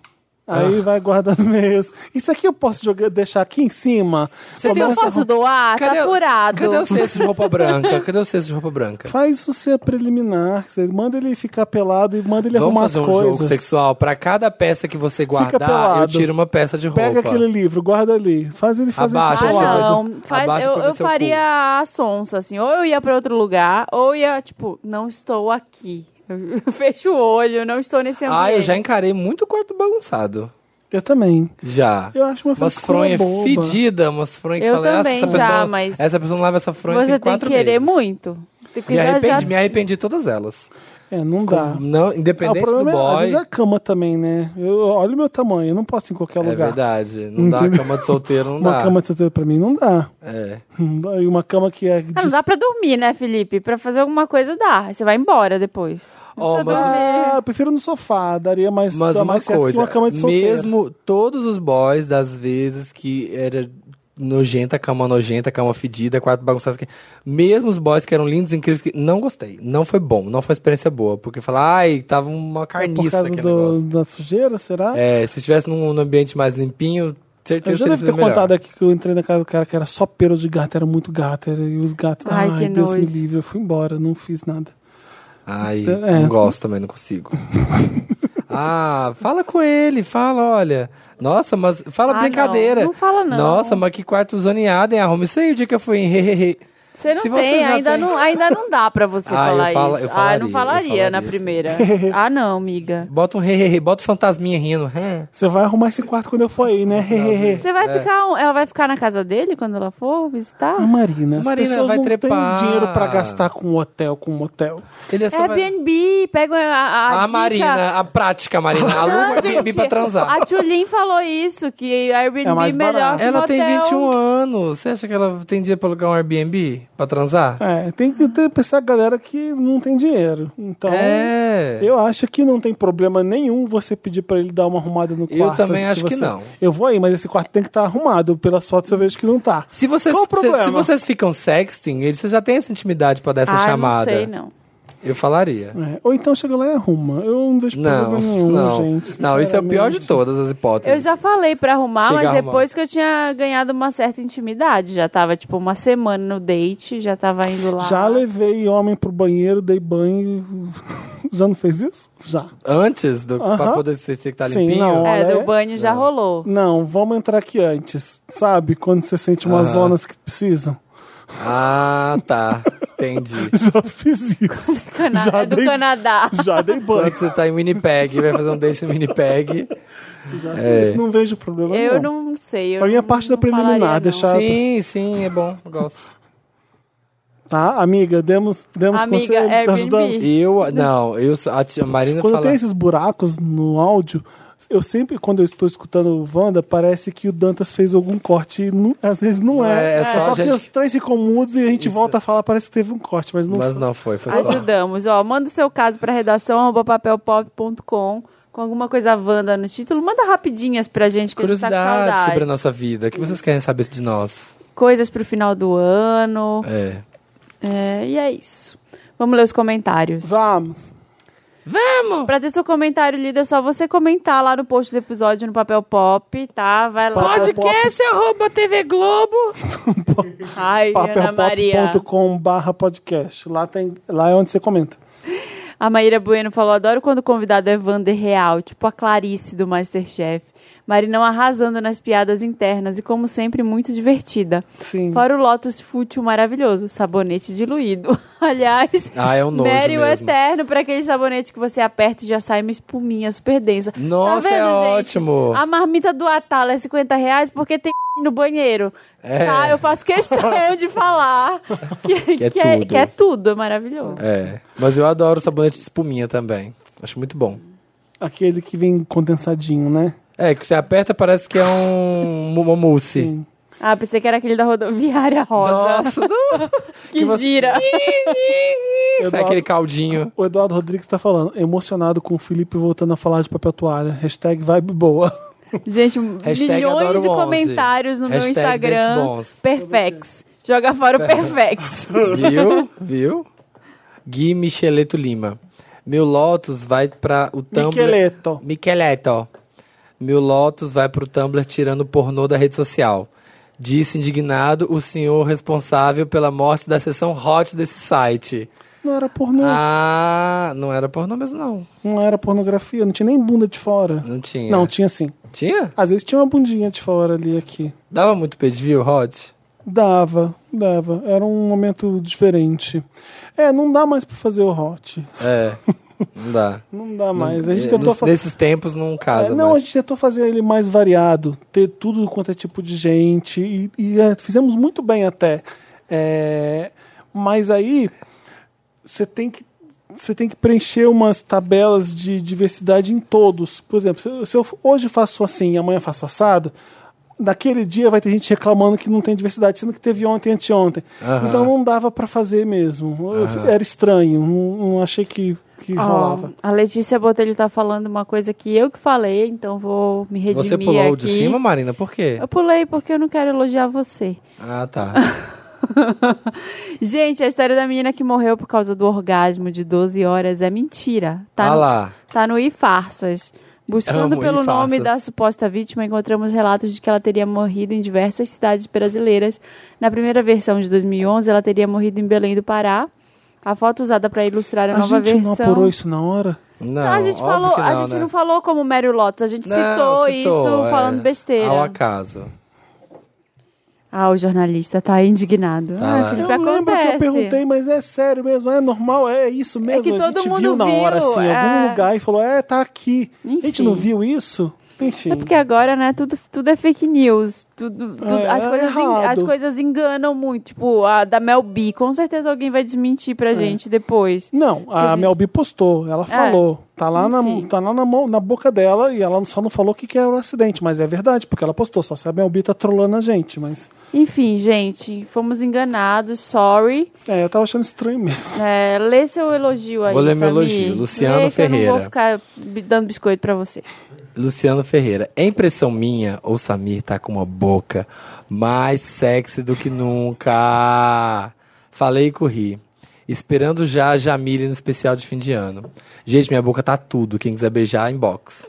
Speaker 1: Aí vai guardar as meias. Isso aqui eu posso jogar, deixar aqui em cima?
Speaker 2: Você tem
Speaker 3: Eu
Speaker 2: um
Speaker 1: Começa-
Speaker 3: posso doar?
Speaker 2: Cadê
Speaker 3: tá
Speaker 2: o-
Speaker 3: furado.
Speaker 2: Cadê o cesto de roupa branca? Cadê o cesto de roupa branca?
Speaker 1: Faz o seu preliminar. Você manda ele ficar pelado e manda ele
Speaker 2: Vamos
Speaker 1: arrumar
Speaker 2: fazer um
Speaker 1: as coisas.
Speaker 2: jogo sexual. Pra cada peça que você guardar, eu
Speaker 1: pelado.
Speaker 2: tiro uma peça de roupa.
Speaker 1: Pega aquele livro, guarda ali. Faz ele fazer
Speaker 2: Abaixa,
Speaker 1: isso.
Speaker 2: Abaixa.
Speaker 3: Ah,
Speaker 2: coisa.
Speaker 3: não. Faz-
Speaker 2: Abaixa
Speaker 3: eu
Speaker 2: pra ver
Speaker 3: eu
Speaker 2: seu cu.
Speaker 3: faria a sonsa, assim. Ou eu ia pra outro lugar, ou ia, tipo, não estou aqui. Eu fecho o olho, não estou nesse ambiente.
Speaker 2: Ah, eu já encarei muito quarto bagunçado.
Speaker 1: Eu também.
Speaker 2: Já.
Speaker 1: Eu acho uma
Speaker 2: Umas
Speaker 1: frescura
Speaker 2: fronhas
Speaker 1: boba.
Speaker 2: fedidas, umas fronhas que
Speaker 3: Eu
Speaker 2: fala,
Speaker 3: também
Speaker 2: essa
Speaker 3: já,
Speaker 2: pessoa,
Speaker 3: mas
Speaker 2: essa pessoa não lava essa fronha tem
Speaker 3: Você tem que
Speaker 2: um quatro
Speaker 3: querer
Speaker 2: meses.
Speaker 3: muito. Porque
Speaker 2: Me
Speaker 3: já-
Speaker 2: arrependi,
Speaker 3: já-
Speaker 2: me arrependi de todas elas.
Speaker 1: É, não dá.
Speaker 2: Não,
Speaker 1: Ah, o
Speaker 2: independente do
Speaker 1: problema é, às
Speaker 2: boy.
Speaker 1: vezes, a cama também, né? Eu, olha o meu tamanho, eu não posso ir em qualquer
Speaker 2: É
Speaker 1: lugar.
Speaker 2: verdade. Não dá,
Speaker 1: Entendeu?
Speaker 2: cama de solteiro não
Speaker 1: Uma
Speaker 2: dá.
Speaker 1: cama de solteiro pra mim não dá.
Speaker 2: É.
Speaker 1: Não dá. E uma cama que é.
Speaker 3: Ah, não
Speaker 1: dis-
Speaker 3: dá pra dormir, né, Felipe? Pra fazer alguma coisa dá. Aí você vai embora depois.
Speaker 2: Ó, mas-
Speaker 1: Ah, eu prefiro no sofá, daria mais,
Speaker 2: Mas
Speaker 1: dá
Speaker 2: uma
Speaker 1: tá mais certo que
Speaker 2: coisa,
Speaker 1: uma cama de solteiro.
Speaker 2: mesmo todos os boys, das vezes que era nojenta, cama nojenta, cama fedida, quarto bagunçado, que- mesmo os boys que eram lindos, incríveis, que não gostei. Não foi bom, não foi experiência boa. Porque falar, ai, tava uma
Speaker 1: É por
Speaker 2: carniça
Speaker 1: causa
Speaker 2: aquele
Speaker 1: do,
Speaker 2: negócio.
Speaker 1: da sujeira, será?
Speaker 2: É, se estivesse num, num ambiente mais limpinho, certeza
Speaker 1: Eu já
Speaker 2: teria
Speaker 1: devo
Speaker 2: sido
Speaker 1: ter
Speaker 2: melhor.
Speaker 1: contado aqui que eu entrei na casa do cara que era só pelo de gato, era muito gato. Era, e os gatos. Ai,
Speaker 3: Ai, que
Speaker 1: Deus me
Speaker 3: nojo.
Speaker 1: livre, eu fui embora, não fiz nada.
Speaker 2: Ai,
Speaker 1: É.
Speaker 2: não gosto também, não consigo. ah, fala com ele, fala, olha. Nossa, mas fala
Speaker 3: Ah,
Speaker 2: brincadeira.
Speaker 3: não, não fala não.
Speaker 2: Nossa, mas que quarto zoneado, hein? Arruma isso aí o dia que eu fui em hehehe.
Speaker 3: Você não
Speaker 2: Se você
Speaker 3: tem,
Speaker 2: já
Speaker 3: ainda,
Speaker 2: tem-
Speaker 3: Não, ainda não dá pra você
Speaker 2: Ah,
Speaker 3: falar
Speaker 2: eu falo-
Speaker 3: isso.
Speaker 2: eu
Speaker 3: ah, não
Speaker 2: falaria, eu
Speaker 3: falaria na
Speaker 2: falaria,
Speaker 3: primeira. ah, não, amiga.
Speaker 2: Bota um hehehe, bota o fantasminha rindo. É, Hã?
Speaker 1: Você vai arrumar esse quarto quando eu for aí, né? Hehehe.
Speaker 3: Você vai
Speaker 2: É.
Speaker 3: ficar. um- Ela vai ficar na casa dele quando ela for visitar?
Speaker 2: Hum,
Speaker 1: A Marina, as
Speaker 2: Marina
Speaker 1: pessoas
Speaker 2: vai
Speaker 1: não
Speaker 2: trepar.
Speaker 1: têm dinheiro pra gastar com hotel, com motel.
Speaker 2: Ele é só vai-
Speaker 3: Airbnb, pega a, a,
Speaker 2: A
Speaker 3: dica.
Speaker 2: Marina, ah, tá. a prática, Marina. Aluga o Airbnb
Speaker 3: Gente,
Speaker 2: pra transar.
Speaker 3: A Tulin falou isso, que Airbnb
Speaker 1: É
Speaker 3: é
Speaker 1: mais
Speaker 3: melhor
Speaker 1: barato.
Speaker 3: que
Speaker 2: Ela tem
Speaker 3: motel.
Speaker 2: 21 anos. Você acha que ela tem dia pra alugar um Airbnb pra transar?
Speaker 1: É, tem que ter, pensar a galera que não tem dinheiro. Então,
Speaker 2: É.
Speaker 1: eu acho que não tem problema nenhum você pedir pra ele dar uma arrumada no quarto.
Speaker 2: Eu também
Speaker 1: se
Speaker 2: acho que
Speaker 1: você-
Speaker 2: não.
Speaker 1: Eu vou aí, mas esse quarto tem que estar arrumado. Pelas fotos eu vejo que não tá.
Speaker 2: Se vocês,
Speaker 1: Qual o
Speaker 2: se- se,
Speaker 1: problema?
Speaker 2: vocês ficam sexting, eles vocês já têm essa intimidade pra dar essa
Speaker 3: Ah,
Speaker 2: chamada.
Speaker 3: não sei, não.
Speaker 2: Eu falaria.
Speaker 1: É, Ou então chega lá e arruma. Eu não vejo
Speaker 2: Não,
Speaker 1: problema nenhum,
Speaker 2: não.
Speaker 1: gente.
Speaker 2: não, isso é o pior de
Speaker 1: sinceramente.
Speaker 2: todas as hipóteses.
Speaker 3: Eu já falei pra arrumar,
Speaker 2: Chega a
Speaker 3: mas
Speaker 2: arrumar.
Speaker 3: depois que eu tinha ganhado uma certa intimidade. Já tava, tipo, uma semana no date, já tava indo lá.
Speaker 1: Já levei homem pro banheiro, dei banho. já não fez isso? Já.
Speaker 2: Antes do pra
Speaker 1: Aham.
Speaker 2: poder ser que tá
Speaker 1: Sim,
Speaker 2: limpinho.
Speaker 1: não,
Speaker 3: É,
Speaker 1: Olha, é-
Speaker 3: do banho já rolou.
Speaker 1: Não, vamos entrar aqui antes. Sabe? Quando você sente umas zonas que precisam.
Speaker 2: Ah, tá. Entendi.
Speaker 1: Já fiz isso.
Speaker 3: Cana-
Speaker 1: Já
Speaker 3: é do
Speaker 1: dei-
Speaker 3: Canadá.
Speaker 1: Já dei banho.
Speaker 2: Quando você tá em Winnipeg, vai fazer um deixa em Winnipeg.
Speaker 1: Já
Speaker 2: É.
Speaker 1: fiz. Não vejo problema
Speaker 3: Eu
Speaker 1: nenhum.
Speaker 3: não sei. Eu
Speaker 1: Pra mim,
Speaker 3: não,
Speaker 1: a parte da
Speaker 3: não falaria,
Speaker 1: preliminar,
Speaker 3: não.
Speaker 2: é
Speaker 1: deixar- Chato.
Speaker 2: Sim, sim, é bom. eu Gosto.
Speaker 1: Tá, amiga, demos, demos
Speaker 3: Amiga,
Speaker 1: conselho, te
Speaker 3: Airbnb.
Speaker 1: ajudamos.
Speaker 2: Eu, não, eu sou- a, tia- a Marina
Speaker 1: Quando
Speaker 2: fala.
Speaker 1: tem esses buracos no áudio, eu sempre, quando eu estou escutando o Wanda, parece que o Dantas fez algum corte. e não- às vezes não é.
Speaker 2: É, é só a
Speaker 1: que
Speaker 2: gente-
Speaker 1: os três ficam mudos e a gente volta a falar, parece que teve um corte, mas não
Speaker 3: tá
Speaker 2: Mas não foi, foi é só.
Speaker 3: Ajudamos. Ó, manda o seu caso pra redação arroba papelpop.com com alguma coisa Wanda no título, manda rapidinhas pra gente, que a gente tá com
Speaker 2: Curiosidades
Speaker 3: saudade.
Speaker 2: sobre a nossa vida. O que vocês querem saber de nós?
Speaker 3: Coisas pro final do ano.
Speaker 2: É.
Speaker 3: É, e é isso. Vamos ler os comentários.
Speaker 1: Vamos.
Speaker 3: Pra ter seu comentário lido, é só você comentar lá no post do episódio no Papel Pop, tá? Vai lá.
Speaker 7: Podcast arroba TV Globo.
Speaker 3: Ai, Ana Maria.
Speaker 1: papelpop.com.br podcast. Lá, tem, lá é onde você comenta.
Speaker 3: A Maíra Bueno falou: adoro quando o convidado é Wander Real, tipo a Clarice do Masterchef. Marinão arrasando nas piadas internas e, como sempre, muito divertida.
Speaker 1: Sim.
Speaker 3: Fora o Lotus fútil maravilhoso, sabonete diluído. Aliás,
Speaker 2: Ah, é um nojo
Speaker 3: mere o
Speaker 2: mesmo.
Speaker 3: eterno para aquele sabonete que você aperta e já sai uma espuminha super densa.
Speaker 2: Nossa,
Speaker 3: tá vendo,
Speaker 2: é
Speaker 3: gente?
Speaker 2: ótimo.
Speaker 3: A marmita do Atala é 50 reais porque tem no banheiro.
Speaker 2: É.
Speaker 3: Tá, eu faço questão de falar que,
Speaker 2: Que é
Speaker 3: que é,
Speaker 2: tudo.
Speaker 3: que é tudo, é maravilhoso.
Speaker 2: É. Mas eu adoro sabonete de espuminha também. Acho muito bom.
Speaker 1: Aquele que vem condensadinho, né?
Speaker 2: É, que você aperta parece que é um uma mousse.
Speaker 3: Ah, pensei que era aquele da rodoviária rosa.
Speaker 2: Nossa, não.
Speaker 3: que,
Speaker 2: que você-
Speaker 3: gira.
Speaker 1: Eu dou-
Speaker 2: Sai é aquele caldinho.
Speaker 1: O Eduardo Rodrigues tá falando, emocionado com o Felipe voltando a falar de papel toalha. Hashtag vibe boa.
Speaker 3: Gente,
Speaker 2: Hashtag
Speaker 3: milhões
Speaker 2: adoro
Speaker 3: de
Speaker 2: onze.
Speaker 3: comentários no meu
Speaker 2: Hashtag dentes
Speaker 3: Instagram.
Speaker 2: bons.
Speaker 3: Perfex. Joga fora o Perfex.
Speaker 2: Viu? Viu? Gui Micheleto Lima. Meu Lotus vai pra o Tumblr.
Speaker 1: Micheleto.
Speaker 2: Micheleto. Meu Lotus vai pro Tumblr tirando pornô da rede social. Disse indignado o senhor responsável pela morte da seção hot desse site.
Speaker 1: Não era pornô.
Speaker 2: Ah, não era pornô mesmo, não.
Speaker 1: Não era pornografia, não tinha nem bunda de fora.
Speaker 2: Não tinha.
Speaker 1: Não, tinha sim.
Speaker 2: Tinha?
Speaker 1: Às vezes tinha uma bundinha de fora ali aqui.
Speaker 2: Dava muito page view, hot?
Speaker 1: Dava, dava. Era um momento diferente. É, não dá mais pra fazer o hot.
Speaker 2: É. Não dá.
Speaker 1: Não dá mais. a gente
Speaker 2: É,
Speaker 1: tentou
Speaker 2: nos-
Speaker 1: fa-
Speaker 2: Nesses tempos não casa
Speaker 1: É, não, a
Speaker 2: mais.
Speaker 1: gente tentou fazer ele mais variado, ter tudo quanto é tipo de gente, e, e, é, fizemos muito bem até. É, mas aí você tem que você tem que preencher umas tabelas de diversidade em todos. Por exemplo, se eu, se eu hoje faço assim e amanhã faço assado, daquele dia vai ter gente reclamando que não tem diversidade, sendo que teve ontem e anteontem. Então não dava para fazer mesmo. Eu- Era estranho, não, não achei que, que
Speaker 3: Ó,
Speaker 1: rolava.
Speaker 3: a Letícia Botelho tá falando uma coisa que eu que falei, então vou me redimir
Speaker 2: Você pulou
Speaker 3: aqui.
Speaker 2: de cima, Marina? Por quê?
Speaker 3: Eu pulei porque eu não quero elogiar você.
Speaker 2: Ah, tá.
Speaker 3: Gente, a história da menina que morreu por causa do orgasmo de 12 horas é mentira. Tá
Speaker 2: ah
Speaker 3: no-
Speaker 2: lá.
Speaker 3: Tá no iFarsas. Buscando
Speaker 2: Amo
Speaker 3: pelo nome
Speaker 2: iFarsas.
Speaker 3: da suposta vítima, encontramos relatos de que ela teria morrido em diversas cidades brasileiras. Na primeira versão de 2011, ela teria morrido em Belém do Pará. A foto usada para ilustrar a,
Speaker 1: A
Speaker 3: nova
Speaker 1: gente não
Speaker 3: versão.
Speaker 1: apurou isso na hora?
Speaker 2: Não,
Speaker 3: a gente
Speaker 2: óbvio
Speaker 3: falou,
Speaker 2: que
Speaker 3: a
Speaker 2: não,
Speaker 3: gente
Speaker 2: né?
Speaker 3: não falou como Mary Lotus, a gente citou,
Speaker 2: Não,
Speaker 3: isso
Speaker 2: é,
Speaker 3: falando besteira.
Speaker 2: Ao acaso.
Speaker 3: Ah, o jornalista tá indignado.
Speaker 2: Tá
Speaker 3: ah,
Speaker 2: lá.
Speaker 1: Eu
Speaker 3: Felipe,
Speaker 1: lembro que eu
Speaker 3: acontece.
Speaker 1: perguntei, mas é sério mesmo, é normal, é isso mesmo.
Speaker 3: que
Speaker 1: a
Speaker 3: todo
Speaker 1: gente
Speaker 3: mundo
Speaker 1: viu na
Speaker 3: viu,
Speaker 1: hora, assim, em
Speaker 3: é.
Speaker 1: algum lugar e falou, é, tá aqui. A gente
Speaker 3: Enfim.
Speaker 1: não viu isso? Enfim.
Speaker 3: É porque agora, né, tudo, tudo é fake news. Tudo, tudo-
Speaker 1: É,
Speaker 3: as,
Speaker 1: é
Speaker 3: coisas en-
Speaker 1: errado.
Speaker 3: as coisas enganam muito. Tipo, a da Mel B. Com certeza alguém vai desmentir
Speaker 1: É.
Speaker 3: pra gente depois.
Speaker 1: Não, a
Speaker 3: gente-
Speaker 1: Mel B postou, ela falou. Tá lá, na,
Speaker 3: É. Enfim.
Speaker 1: tá lá na, mão, na boca dela e ela só não falou o que, que era o acidente, mas é verdade, porque ela postou. Só se a Mel B tá trolando a gente, mas.
Speaker 3: Enfim, gente, fomos enganados. Sorry.
Speaker 1: É, eu tava achando estranho mesmo.
Speaker 3: É, lê seu elogio aí,
Speaker 2: Vou ler meu
Speaker 3: Samir.
Speaker 2: elogio. Luciano
Speaker 3: Lê que eu não vou
Speaker 2: Ferreira.
Speaker 3: ficar bi- dando biscoito pra você.
Speaker 2: Luciano Ferreira. É impressão minha ou Samir tá com uma boca mais sexy do que nunca? Falei e corri. Esperando já a Jamile no especial de fim de ano. Gente, minha boca tá tudo. Quem quiser beijar, inbox.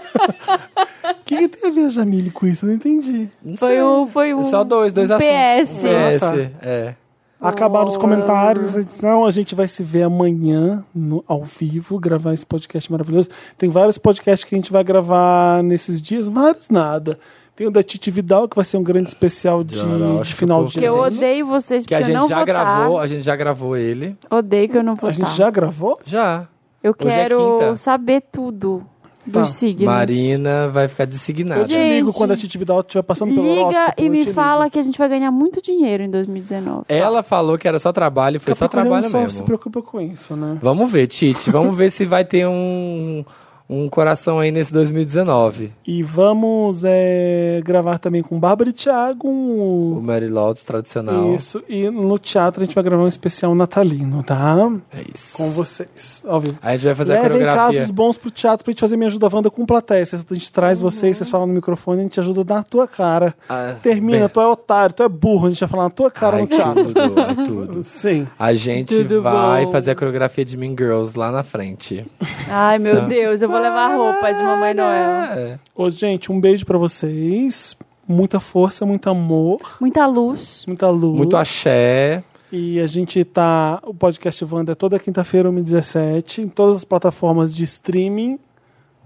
Speaker 1: O que, que tem a ver a Jamile com isso? é Eu não entendi.
Speaker 2: Não
Speaker 3: Foi
Speaker 2: sei. É
Speaker 3: um, foi um.
Speaker 2: Só dois, dois
Speaker 3: um
Speaker 2: assuntos.
Speaker 3: PS.
Speaker 2: Um PS,
Speaker 1: Ah,
Speaker 2: é.
Speaker 1: Acabaram os comentários dessa edição. A gente vai se ver amanhã no- ao vivo, gravar esse podcast maravilhoso. Tem vários podcasts que a gente vai gravar nesses dias, vários nada. Tem o da Titi Vidal, que vai ser um grande especial de,
Speaker 2: Horóscopo.
Speaker 1: de final de
Speaker 3: Que eu
Speaker 1: ano.
Speaker 3: odeio vocês
Speaker 2: Que
Speaker 3: porque
Speaker 2: a
Speaker 3: eu
Speaker 2: gente
Speaker 3: não
Speaker 2: já
Speaker 3: vou tá.
Speaker 2: gravou, a gente já gravou ele.
Speaker 3: Odeio que eu não vou
Speaker 1: A gente
Speaker 3: tá.
Speaker 1: já gravou?
Speaker 2: Já.
Speaker 3: Eu
Speaker 2: Hoje é
Speaker 3: quero
Speaker 2: quinta.
Speaker 3: saber tudo
Speaker 1: Tá.
Speaker 3: dos signos.
Speaker 2: Marina vai ficar designada.
Speaker 1: Eu te
Speaker 3: Gente,
Speaker 1: ligo quando a Titi Vidal estiver passando pelo
Speaker 3: Liga
Speaker 1: Tá horóscopo.
Speaker 3: e
Speaker 1: eu te
Speaker 3: me
Speaker 1: ligo.
Speaker 3: fala que a gente vai ganhar muito dinheiro em 2019.
Speaker 2: Ela falou que era só trabalho, foi só
Speaker 1: um Capricorniano
Speaker 2: trabalho
Speaker 1: só
Speaker 2: mesmo.
Speaker 1: se preocupa com isso, né?
Speaker 2: Vamos ver, Tite. Vamos ver se vai ter um, um coração aí nesse 2019.
Speaker 1: E vamos é, gravar também com Bárbara e Thiago. um-
Speaker 2: O Mary Lotus tradicional.
Speaker 1: Isso. E no teatro a gente vai gravar um especial natalino, tá?
Speaker 2: É isso.
Speaker 1: Com É, vocês, ao vivo.
Speaker 2: Aí a gente vai fazer a
Speaker 1: Levem
Speaker 2: coreografia.
Speaker 1: casos bons pro teatro pra gente fazer Me Ajuda Wanda com plateia. Vocês- A gente traz vocês, vocês falam no microfone, a gente ajuda na tua cara.
Speaker 2: Uhum. Ah,
Speaker 1: Termina,
Speaker 2: bem.
Speaker 1: tu é otário, tu é burro, a gente vai falar na tua cara
Speaker 2: Ai,
Speaker 1: no teatro.
Speaker 2: tudo, ai, tudo.
Speaker 1: Sim.
Speaker 2: A gente
Speaker 3: Tudo
Speaker 2: vai
Speaker 3: bom.
Speaker 2: fazer a coreografia de Mean Girls lá na frente.
Speaker 3: Ai, meu
Speaker 2: Tá.
Speaker 3: Deus, eu vou levar a roupa de Mamãe Noel.
Speaker 2: É.
Speaker 1: Ô, gente, um beijo pra vocês. Muita força, muito amor,
Speaker 3: Muita luz.
Speaker 1: muita luz.
Speaker 2: Muito axé.
Speaker 1: E a gente tá. O podcast Wanda é toda quinta-feira, 1h17, em todas as plataformas de streaming,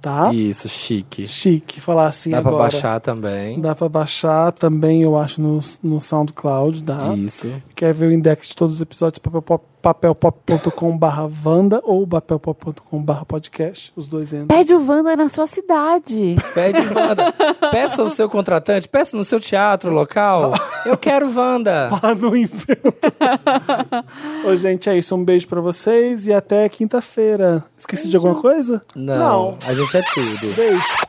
Speaker 1: tá?
Speaker 2: Isso, chique.
Speaker 1: Chique falar assim
Speaker 2: Dá
Speaker 1: agora.
Speaker 2: pra baixar também.
Speaker 1: Dá pra baixar também, eu acho, no, no SoundCloud, dá?
Speaker 2: Isso.
Speaker 1: Quer ver o index de todos os episódios? papelpop- papelpop.com/barra Wanda ou papelpop.com/barra podcast. Os dois entram.
Speaker 3: Pede o Wanda na sua cidade.
Speaker 2: Pede Wanda. Peça ao seu contratante, peça no seu teatro local. Eu quero Wanda.
Speaker 1: Lá no inferno. Ô, gente, é isso. Um beijo pra vocês e até quinta-feira. Esqueci de alguma coisa?
Speaker 2: Não,
Speaker 1: Não.
Speaker 2: A gente é tudo.
Speaker 1: Beijo.